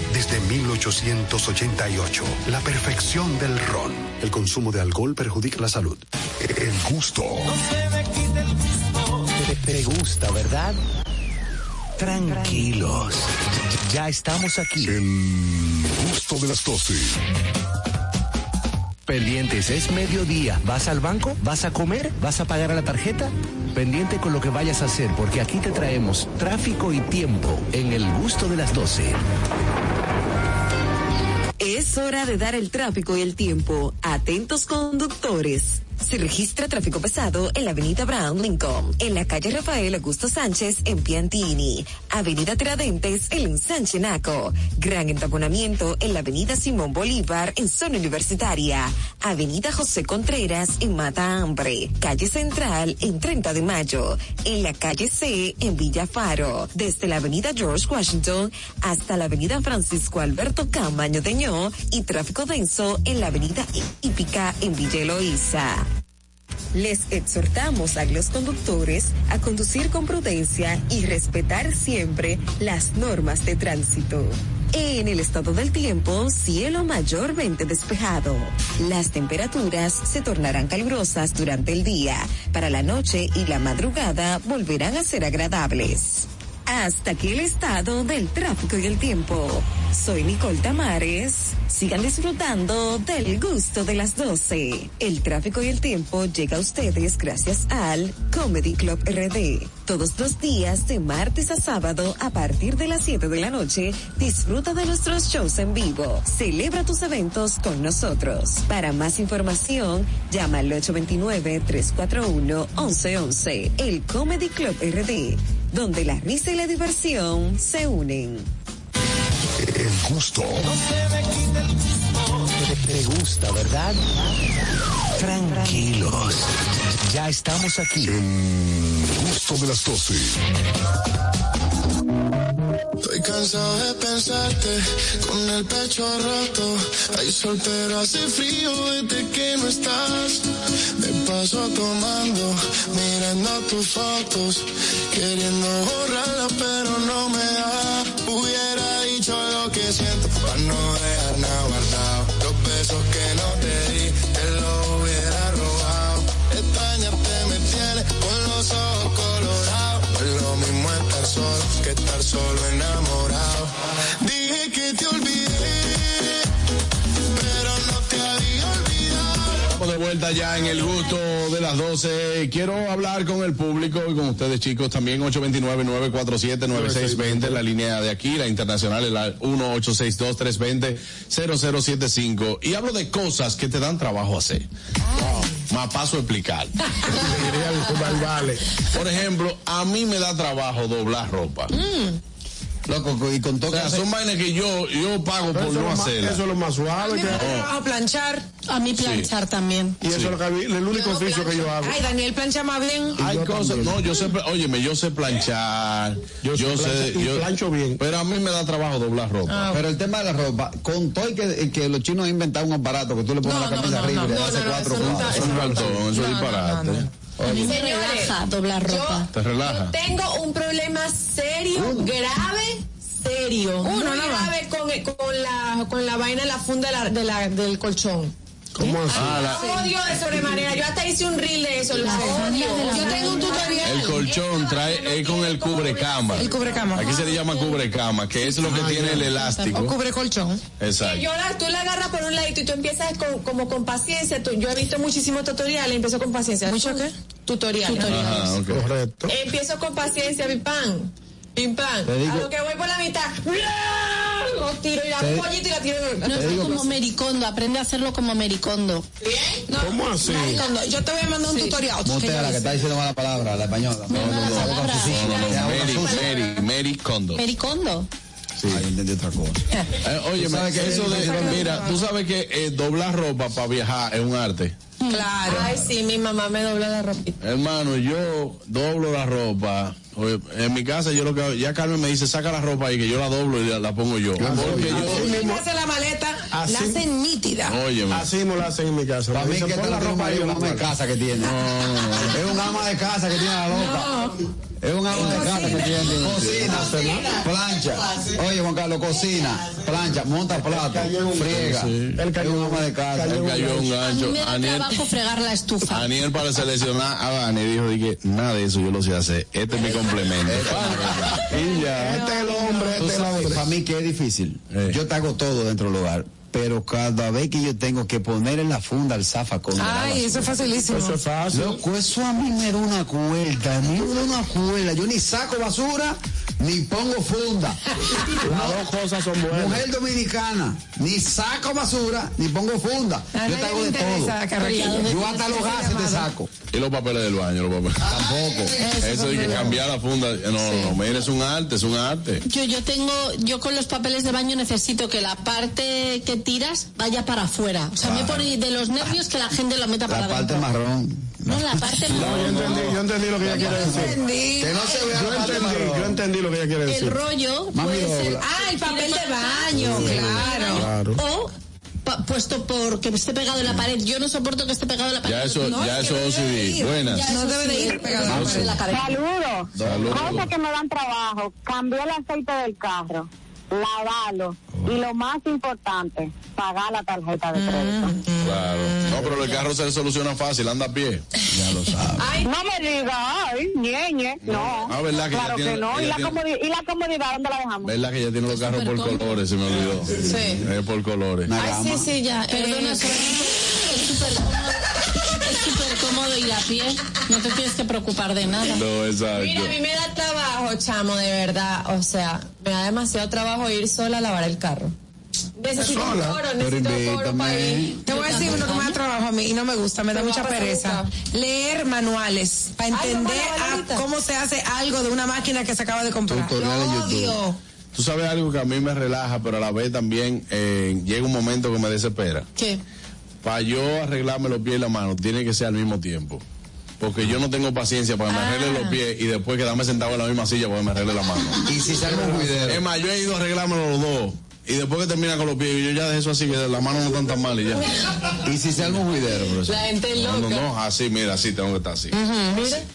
desde 1888, la perfección del ron. El consumo de alcohol perjudica la salud. El gusto. Te, te gusta, ¿verdad? Tranquilos. Ya estamos aquí. El gusto de las 12. Pendientes, es mediodía. ¿Vas al banco? ¿Vas a comer? ¿Vas a pagar a la tarjeta? Pendiente con lo que vayas a hacer, porque aquí te traemos tráfico y tiempo en el gusto de las 12. Es hora de dar el tráfico y el tiempo. Atentos conductores. Se registra tráfico pesado en la avenida Brown Lincoln, en la calle Rafael Augusto Sánchez en Piantini, avenida Tiradentes en Sánchez Naco, gran entaponamiento en la avenida Simón Bolívar en zona universitaria, avenida José Contreras en Mata Hambre, calle Central en 30 de Mayo, en la calle C en Villa Faro, desde la avenida George Washington hasta la avenida Francisco Alberto Camaño de Ño y tráfico denso en la avenida Hípica en Villa Eloísa. Les exhortamos a los conductores a conducir con prudencia y respetar siempre las normas de tránsito. En el estado del tiempo, cielo mayormente despejado. Las temperaturas se tornarán calurosas durante el día. Para la noche y la madrugada volverán a ser agradables. Hasta aquí el estado del tráfico y el tiempo. Soy Nicole Tamares. Sigan disfrutando del gusto de las 12. El tráfico y el tiempo llega a ustedes gracias al Comedy Club RD. Todos los días de martes a sábado a partir de las 7 de la noche, disfruta de nuestros shows en vivo. Celebra tus eventos con nosotros. Para más información, llama al 829-341-1111. El Comedy Club RD donde la risa y la diversión se unen. El gusto. Te, te gusta, ¿verdad? Tranquilos. Ya estamos aquí. El gusto de las 12. Estoy cansado de pensarte con el pecho roto. Hay sol pero hace frío desde que no estás. Me paso tomando, mirando tus fotos, queriendo borrarla pero no me da. Hubiera dicho lo que siento para no dejar nada guardado. Los besos que no te di, te los hubiera robado. Extrañarte me tiene con los ojos colorados. No es lo mismo estar solo que estar solo enamorado. Dije que te olvidé, pero no te había olvidado. Estamos de vuelta ya en el gusto de las 12. Quiero hablar con el público y con ustedes chicos también 829-947-9620, la línea de aquí, la internacional es la 1862-320-0075. Y hablo de cosas que te dan trabajo hacer. Más paso a explicar. vale. Por ejemplo, a mí me da trabajo doblar ropa. Loco, y con O todo sea, son vainas que yo, yo pago Pero por eso es no lo más- hacerlas. eso es lo más suave que- No. A planchar. A mí Sí. planchar también. Y eso es lo que a mí- el único oficio que yo hago. Ay, Daniel, plancha más bien. Hay cosas, no, yo sé, pla- óyeme, yo sé planchar, yo, sé, planchar y yo plancho bien. Pero a mí me da trabajo doblar ropa. Pero el tema de la ropa, con todo y que, que los chinos han inventado un aparato que tú le pones la camisa arriba y le hace cuatro Es un cartón, eso es disparate. A mí me Señores, relaja doblar ropa. Te relaja. Tengo un problema serio, Uh. grave, serio. Uno, muy nada más. grave con, eh, con la, con la vaina, la funda de la- de la- del colchón. ¿Cómo así? Ah, La odio de sobremanera. Yo hasta hice un reel de eso. La odio. Yo tengo un tutorial. la- el colchón trae, es con el cubrecama. El cubrecama. Aquí se le llama cubrecama, que es lo que tiene el O elástico. cubre colchón. Exacto. Yo la- tú la agarras por un ladito y tú empiezas con- como con paciencia. Tú- yo he visto muchísimos tutoriales, empiezo con paciencia. ¿Mucho qué? Tutoriales. Ajá, ok. Correcto. Empiezo con paciencia, pim pam. Pim pam. Te digo- a lo que voy por la mitad. Lo tiro y la Te di- pollito y la tiro. No es como Mericondo, aprende a hacerlo como Mericondo. ¿Cómo así? Maricondo, yo te voy a mandar un tutorial. que yo Montea la que hice. está diciendo mala palabra, la española. No, no, no, hago cafecito, No, no, le no, hago Mary, cafecito. Mary, Mary Kondo. Mericondo. Ay, entendí otra cosa. Eh, oye, Tú sabes que- eso de, Sí, sí, sí. mira, tú sabes que eh, doblar ropa para viajar es un arte. Mm. Claro. Ay, sí, mi mamá me dobla la ropita. Hermano, yo doblo la ropa. Oye, En mi casa yo lo que hago- ya Carmen me dice, saca la ropa y que yo la doblo y la, la pongo yo. Porque yo, Así mismo hace la maleta, Así- la hacen nítida. óyeme. Así mismo la hacen en mi casa. Para Me mí que dicen, este "Pon no la tiene un ropa ahí, marido, un ama de vamos". casa que tiene. Es un ama de casa que tiene la loca. Es un ama de casa que tiene. Cocina, plancha. Oye, Juan Carlos, cocina, plancha, monta plato, friega. Es un ama de casa. Él cayó un gancho. Aniel, Trabajo fregar la estufa. Aniel para seleccionar a Dani dijo, dije, nada de eso yo lo sé hacer. Este es mi complemento. y ya. Este es el hombre, este es el hombre. Para mí que es difícil. Yo te hago todo dentro del hogar. Pero cada vez que yo tengo que poner en la funda el zafacón. de la Ay, eso es facilísimo. Eso es fácil. Loco, eso a mí me da una cuerda, a mí me da una cuerda. Yo ni saco basura, ni pongo funda. Las dos cosas son buenas. Mujer dominicana, ni saco basura, ni pongo funda. A yo te nadie hago le de interesa, Carraquillo. todo. Yo hasta los gases te saco. Y los papeles del baño, los papeles. Tampoco. Eso Eso de también. que cambiar la funda. No, no, no, mira, es un arte, es un arte. Yo, yo tengo, yo con los papeles de baño necesito que la parte que tiras vaya para afuera. O sea, me pone de los nervios que la gente lo meta para La adentro. parte marrón. No, la parte No, yo entendí, yo entendí lo que ella quiere decir. Entendí. Que no se vea yo entendí, yo entendí lo que ella quiere El decir. rollo Mami puede ser. dobla. Ah, el papel de baño, Sí, claro. claro. O pa- puesto porque esté pegado en la pared. Yo no soporto que esté pegado en la pared. Ya eso, No, ya eso es OCD. Ya Buenas. eso sí. Saludos. Saludos. Cosas que me dan trabajo. Cambiar el aceite del carro, lavarlo y lo más importante, pagar la tarjeta de crédito. Mm. Claro. No, pero el carro se le soluciona fácil, anda a pie. Ya lo sabe. no me diga, ay, ñeñe, no. Ah, ¿verdad que ya claro tiene- que no. ella ¿Y la, tiene- comodi- ¿Y la comodidad dónde la dejamos? ¿Verdad que ya tiene los carros por colores? Se me olvidó. Sí. Es por colores. Sí, sí, ya. Eh, Perdona, sobre- es súper cómodo. Es súper cómodo ir a pie. No te tienes que preocupar de nada. No, exacto. Mira, a mí me da trabajo, chamo, de verdad. O sea, me da demasiado trabajo ir sola a lavar el carro. Necesito un Sola. coro, Pero necesito un coro para ir. Te voy a decir uno que me da trabajo a mí y no me gusta, me da Te va a mucha pasar pereza. Leer manuales para entender a cómo se hace algo de una máquina que se acaba de comprar. Tutorial de Lo YouTube. odio. Tú sabes algo que a mí me relaja, pero a la vez también eh, llega un momento que me desespera. ¿Qué? Para yo arreglarme los pies y la mano, tiene que ser al mismo tiempo. Porque yo no tengo paciencia para que me arregle los pies y después quedarme sentado en la misma silla para que me arregle la mano. Y si salgo un juidero. Es más, yo he ido a arreglarme los dos. Y después que termina con los pies, yo ya dejé eso así, que las manos no están tan mal y ya. ¿Y si salgo un juidero, profesor? La gente No, no, no, así, mira, así tengo que estar así.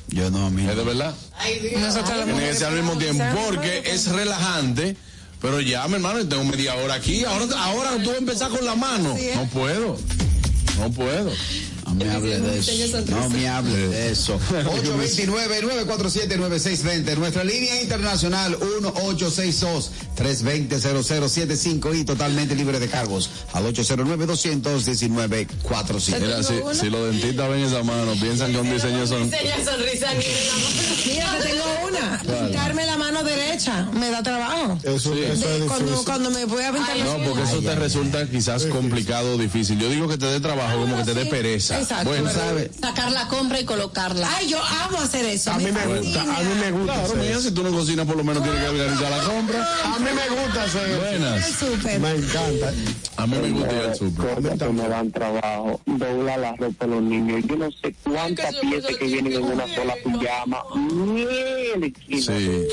Yo no, mira. ¿Es de verdad? Nosotras las Tiene que mujeres ser al mismo tiempo pensamos porque es relajante. Pero ya, mi hermano, yo tengo media hora aquí. Ahora, ahora tú vas a empezar con la mano. Así es. No puedo. No puedo. Eh, No me hable de eso. No me hable de eso. 829-947-9620. Nuestra línea internacional 1-862-320-0075 y totalmente libre de cargos al 809-219-45. Mira, si, si los dentistas ven esa mano, piensan que un diseño son. Enseña sonrisa. Mira, te tengo una. Claro. Pintarme la mano derecha me da trabajo. Eso- De- eso es cuando, difícil. cuando me voy a pintar la No, porque eso te resulta quizás complicado o difícil. Yo digo que te dé Ah, trabajo, como que te dé pereza. Exacto. Bueno, ¿sabes? Sacar la compra y colocarla. Ay, yo amo hacer eso. A mí me gusta, a mí me gusta. Claro, mira, si tú no cocinas, por lo menos tienes que organizar la compra. A mí me gusta hacer Buenas. Me encanta. A mí me gusta ir al súper. Cosas que me dan Oh, trabajo. Doblar la ropa de los niños. Yo no sé cuántas piezas que vienen en una sola pijama. Sí.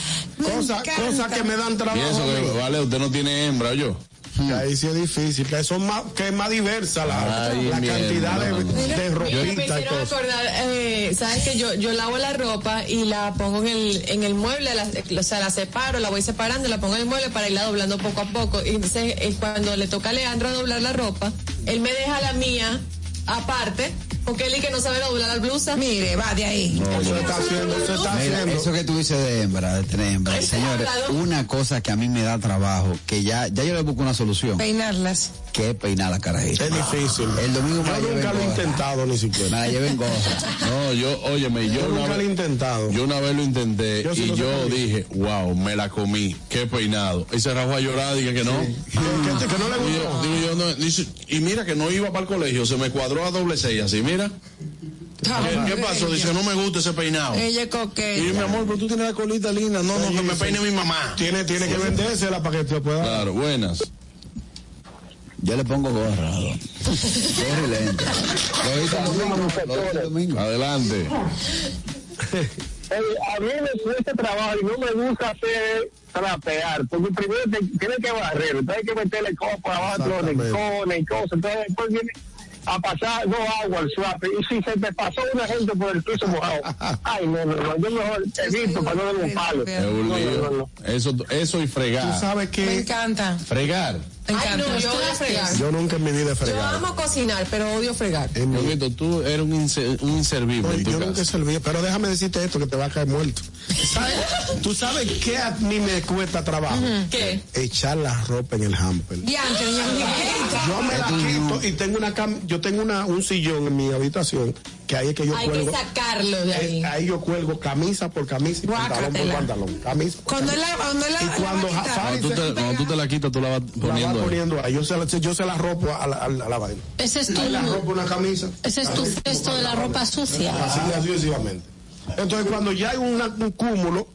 Cosas cosas que me dan Y trabajo. eso, a mí. que, vale, usted no tiene hembra, yo. Que ahí sí es difícil, que son más, que es más diversa la, Ay, la mi cantidad de, hermano. de Mira, me ropita y hicieron cosas. acordar, eh, sabes que yo, yo lavo la ropa y la pongo en el, en el mueble, la- o sea, la separo, la voy separando, la pongo en el mueble para irla doblando poco a poco. Y entonces eh, cuando le toca a Leandro doblar la ropa, él me deja la mía aparte, porque él y que no sabe doblar la blusa. Mire, va de ahí. Eso está haciendo, eso está Mira, haciendo. eso que tú dices de hembra, de tener hembra. Señores, una cosa que a mí me da trabajo, que ya, ya yo le busco una solución, Peinarlas. que es peinar la carajita. Es difícil. El domingo me la Yo lleven nunca lo he gorda. intentado ni siquiera. Me la lleven gorda. No, yo, óyeme, yo, Yo una nunca lo he vez- intentado. Yo una vez lo intenté Yo sí y lo yo sacaría. dije, wow, me la comí, qué peinado. Y se rajó a llorar, dije que no. Ah. Que, que no le Y, gustó. yo- digo yo, no, dice, y mira que no iba para el colegio, se me cuadró a doble seis, así, mira. ¿Qué, qué pasó? Dice, no me gusta ese peinado. Ah, Ella es Y yo, mi coqueta. amor, pero tú tienes la colita linda. No, no, que me peine mi mamá. Tiene, tiene que vendérsela para que te pueda. Claro, buenas. Yo le pongo gorra. Gorra y lente. Lo hice el domingo, lo hice el domingo. Adelante. Eh, a mí me cuesta trabajo y no me gusta hacer trapear, porque primero te, tienes que barrer, entonces hay que meterle copa abajo, los rincones y cosas, entonces después viene a pasar no agua al suave y si se te pasó una gente por el piso mojado, ay no, no, no, yo mejor evito para no darle un palo. Es un No, no, lío. no, no. Eso, eso y fregar. que... Me encanta. Fregar. Me encanta. no, yo Los voy a fregar. trastes. Yo nunca en mi vida he Yo fregado. amo cocinar, pero odio fregar. Ñonguito, tú eres un, inse- un inservible en tu Pues Yo casa. nunca serví, pero déjame decirte esto que te va a caer muerto. ¿Sabes? ¿Tú sabes qué a mí me cuesta trabajo? ¿Qué? Echar la ropa en el hamper. Bianca, Yo me Ah. la quito y tengo una cam- yo tengo una, un sillón en mi habitación que ahí es que yo Hay que cuelgo. sacarlo de ahí. Eh, ahí yo cuelgo camisa por camisa y pantalón por Guácatela. pantalón. Camisa por Cuando camisa. la- cuando la- y la cuando va a ja- quitar. Farid Cuando tú, se- te, cuando tú te la quitas, tú la vas la va poniendo ahí. poniendo ahí. Yo se la, yo se la ropo a la, a la- a la vaina. Ese es Ahí tu- la ropa una camisa. Ese es tu cesto de la ropa sucia. Así sucesivamente. Entonces, cuando ya hay una- un cúmulo,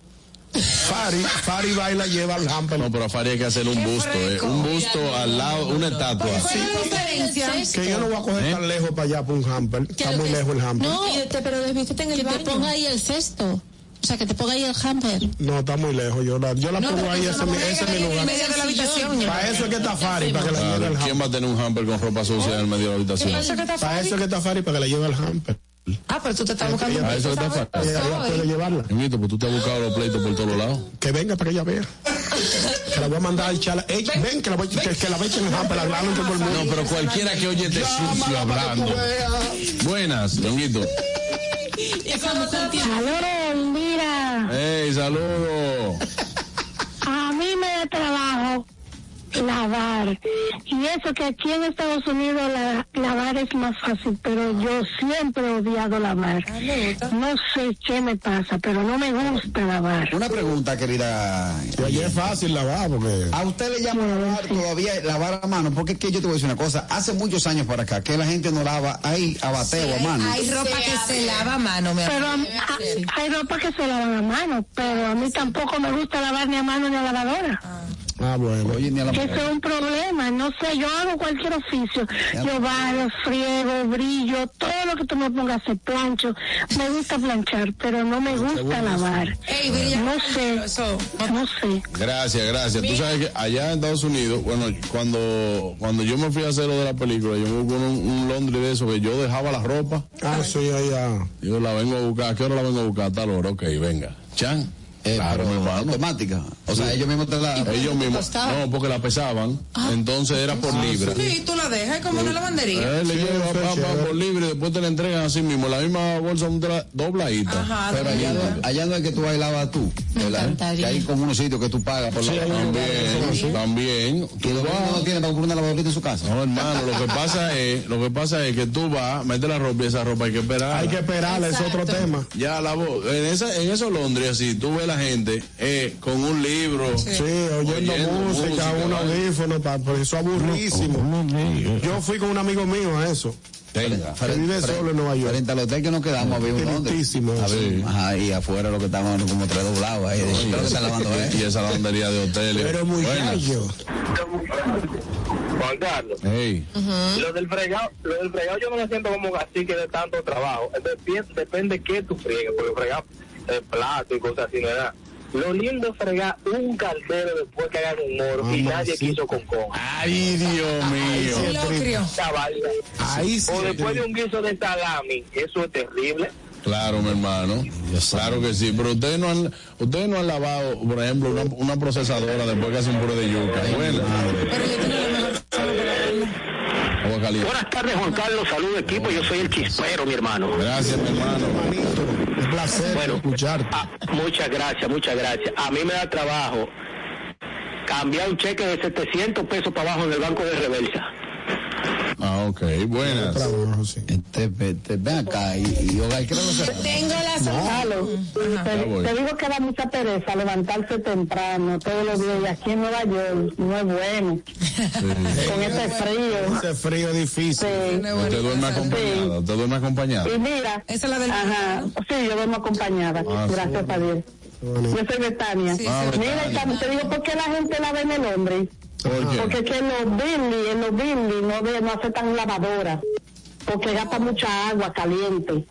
Fari, Fari va y la lleva al hamper. No, pero a Fari hay que hacerle un busto, eh. Un busto al lado, una estatua. Pues, Que yo no voy a ¿Eh? coger tan lejos para allá, para un hamper. Está muy lejos el hamper. No, pero desvístete en el que te baño. ponga ahí el cesto. O sea, que te ponga ahí el hamper. No, está muy lejos. Yo la, yo la No, pongo pero ahí, tú ese no es mi- juegas ese es mi ahí en lugar. medio de la habitación, Para ya. eso es que está ¿Qué Fari, para que la lleve Claro, al ¿Quién va a tener un hamper con ropa sucia en el medio de la habitación? hamper. Para eso es que está Fari, para que la lleve al hamper. Ah, pero tú te estás buscando. A eso que está fácil. Ella ella puede llevarla. Ñonguito, pues tú te has buscado los pleitos por todos lados. Que venga para que ella vea. Que la voy a mandar a echar. Ey, Ven, que la voy a que, que la voy a echar en el hamper, hablando con todo el mundo. No, pero cualquiera que oye este sucio hablando. Eh, Buenas, Ñonguito. Saludos, mira, ¡Ey, saludos! a mí me da trabajo lavar. Y eso que aquí en Estados Unidos la- lavar es más fácil, pero yo siempre he odiado lavar. Ah, No sé qué me pasa, pero no me gusta lavar. Una pregunta, querida. Ah, Oye, es fácil lavar, porque. A usted le llama lavar todavía lavar a mano, porque es que yo te voy a decir una cosa. Hace muchos años para acá que la gente no lava ahí a bateo a mano. Hay ropa que se lava a mano, mi Pero amor. a- a- hay ropa que se lavan a mano, pero a mí tampoco me gusta lavar ni a mano ni a lavadora. Ah, bueno. Oye, ni a la Que Eso es un problema, no sé, yo hago cualquier oficio, yo barro, friego, brillo, todo lo que tú me pongas, se plancho, me gusta planchar, pero no me gusta lavar. No sé, no sé. Gracias, gracias. Tú sabes que allá en Estados Unidos, bueno, cuando, cuando yo me fui a hacer lo de la película, yo me busqué un, un Londres de eso que yo dejaba la ropa. Ah, sí, allá. Yo la vengo a buscar. ¿A qué hora la vengo a buscar? A tal hora, ok, venga. Chan. claro, mi hermano. Eh, Automática. O sea, ellos mismos te la. Ellos mismos. No, porque la pesaban. Entonces era por libra. Ah. Sí, tú la dejas es como una lavandería. Él le lleva pa, pa, por libre y después te la entregan así mismo. La misma bolsa un tra- dobladita. Ajá, Pero allá, no- allá no es que tú bailabas tú, ¿verdad? Que hay como unos sitios que tú pagas por la También, también. Y los niños no tienen para comprar una lavadorita en su casa. No, hermano, lo que pasa es, lo que pasa es que tú vas, metes la ropa y esa ropa hay que esperar. Hay que esperar, es otro tema. Ya la voz, en esa, en esos Londres así, tú ves la gente eh, con un libro. Sí, oyendo, música, un audífono, pa- por eso aburrísimo. Yo fui con un amigo mío a eso. Venga. Que vive solo en Nueva York. Frente al hotel que nos quedamos, había Ah, un Tristísimo Había- Sí. Ajá, y afuera lo que estaban como tres doblados ahí. de- creo que están lavando, ¿eh? Y esa lavandería de hoteles. Pero muy Buenas. gallo. Juan Carlos, Ey, lo del fregado, lo del fregado yo no me siento como así que de tanto trabajo. Entonces, pi- depende qué tú friegues, porque fregar el plato y cosas así no era. Lo lindo es fregar un caldero después que hagan un moro y nadie quiso con con. Ay, Dios mío. Ahí sí. o después de un guiso de salami, eso es terrible. Claro, mi hermano. Claro que sí. Pero ustedes no han, ustedes no han lavado, por ejemplo, una, una procesadora después que hacen puré de yuca. Buena. Agua caliente. Buenas tardes, Juan Carlos. Saludos, equipo. Yo soy el chispero, mi hermano. Gracias, mi hermano. Manito, un placer escucharte. ah, Muchas gracias, muchas gracias. A mí me da trabajo cambiar un cheque de 700 pesos para abajo en el banco de reversa. Ah, ok. Buenas. Trabajo, sí. Este, pe- te- ven acá y, y hogar, creo que se- Tengo la Aló. Ya voy. Te, te digo que da mucha pereza levantarse temprano todos los días y aquí en Nueva York no es bueno. Con este frío. Ese frío difícil. Sí. Usted duerme acompañada. Usted duerme acompañada. Y mira, Esa es la del- ajá, sí, yo vengo acompañada, Ah, sí. gracias a Dios. Yo soy Betania. Ah, Mira, Betania. Sam, te digo, ¿por qué la gente la ve en el hombre? Porque es que en los bimbi, en los bimbi no, de- no aceptan lavadora, porque gasta mucha agua caliente.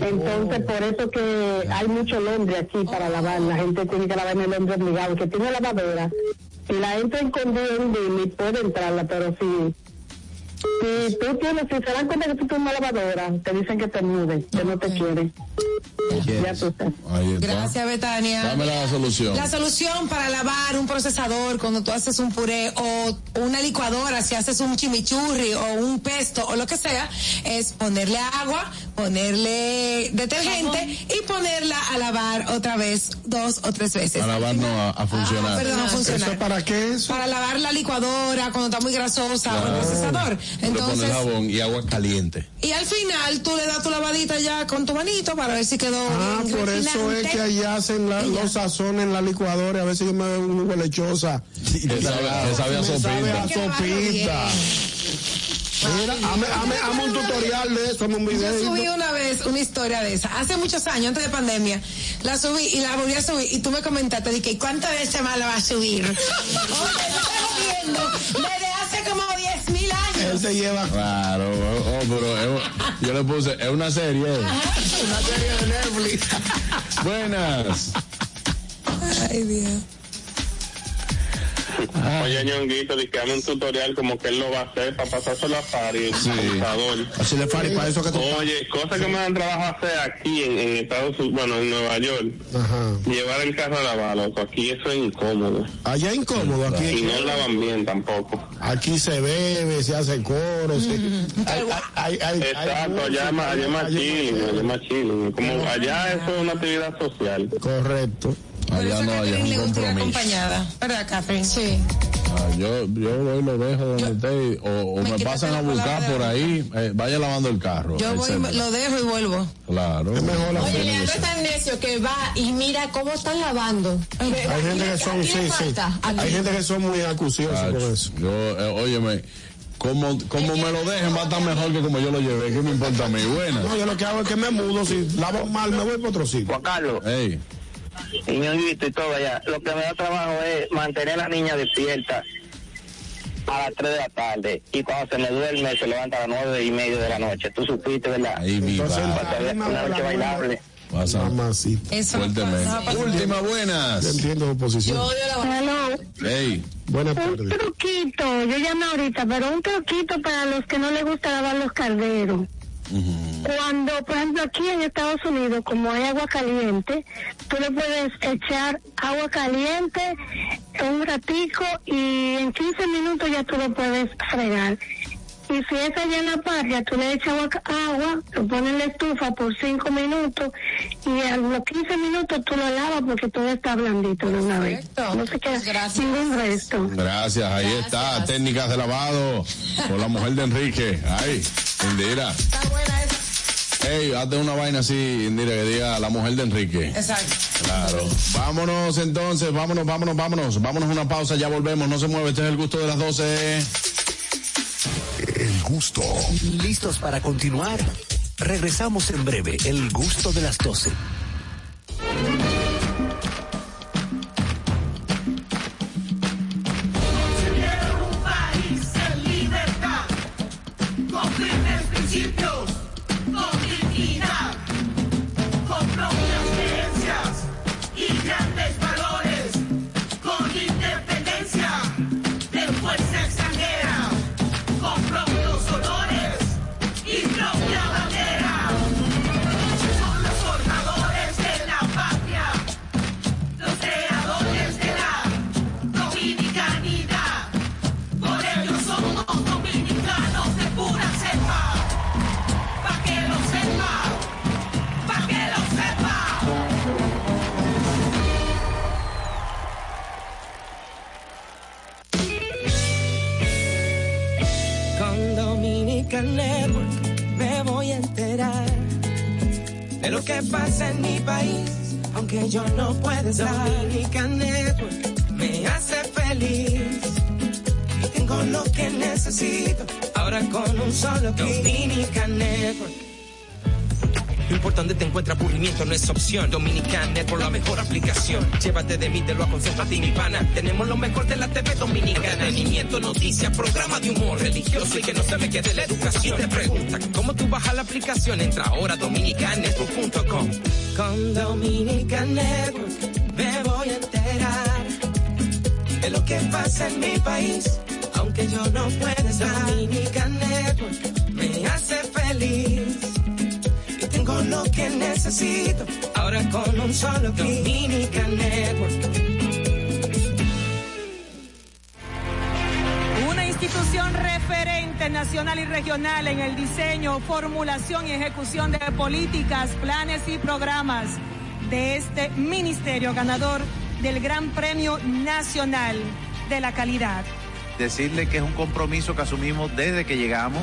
Entonces, por eso que hay mucho lombre aquí para lavar. La gente tiene que lavar en el hombre obligado. El que tiene lavadora, si la entra escondida en bimbi, puede entrarla, pero si, si tú tienes, si se dan cuenta que tú tienes una lavadora, te dicen que te mudes, que no te quieren. Ya tú sabes. Ahí está. Gracias, Betania. Dame la solución. La solución para lavar un procesador cuando tú haces un puré o una licuadora, si haces un chimichurri o un pesto o lo que sea, es ponerle agua, ponerle detergente y ponerla a lavar otra vez dos o tres veces. A lavar no, a, a funcionar. Ah, perdón, a funcionar. para qué eso? Para lavar la licuadora cuando está muy grasosa o el procesador. Le pones Entonces, jabón y agua caliente. y al final tú le das tu lavadita ya con tu manito para ver si quedó Ah, bien por eso es gratinante. que allá hacen la- los sazones en la licuadora y a veces yo me veo una lechosa. Te sabe, te sabe a Me sabe a sopita. sopita. Mira, hazme, hazme- hazme un tutorial de eso, hazme un video. Yo subí una vez una historia de esa, hace muchos años, antes de pandemia. La subí y la volví a subir. Y tú me comentaste, dije, ¿y cuántas veces más la vas a subir? Oye, me estás jodiendo. Desde hace como 10 mil años. Él te lleva. Claro, oh, oh, pero es- yo le puse, es una serie. Una serie de Netflix. Buenas. Ay, Dios. Oye, ñonguito, di que dame un tutorial como que él lo va a hacer para pasarse la party, el computador. Así le pari, para eso que tú- Oye, cosas que me dan trabajo hacer aquí en, en Estados Unidos, bueno, en Nueva York. Ajá. Llevar el carro a lavar, loco. Aquí eso es incómodo. Allá es incómodo, Y aquí, no lavan bien tampoco. aquí se bebe, se hace coro, se- hay- hay- hay- hay- Exacto, allá es más- allá es más chilling, allá es más chilling. Como allá eso es una actividad social. Correcto. Allá no, allá es un Le gusta ir compromiso. acompañada. ¿Verdad, Catherine? Sí. Ah, yo, yo voy y lo dejo donde esté y- o, o me, pasan a buscar por ahí, eh, vaya lavando el carro. Yo voy, etcétera. lo dejo y vuelvo. Claro. Oye, Leandro es tan necio que va y mira cómo están lavando. Hay gente que son, sí, sí. Hay gente que son muy acuciosos con eso. Yo, eh, óyeme, como, como me lo dejen va a estar mejor que como yo lo llevé, que me importa a mí. Buenas. No, yo lo que hago es que me mudo, si lavo mal me voy para otro sitio. Juan Carlos. Y ñonguito y todo allá. Lo que me da trabajo es eh, mantener a la niña despierta a las 3 de la tarde. Y cuando se me duerme, se levanta a las 9 y media de la noche. Tú supiste, ¿verdad? Ahí viva. Para que vea una noche bailable. Mamacita. Eso Fuertemente. Última, buenas. Yo entiendo su posición. Hello. Ey, Buenas Un truquito, yo llamé ahorita, pero un truquito para los que no les gusta lavar los calderos. Cuando, por ejemplo, aquí en Estados Unidos, como hay agua caliente, tú le puedes echar agua caliente un ratico y en 15 minutos ya tú lo puedes fregar. Y si es allá en la patria, tú le echas agua, agua, lo pones en la estufa por 5 minutos y a los 15 minutos tú lo lavas porque todo está blandito de una vez. No se queda ningún resto. gracias, ahí está. Técnicas de lavado por la mujer de Enrique. Ay, Indira. Está buena esa. Ey, hazte una vaina así, Indira, que diga la mujer de Enrique. Exacto. Claro. Vámonos entonces, vámonos, vámonos, vámonos. Pues Vámonos a una pausa, ya volvemos. No se mueve, este es el gusto de las 12. El gusto. ¿Listos para continuar? Regresamos en breve, el gusto de las 12. Quiero un país en libertad, con firmes principios, con dignidad, con propias creencias y grandes valores, con independencia de fuerza extranjera, con propios honores y propia bandera. Son los formadores de la patria, los creadores de la dominicanidad. Por ello somos dominicanos de pura cepa. Pa' que lo sepa. Pa' que lo sepa. Con Dominican Network me voy a enterar de lo que pasa en mi país, aunque yo no pueda estar. Dominican Network me hace feliz. Y tengo lo que necesito, ahora con un solo clic. Dominican Network. Lo importante te encuentra aburrimiento, no es opción. Dominicanet por la mejor aplicación. Llévate de mí, te lo aconsejo a ti, mi pana. Tenemos lo mejor de la TV dominicana. Entretenimiento, noticias, programa de humor religioso y que no se me quede la educación. Y te preguntan, ¿cómo tú bajas la aplicación? Entra ahora a dominicanet.com. Con Dominican Network me voy a enterar de lo que pasa en mi país, aunque yo no pueda estar. Dominican Network me hace feliz y tengo lo que necesito ahora con un solo clic. Dominican Network. Una institución referente nacional y regional en el diseño, formulación y ejecución de políticas, planes y programas de este ministerio ganador del Gran Premio Nacional de la Calidad. Decirle que es un compromiso que asumimos desde que llegamos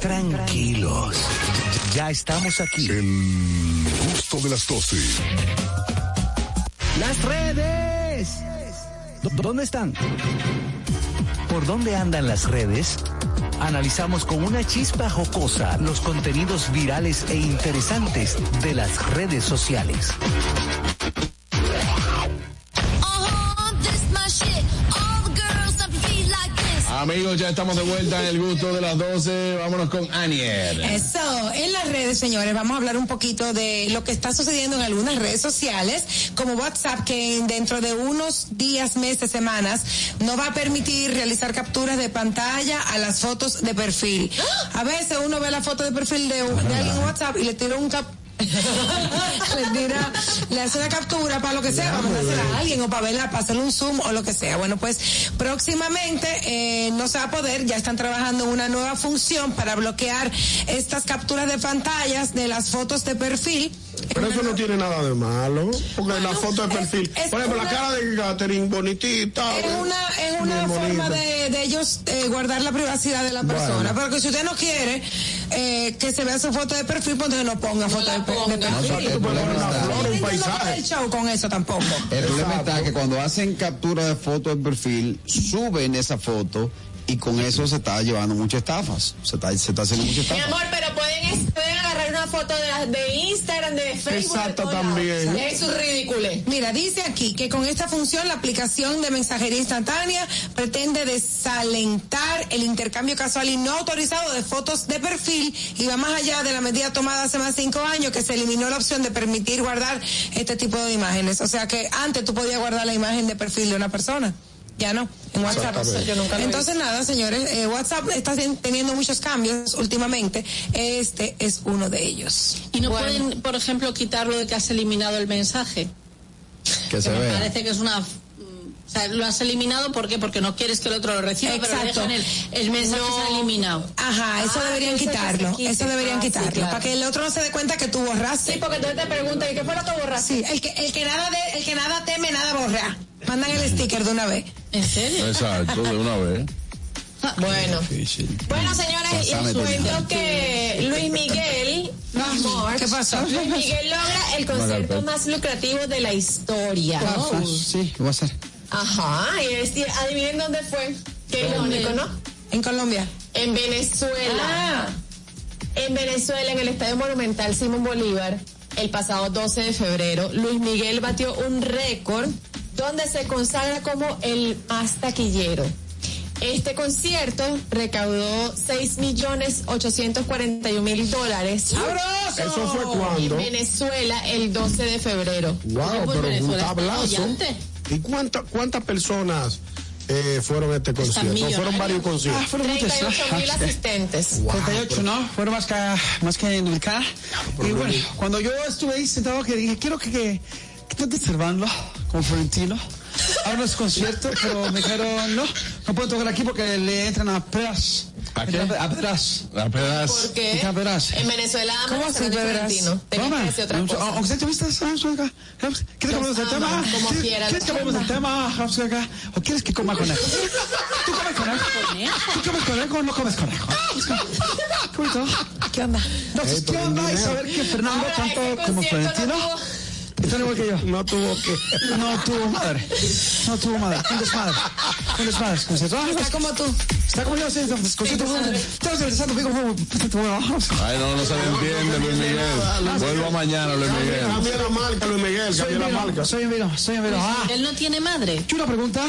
Tranquilos. Ya estamos aquí. El gusto de las 12. Las redes. ¿Dó- ¿Dónde están? ¿Por dónde andan las redes? Analizamos con una chispa jocosa los contenidos virales e interesantes de las redes sociales. Amigos, ya estamos de vuelta en el gusto de las 12. Vámonos con Aniel. Eso, en las redes, señores, vamos a hablar un poquito de lo que está sucediendo en algunas redes sociales, como WhatsApp, que dentro de unos días, meses, semanas, no va a permitir realizar capturas de pantalla a las fotos de perfil. A veces uno ve la foto de perfil de, un- de alguien en WhatsApp y le tira un cap... le tira, Pues le hace una captura para lo que sea, para mandársela a alguien o para verla, para hacerle un zoom o lo que sea. Bueno, pues próximamente eh, no se va a poder, ya están trabajando en una nueva función para bloquear estas capturas de pantallas de las fotos de perfil. Pero eso no tiene nada de malo, porque la foto de perfil, es por ejemplo, una- la cara de Catherine bonitita. Es una, es una Bien bonita. forma de, de ellos eh, guardar la privacidad de la persona. Pero que si usted no quiere eh, que se vea su foto de perfil, pues entonces no ponga foto de, pe- de No, perfil. el Tú puedes problema poner una está- flor, un paisaje. El show con eso tampoco. El problema está que cuando hacen captura de foto de perfil, suben esa foto y con eso se está llevando muchas estafas. Se está, se está haciendo muchas Mi estafas. amor, pero pueden, pueden agarrar una foto de, las- de Instagram, de Facebook. de Exacto, todos lados. también. Eso es ridículo. Mira, dice aquí que con esta función la aplicación de mensajería instantánea pretende desalentar el intercambio casual y no autorizado de fotos de perfil y va más allá de la medida tomada hace más de cinco años que se eliminó la opción de permitir guardar este tipo de imágenes. O sea que antes tú podías guardar la imagen de perfil de una persona. Ya no, en WhatsApp. Exactamente. Yo nunca lo Entonces nada, señores, eh, WhatsApp está ten- teniendo muchos cambios últimamente. Este es uno de ellos. Y no pueden, por ejemplo, quitarlo de que has eliminado el mensaje. Que se me vea. parece que es una. mm, O sea, lo has eliminado ¿por qué? porque no quieres que el otro lo reciba, Exacto. pero le dejan el, el mensaje No. se ha eliminado. Ajá, eso deberían quitarlo. Eso deberían quitarlo. Para que el otro no se dé cuenta que tú borraste. Sí, porque entonces te preguntan, ¿y qué fue lo que borraste? Sí, el que, el que, nada, de, el que nada teme, nada borra. Mandan el sticker de una vez. ¿En serio? Exacto, de una vez. Ah, Bueno. Bueno, señores, Pásame, y cuento Tina. que Luis Miguel, mi amor, ¿qué pasó? Luis Miguel logra el concierto más lucrativo de la historia. Oh. Sí, va a ser. Ajá, y es- y adivinen dónde fue. Qué irónico, ¿no? En Colombia. Ah. En Venezuela. En Venezuela, en el Estadio Monumental Simón Bolívar, el pasado 12 de febrero, Luis Miguel batió un récord donde se consagra como el más taquillero. Este concierto recaudó 6.841.000 millones mil dólares. ¡Sabroso! ¿Eso fue cuándo? En Venezuela, el 12 de febrero. Wow, pero un tablazo. Brillante. ¿Y cuántas cuántas personas eh, fueron a este Pues concierto? ¿O fueron varios conciertos? Ah, asistentes. 38, ¿no? Fueron más que, más que en el K. y bueno, cuando yo estuve ahí sentado, que dije, quiero que, que, que trate Servando con Florentino. A unos conciertos, pero me dijeron, no, no puedo tocar aquí porque le entran a pruebas ¿A qué? A pedras. A pedras. ¿Por qué? A pedras. En Venezuela, ¿Cómo ¿cómo así, se Pedras? argentino? Tenía que Vamos. ah, decir otra cosa. Aunque sea tuviste ¿Quieres que hablemos del Los ama, tema? como ¿Quieres- quieras. ¿Quieres que hablemos del tema, África? ¿O quieres que coma conejo? Ah, ¿Tú comes conejo? ¿Tú comes conejo o no comes conejo? ¿Qué bonito? ¿Qué onda? Entonces, ¿qué onda? Y saber que Fernando, Ahora, ese tanto como concierto Florentino, no tuvo- están igual que yo. No tuvo que. No tuvo madre. No tuvo madre. Un desmadre. Un desmadre. Pues, Concierto. Ah, Está como tú. Está como yo, sí. Concierto. Estamos regresando, amigo. Pues, Vamos. Ay, no, no se le entiende, Luis Miguel. Vuelvo mañana, Luis Miguel. Cambia la marca, Luis Miguel, Soy cambia la envero, marca. Soy envero, soy envero. Ah, Él no tiene madre. yo una pregunta.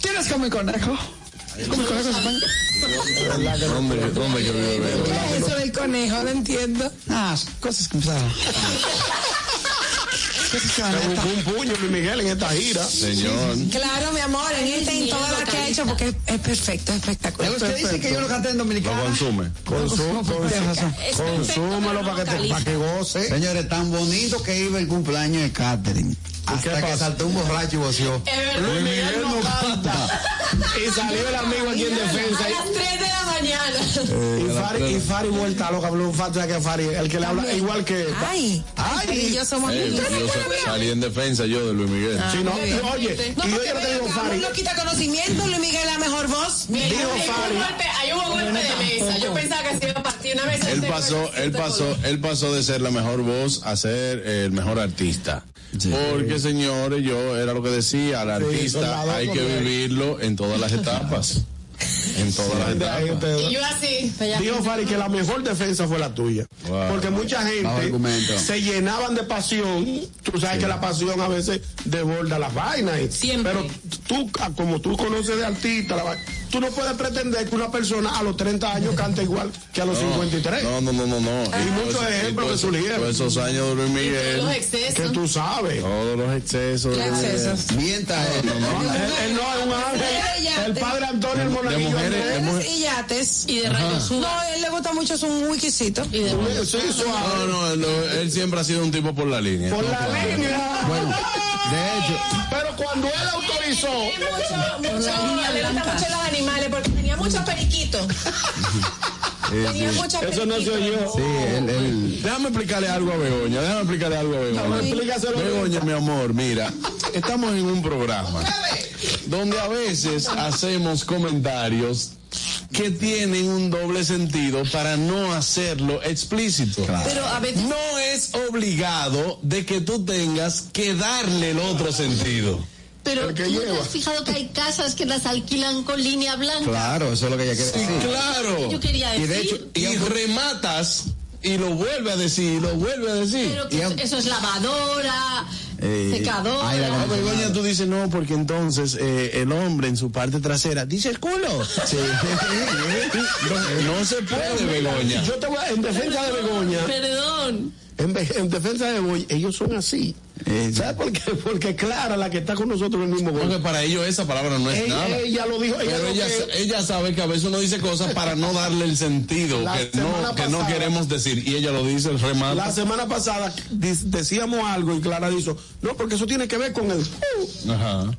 ¿Tienes como el conejo? ¿Come conejo en España? ¿Dónde, dónde que vive? ¿Qué es eso del conejo? No entiendo. Ah, cosas que empezaron. Cosas que van Se a buscó un puño, Luis Miguel, en esta gira. Señor. Claro, mi amor, en este esta y en todas las que ha hecho, porque es, es perfecto, es Ya espectacular. Usted dice que yo lo canté en Lo Dominicana. consume. pues, Consú- Tienes razón. consú- Consúmelo para que, te- para que goce. Señores, tan bonito que iba el cumpleaños de Catherine. Hasta que pasa? saltó un borracho y voció. Luis Miguel no canta. Y salió el amigo aquí en defensa. A las 3 de la mañana. Y, y Fari, y Fari vuelta loca, habló un fato que Fari, el que le habla igual que. Ay, Ay, y yo somos Eh, amigos. yo sa- salí en defensa yo de Luis Miguel. Sí, no, Muy bien. oye, Ah, No, y yo porque ya te digo ven acá, Fari. uno quita conocimiento, Luis Miguel la mejor voz. Mira, Dijo ahí hubo Fari. un golpe, ahí hubo golpe de mesa. Yo pensaba que se iba a partir una mesa. Él entera. pasó, él pasó, él pasó de ser la mejor voz a ser el mejor artista. Porque señores, yo era lo que decía, al soldado artista hay que como él. vivirlo en todas las etapas. En todas las Ahí etapas. te- Y yo así. Pues Dijo Fari que la mejor defensa fue la tuya. Wow. Porque mucha Bajo gente argumento. se llenaban de pasión. Tú sabes que la pasión a veces desborda las vainas. y- Siempre. Pero tú, a- como tú conoces de artista, la va- tú no puedes pretender que una persona a los 30 años cante igual que a los 53. No, no, no, no, no. Y muchos todo ese- y todo ejemplos que ese- surgieron. todos esos años de Luis Miguel, Ah. Los Que excesos. tú sabes. todos los excesos. de- Mienta él. Él, él no es un ángel. El padre Antonio el De Monaguillo mujeres, de Andrés. mujeres. Y yates. Y de rayos No, suba. a él le gusta mucho es un wikisito. Y de Sí, suave. No, no, él, no, él siempre ha sido un tipo por la línea. Por la línea. Bueno, de hecho, Pero cuando él autorizó. Mucho, mucho, le gustan mucho los animales porque tenía muchos periquitos. Tenía muchos periquitos. Eso no soy yo. sí, él, él- Déjame explicarle algo a Begoña, déjame explicarle algo a Begoña. explícaselo. Begoña, mi amor, mira, estamos en un programa donde a veces hacemos comentarios que tienen un doble sentido para no hacerlo explícito. Pero a veces No es obligado de que tú tengas que darle el otro sentido. Pero El que ¿tú no te lleva. has fijado que hay casas que las alquilan con línea blanca. claro, eso es lo que ella quiere Sí, decir. claro. Yo quería Y decir. de hecho, Y rematas y lo vuelve a decir, y lo vuelve a decir. pero que eso es lavadora, Eh, secadora. aire No, Begoña, tú dices no, porque entonces eh, el hombre en su parte trasera dice el culo. Sí. No, no se puede, Begoña. Yo te voy a- en defensa de Begoña. Perdón. En, ve- en defensa de Begoña, ellos son así. Eh, ¿Sabes por qué? Porque Clara, la que está con nosotros en el mismo Porque gol. para ellos esa palabra no es Ella, nada. ella lo dijo, ella Pero lo ella, que- sa- ella sabe que a veces uno dice cosas para no darle el sentido La que semana no, que no pasada- queremos decir. Y ella lo dice, el remate. La semana pasada di- decíamos algo y Clara dijo, no, porque eso tiene que ver con el... Ajá.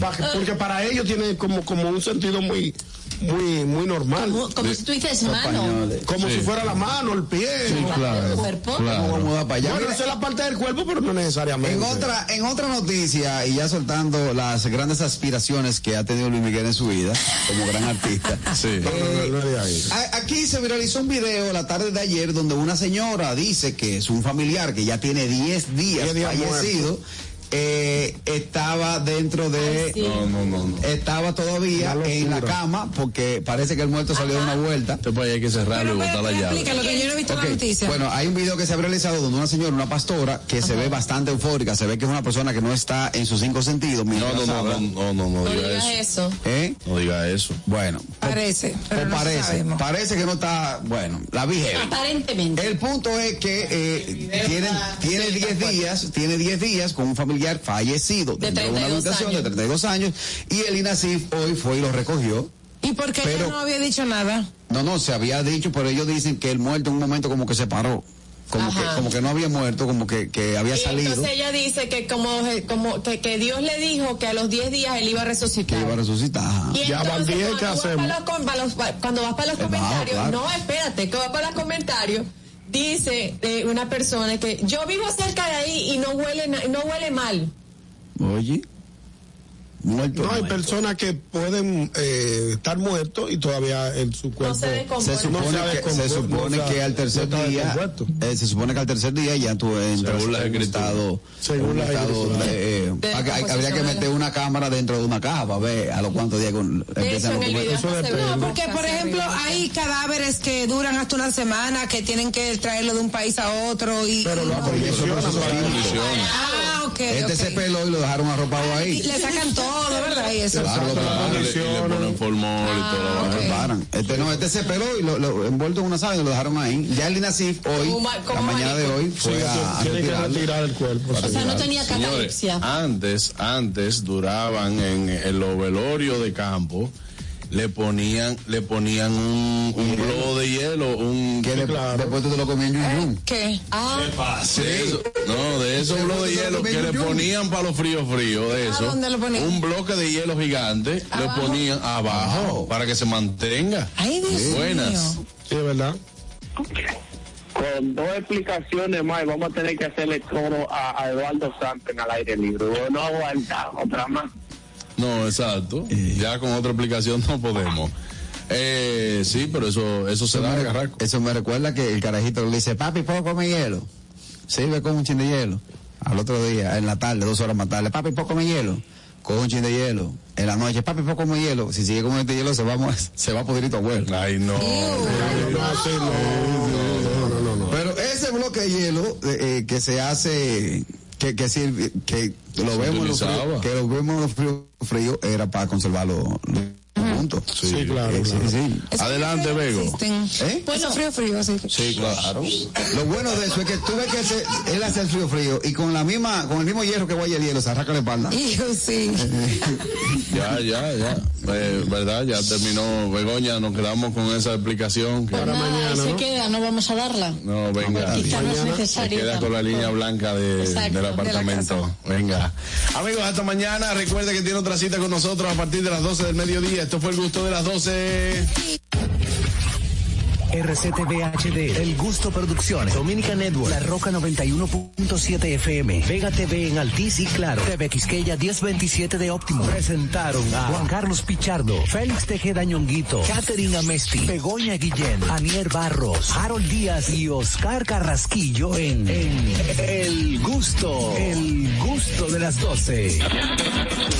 Pa- Porque para ellos tiene como, como un sentido muy, muy, muy normal. Como, como si tú dices mano. españoles. Como Sí. si fuera la mano, el pie. ¿no? Cuerpo. Vamos a mudar para allá. Bueno, Mira, esa es la parte del cuerpo, pero no necesariamente. En otra, en otra noticia, y ya soltando las grandes aspiraciones que ha tenido Luis Miguel en su vida, como gran artista. Sí. No, no, no, no es de ahí. A- Aquí se viralizó un video la tarde de ayer donde una señora dice que es un familiar que ya tiene 10 días Diez días fallecido, eh, estaba dentro de... Ay, sí. No, no, no. no. Estaba todavía Una en la locura. cama porque parece que el muerto salió de una vuelta. Este país hay que cerrarlo Pero y botar la espérate, llave. explícalo, que yo no he visto Ok, la noticia. Bueno, hay un video que se ha realizado donde una señora, una pastora, que se ve bastante eufórica, se ve que es una persona que no está en sus cinco sentidos. No, mientras no, no, habla. no, no, no, no No diga digas eso. eso. ¿Eh? No diga eso. Bueno, parece, pero o no parece, sabemos. parece que no está, bueno, la vi heavy. Aparentemente. El punto es que eh, tienen- tiene 10 días, tiene 10 días con un familiar fallecido De dentro de una 32 habitación años. de 32 años y el INACIF hoy fue y lo recogió. ¿Y por qué ella Pero- no había dicho nada? No, no, se había dicho, pero ellos dicen que el muerto en un momento como que se paró. como que, Ajá. como que no había muerto, como que, que había Y salido. entonces ella dice que como, eh, como que, que Dios le dijo que a los 10 días él iba a resucitar. que iba a resucitar. ajá. Y entonces, cuando vas para los com- para los- pa- cuando vas para los comentarios, claro. no, espérate, que vas para los comentarios, dice eh, una persona que yo vivo cerca de ahí y no huele, na- no huele mal. Oye. Muerto. No, hay personas que pueden eh, estar muertos y todavía en su cuerpo pues, Se no supone, se que, se descompone, supone no se- que al tercer no está día descompuesto. eh, se supone que al tercer día ya tú entras Según las en un escrituras. estado, Según en un las estado escrituras. de, eh, De hay que- hay- habría que descomposición meter una cámara dentro de una caja para ver a los cuantos días con- empiezan los documentos. No, porque por ejemplo hay cadáveres que duran hasta una semana, que tienen que traerlo de un país a otro y... y no. Ah, ok, Este ok. Ah, se peló y lo dejaron arropado Y ahí. le sacan todo, ¿verdad? Y eso. Ah, Claro, lo preparan. Lo preparan. Este no, este se peló y lo, lo envuelto en una sábana y lo dejaron ahí. Ya el INASIF hoy, Como ma- la como mañana de marico. hoy, fue Sí, a, a tiene que retirarlo. retirar el cuerpo. O sea, no tenía Señores, catalepsia. antes, antes duraban en, el los velorios de campo, le ponían, le ponían un, un globo de hielo, un Que le- después tú te lo comías en yun-yun. ¿Qué? Ah, Sí, eso- no, de esos bloques de hielo que le ponían para los fríos fríos, de eso. ¿dónde lo ponían? Un bloque de hielo gigante Abajo. le ponían abajo para que se mantenga. Ay, Dios Buenas. mío. Sí, ¿verdad? Con dos explicaciones más, vamos a tener que hacerle coro a, a Eduardo Santos en el aire libre. Yo no aguanta otra más. No, exacto. Ya con otra explicación no podemos. Eh, sí, pero eso, eso se Eso da me, agarrar. re- eso me recuerda que el carajito le dice, papi, ¿puedo comer hielo? Sirve con un chin de hielo. Al otro día, en la tarde, dos horas más tarde, papi, ¿puedo comer hielo? Con un chin de hielo. En la noche, papi, ¿puedo comer hielo? Si sigue comiendo este hielo, se va, a mo- se va a pudrir tu abuelo. Ay, no. Pero ese bloque de hielo eh, eh, que se hace, que, que sirve, que lo Se vemos, en los utilizaba. fríos- que lo vemos en los fríos, fríos, era para conservarlo juntos. Sí, claro, claro. Adelante, Vego. ¿Eh? Bueno, frío, frío, así que- Sí, claro. Lo bueno de eso es que tú ves que ese- él hace el frío frío y con la misma, con el mismo hierro que vaya el hielo, se arranca la espalda. Hijo, sí. Ya, ya, ya. Eh, ¿Verdad? Ya terminó Begoña. Nos quedamos con esa explicación. que- Ahí se queda, no vamos a darla. No, venga. Quizá no es Mañana necesario Te quedas con la tampoco. línea blanca de- Exacto, de del la apartamento. venga. Amigos, hasta mañana. Recuerda que tiene otra cita con nosotros a partir de las 12 del mediodía. Esto fue el gusto de las 12. RCTV HD, El Gusto Producciones, Dominica Network, La Roca 91.7 FM, Vega TV en Altiz y Claro, TV Quisqueya 1027 de Óptimo. Presentaron a Juan Carlos Pichardo, Félix Tejeda Ñonguito, Katherine Amesti, Begoña Guillén, Anier Barros, Harold Díaz y Oscar Carrasquillo en, en El Gusto, El Gusto de las 12.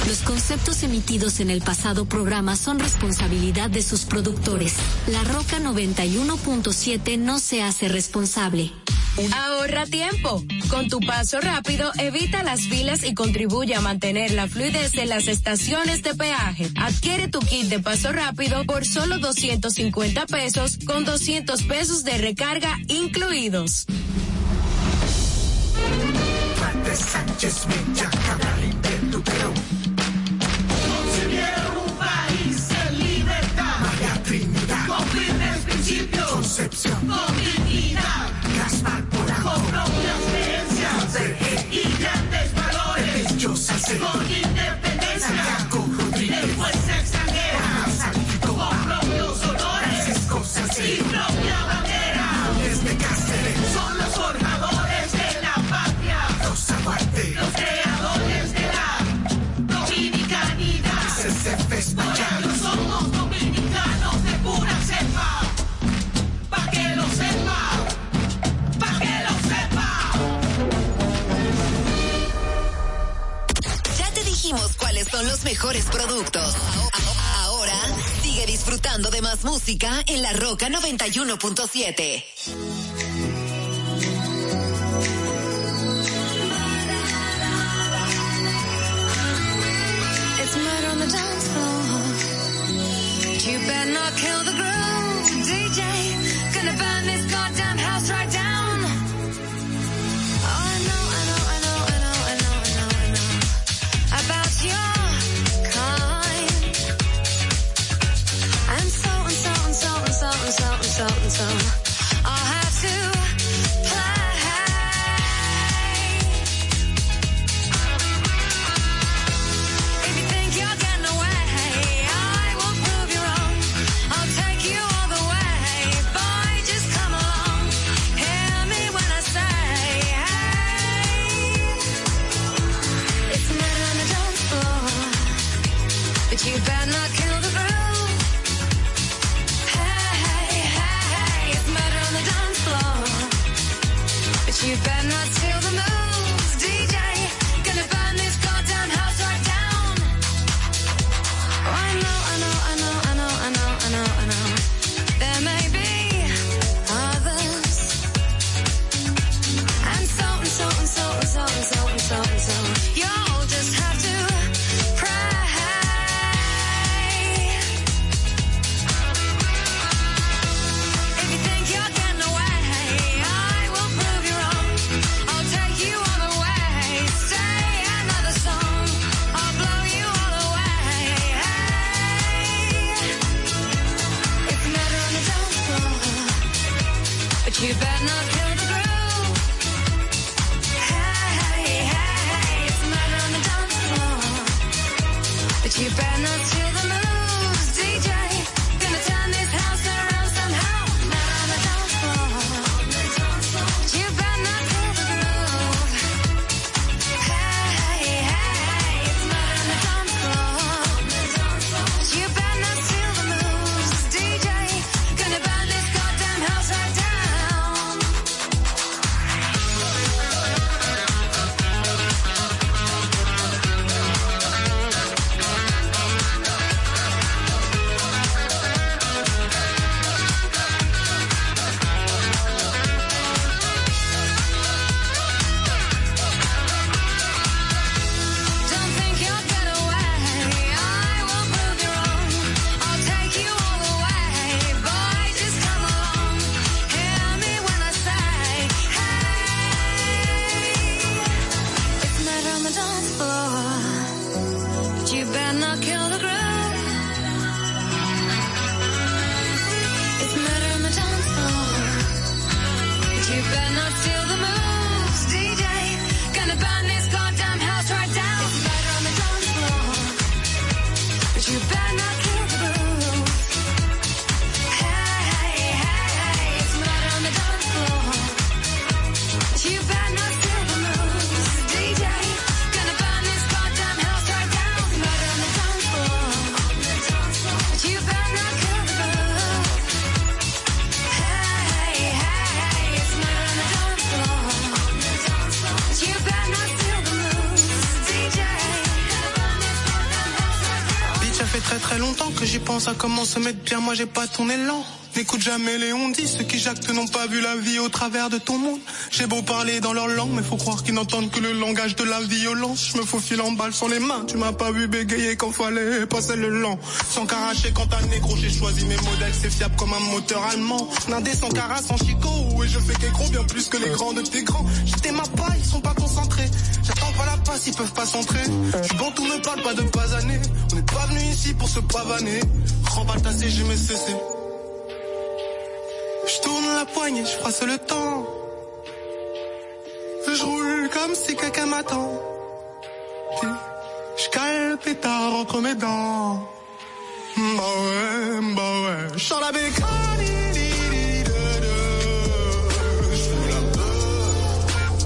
Los conceptos emitidos en el pasado programa son responsabilidad de sus productores. La Roca 91.7 no se hace responsable. Ahorra tiempo. Con tu paso rápido, evita las filas y contribuye a mantener la fluidez en las estaciones de peaje. Adquiere tu kit de paso rápido por solo 250 pesos con 200 pesos de recarga incluidos. Sánchez Villa, Canarín de tu Perú. Concibieron un país en libertad. María Trinidad. Con firmes principios. Concepción. Con dignidad. Gaspar Polanco. Con propias creencias. Conserje. Y grandes valores. Dichosa sea. Con independencia. Santiago Rodríguez. De fuerza extranjera. Juan Salvito. Con propios honores. Francisco Sacé. Y propia bandera. Desde Cáceres. Son los formadores de la patria. Rosa Duarte. Los creadores de la dominicanidad. CCFs Nosotros somos dominicanos de pura cepa. Pa' que lo sepa. Pa' que lo Ya te dijimos cuáles son los mejores productos. Ahora sigue disfrutando de más música en La Roca 91.7. It's murder on the dance floor. You better not kill the groove, DJ. Gonna burn this goddamn house right down. Oh, I know, I know, I know, I know, I know, I know, I know. About your kind. And so and so and so and so and so and so and so. I'll have to play. But you better not kill the groove. Hey, hey, hey, hey, it's murder on the dance floor. But you better not steal the moves, DJ. Gonna burn this goddamn house right down. Oh, I know, I know, I know, I know, I know, I know, I know. There may be others. And so and so and so and so and so and so and so. You'll just have to pray. If you think you're getting away, I will prove you wrong. I'll take you on away. Stay another song. I'll blow you all away. Hey. It's murder on the dance floor, but you better not kill the groove. Hey, hey, it's murder on the dance floor, but you better not steal the moves, DJ. Gonna turn this house around somehow. Murder on the dance floor, but you better not kill the groove. Hey, hey, it's murder on the dance floor, but you better not steal the moves, DJ. Gonna burn this goddamn house right down. Don't think you'll get away. I will prove you wrong. I'll take you all the way, boy. Just come along. Hear me when I say, hey. It's murder on the dance floor, but you better not kill the groove. It's murder on the dance floor, but you better not steal the moves, DJ. Gonna burn this goddamn house right down. It's murder on the dance floor, but you better not kill the groove. Hey, hey, hey, it's murder on the dance floor, but you better not steal the moves, DJ. Gonna burn this goddamn house right down. It's murder on the dance floor, but you better not kill the groove. Hey, hey, it's murder on the dance floor, but you better not steal the moves, DJ. Bitch, ça fait très très longtemps que j'y pense à comment se mettre bien, moi j'ai pas ton élan. N'écoute jamais les ondits, ceux qui jactent n'ont pas vu la vie au travers de ton monde. J'ai beau parler dans leur langue, mais faut croire qu'ils n'entendent que le langage de la violence. Je me faufile en balle sans les mains, tu m'as pas vu bégayer quand fallait passer le lent. Sans caracher quand un négro, j'ai choisi mes modèles, c'est fiable comme un moteur allemand. Nindé sans cara, sans chicot, et je fais qu'écro bien plus que les grands de tes grands. J'étais ma pas, ils sont pas concentrés. J'attends pas la passe, ils peuvent pas centrer. Je suis bon, tout me parle pas de pas années. On n'est pas venu ici pour se pavaner. Remballe ta CG, mes CC. Je tourne la poignée, je froisse le temps. Je roule comme si quelqu'un m'attend. Puis, Je cale le pétard entre mes dents. Bah ouais, bah ouais. Je sors la bécane. Je fous la peur.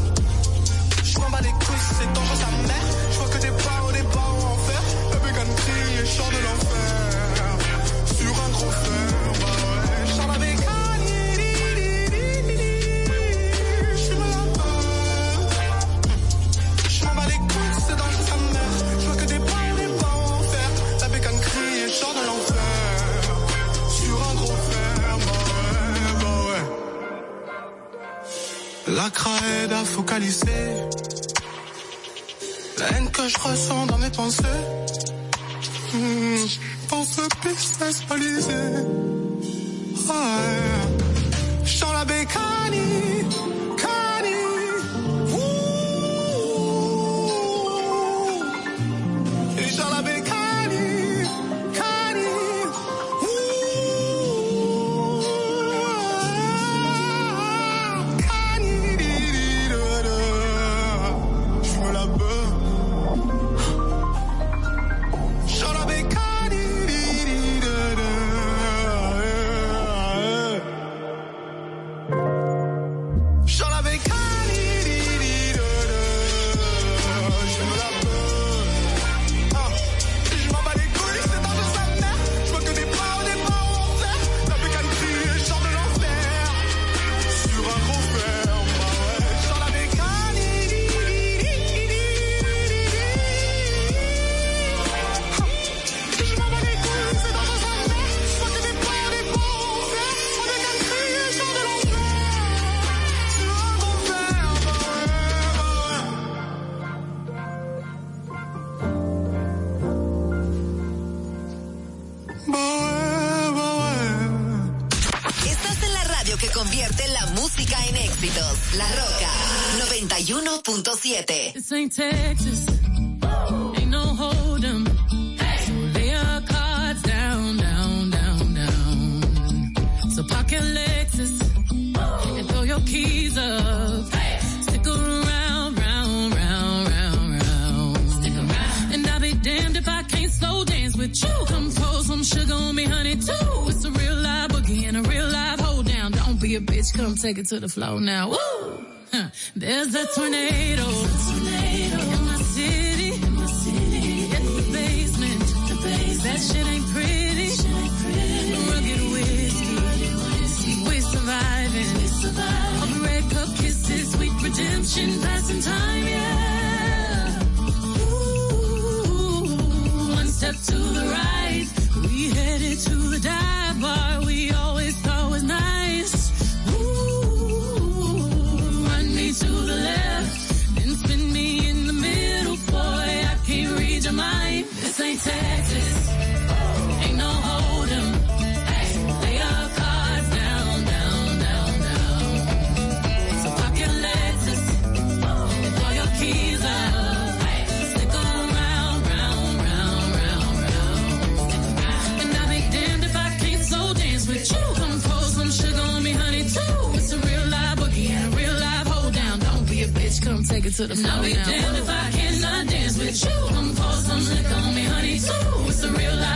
Je m'en bats les couilles, c'est dangereux sa mère. Je vois que des pas au départ en enfer. La bécane crie et chante de l'enfer. Sur un gros fer, bah ouais. Je sors la bécane. Je fume la peur. Je m'en bats les couilles, c'est dangereux sa mère. Je vois que des pas au départ en enfer. La bécane crie et chante de l'enfer. Sur un gros fer, bah ouais, bah ouais. La craie à focaliser La haine que je ressens dans mes pensées Hmm, je Pense business balisé Ouais Je sens la bécane Cani Ouh. Et je sens la bécane Cani Ouh. Cani Je fume la bœuf J'en avais qu'un, di, di, di, de, de, eh, eh. J'en Ah, Bah música en éxitos. La Roca 91.7. This ain't Texas. Ain't no hold 'em. Hey. So lay your cards down, down, down, down. So park your Lexus and throw your keys up. Hey. Stick around, round, round, round, round. Stick around. And I'll be damned if I can't slow dance with you. Come pour some sugar on me, honey, too. It's a real live boogie and a real live hold down. Don't be a bitch, come take it to the floor now. Woo! Huh. There's a tornado. in my city. It's the basement. That shit ain't pretty. Rugged whiskey. We're surviving. Over red cup kisses, sweet redemption, passing time, yeah. Ooh, one step to the right. We headed to the dive bar we always thought was nice. Ooh, run me to the left, then spin me in the middle, boy. I can't read your mind. This ain't Texas. Ain't no hold 'em. Hey, lay your cards down, down, down, down. So pop your Lexus and throw your keys up. Hey, stick 'em round, round, round, round, round. And I'll be damned if I can't slow dance with you. Come pour some sugar on me, honey, too. It's a real live boogie and a real live hold down. Don't be a bitch, come take it to the floor. I'll be damned if I cannot dance with you. Come pour some liquor on me, honey, too. It's a real live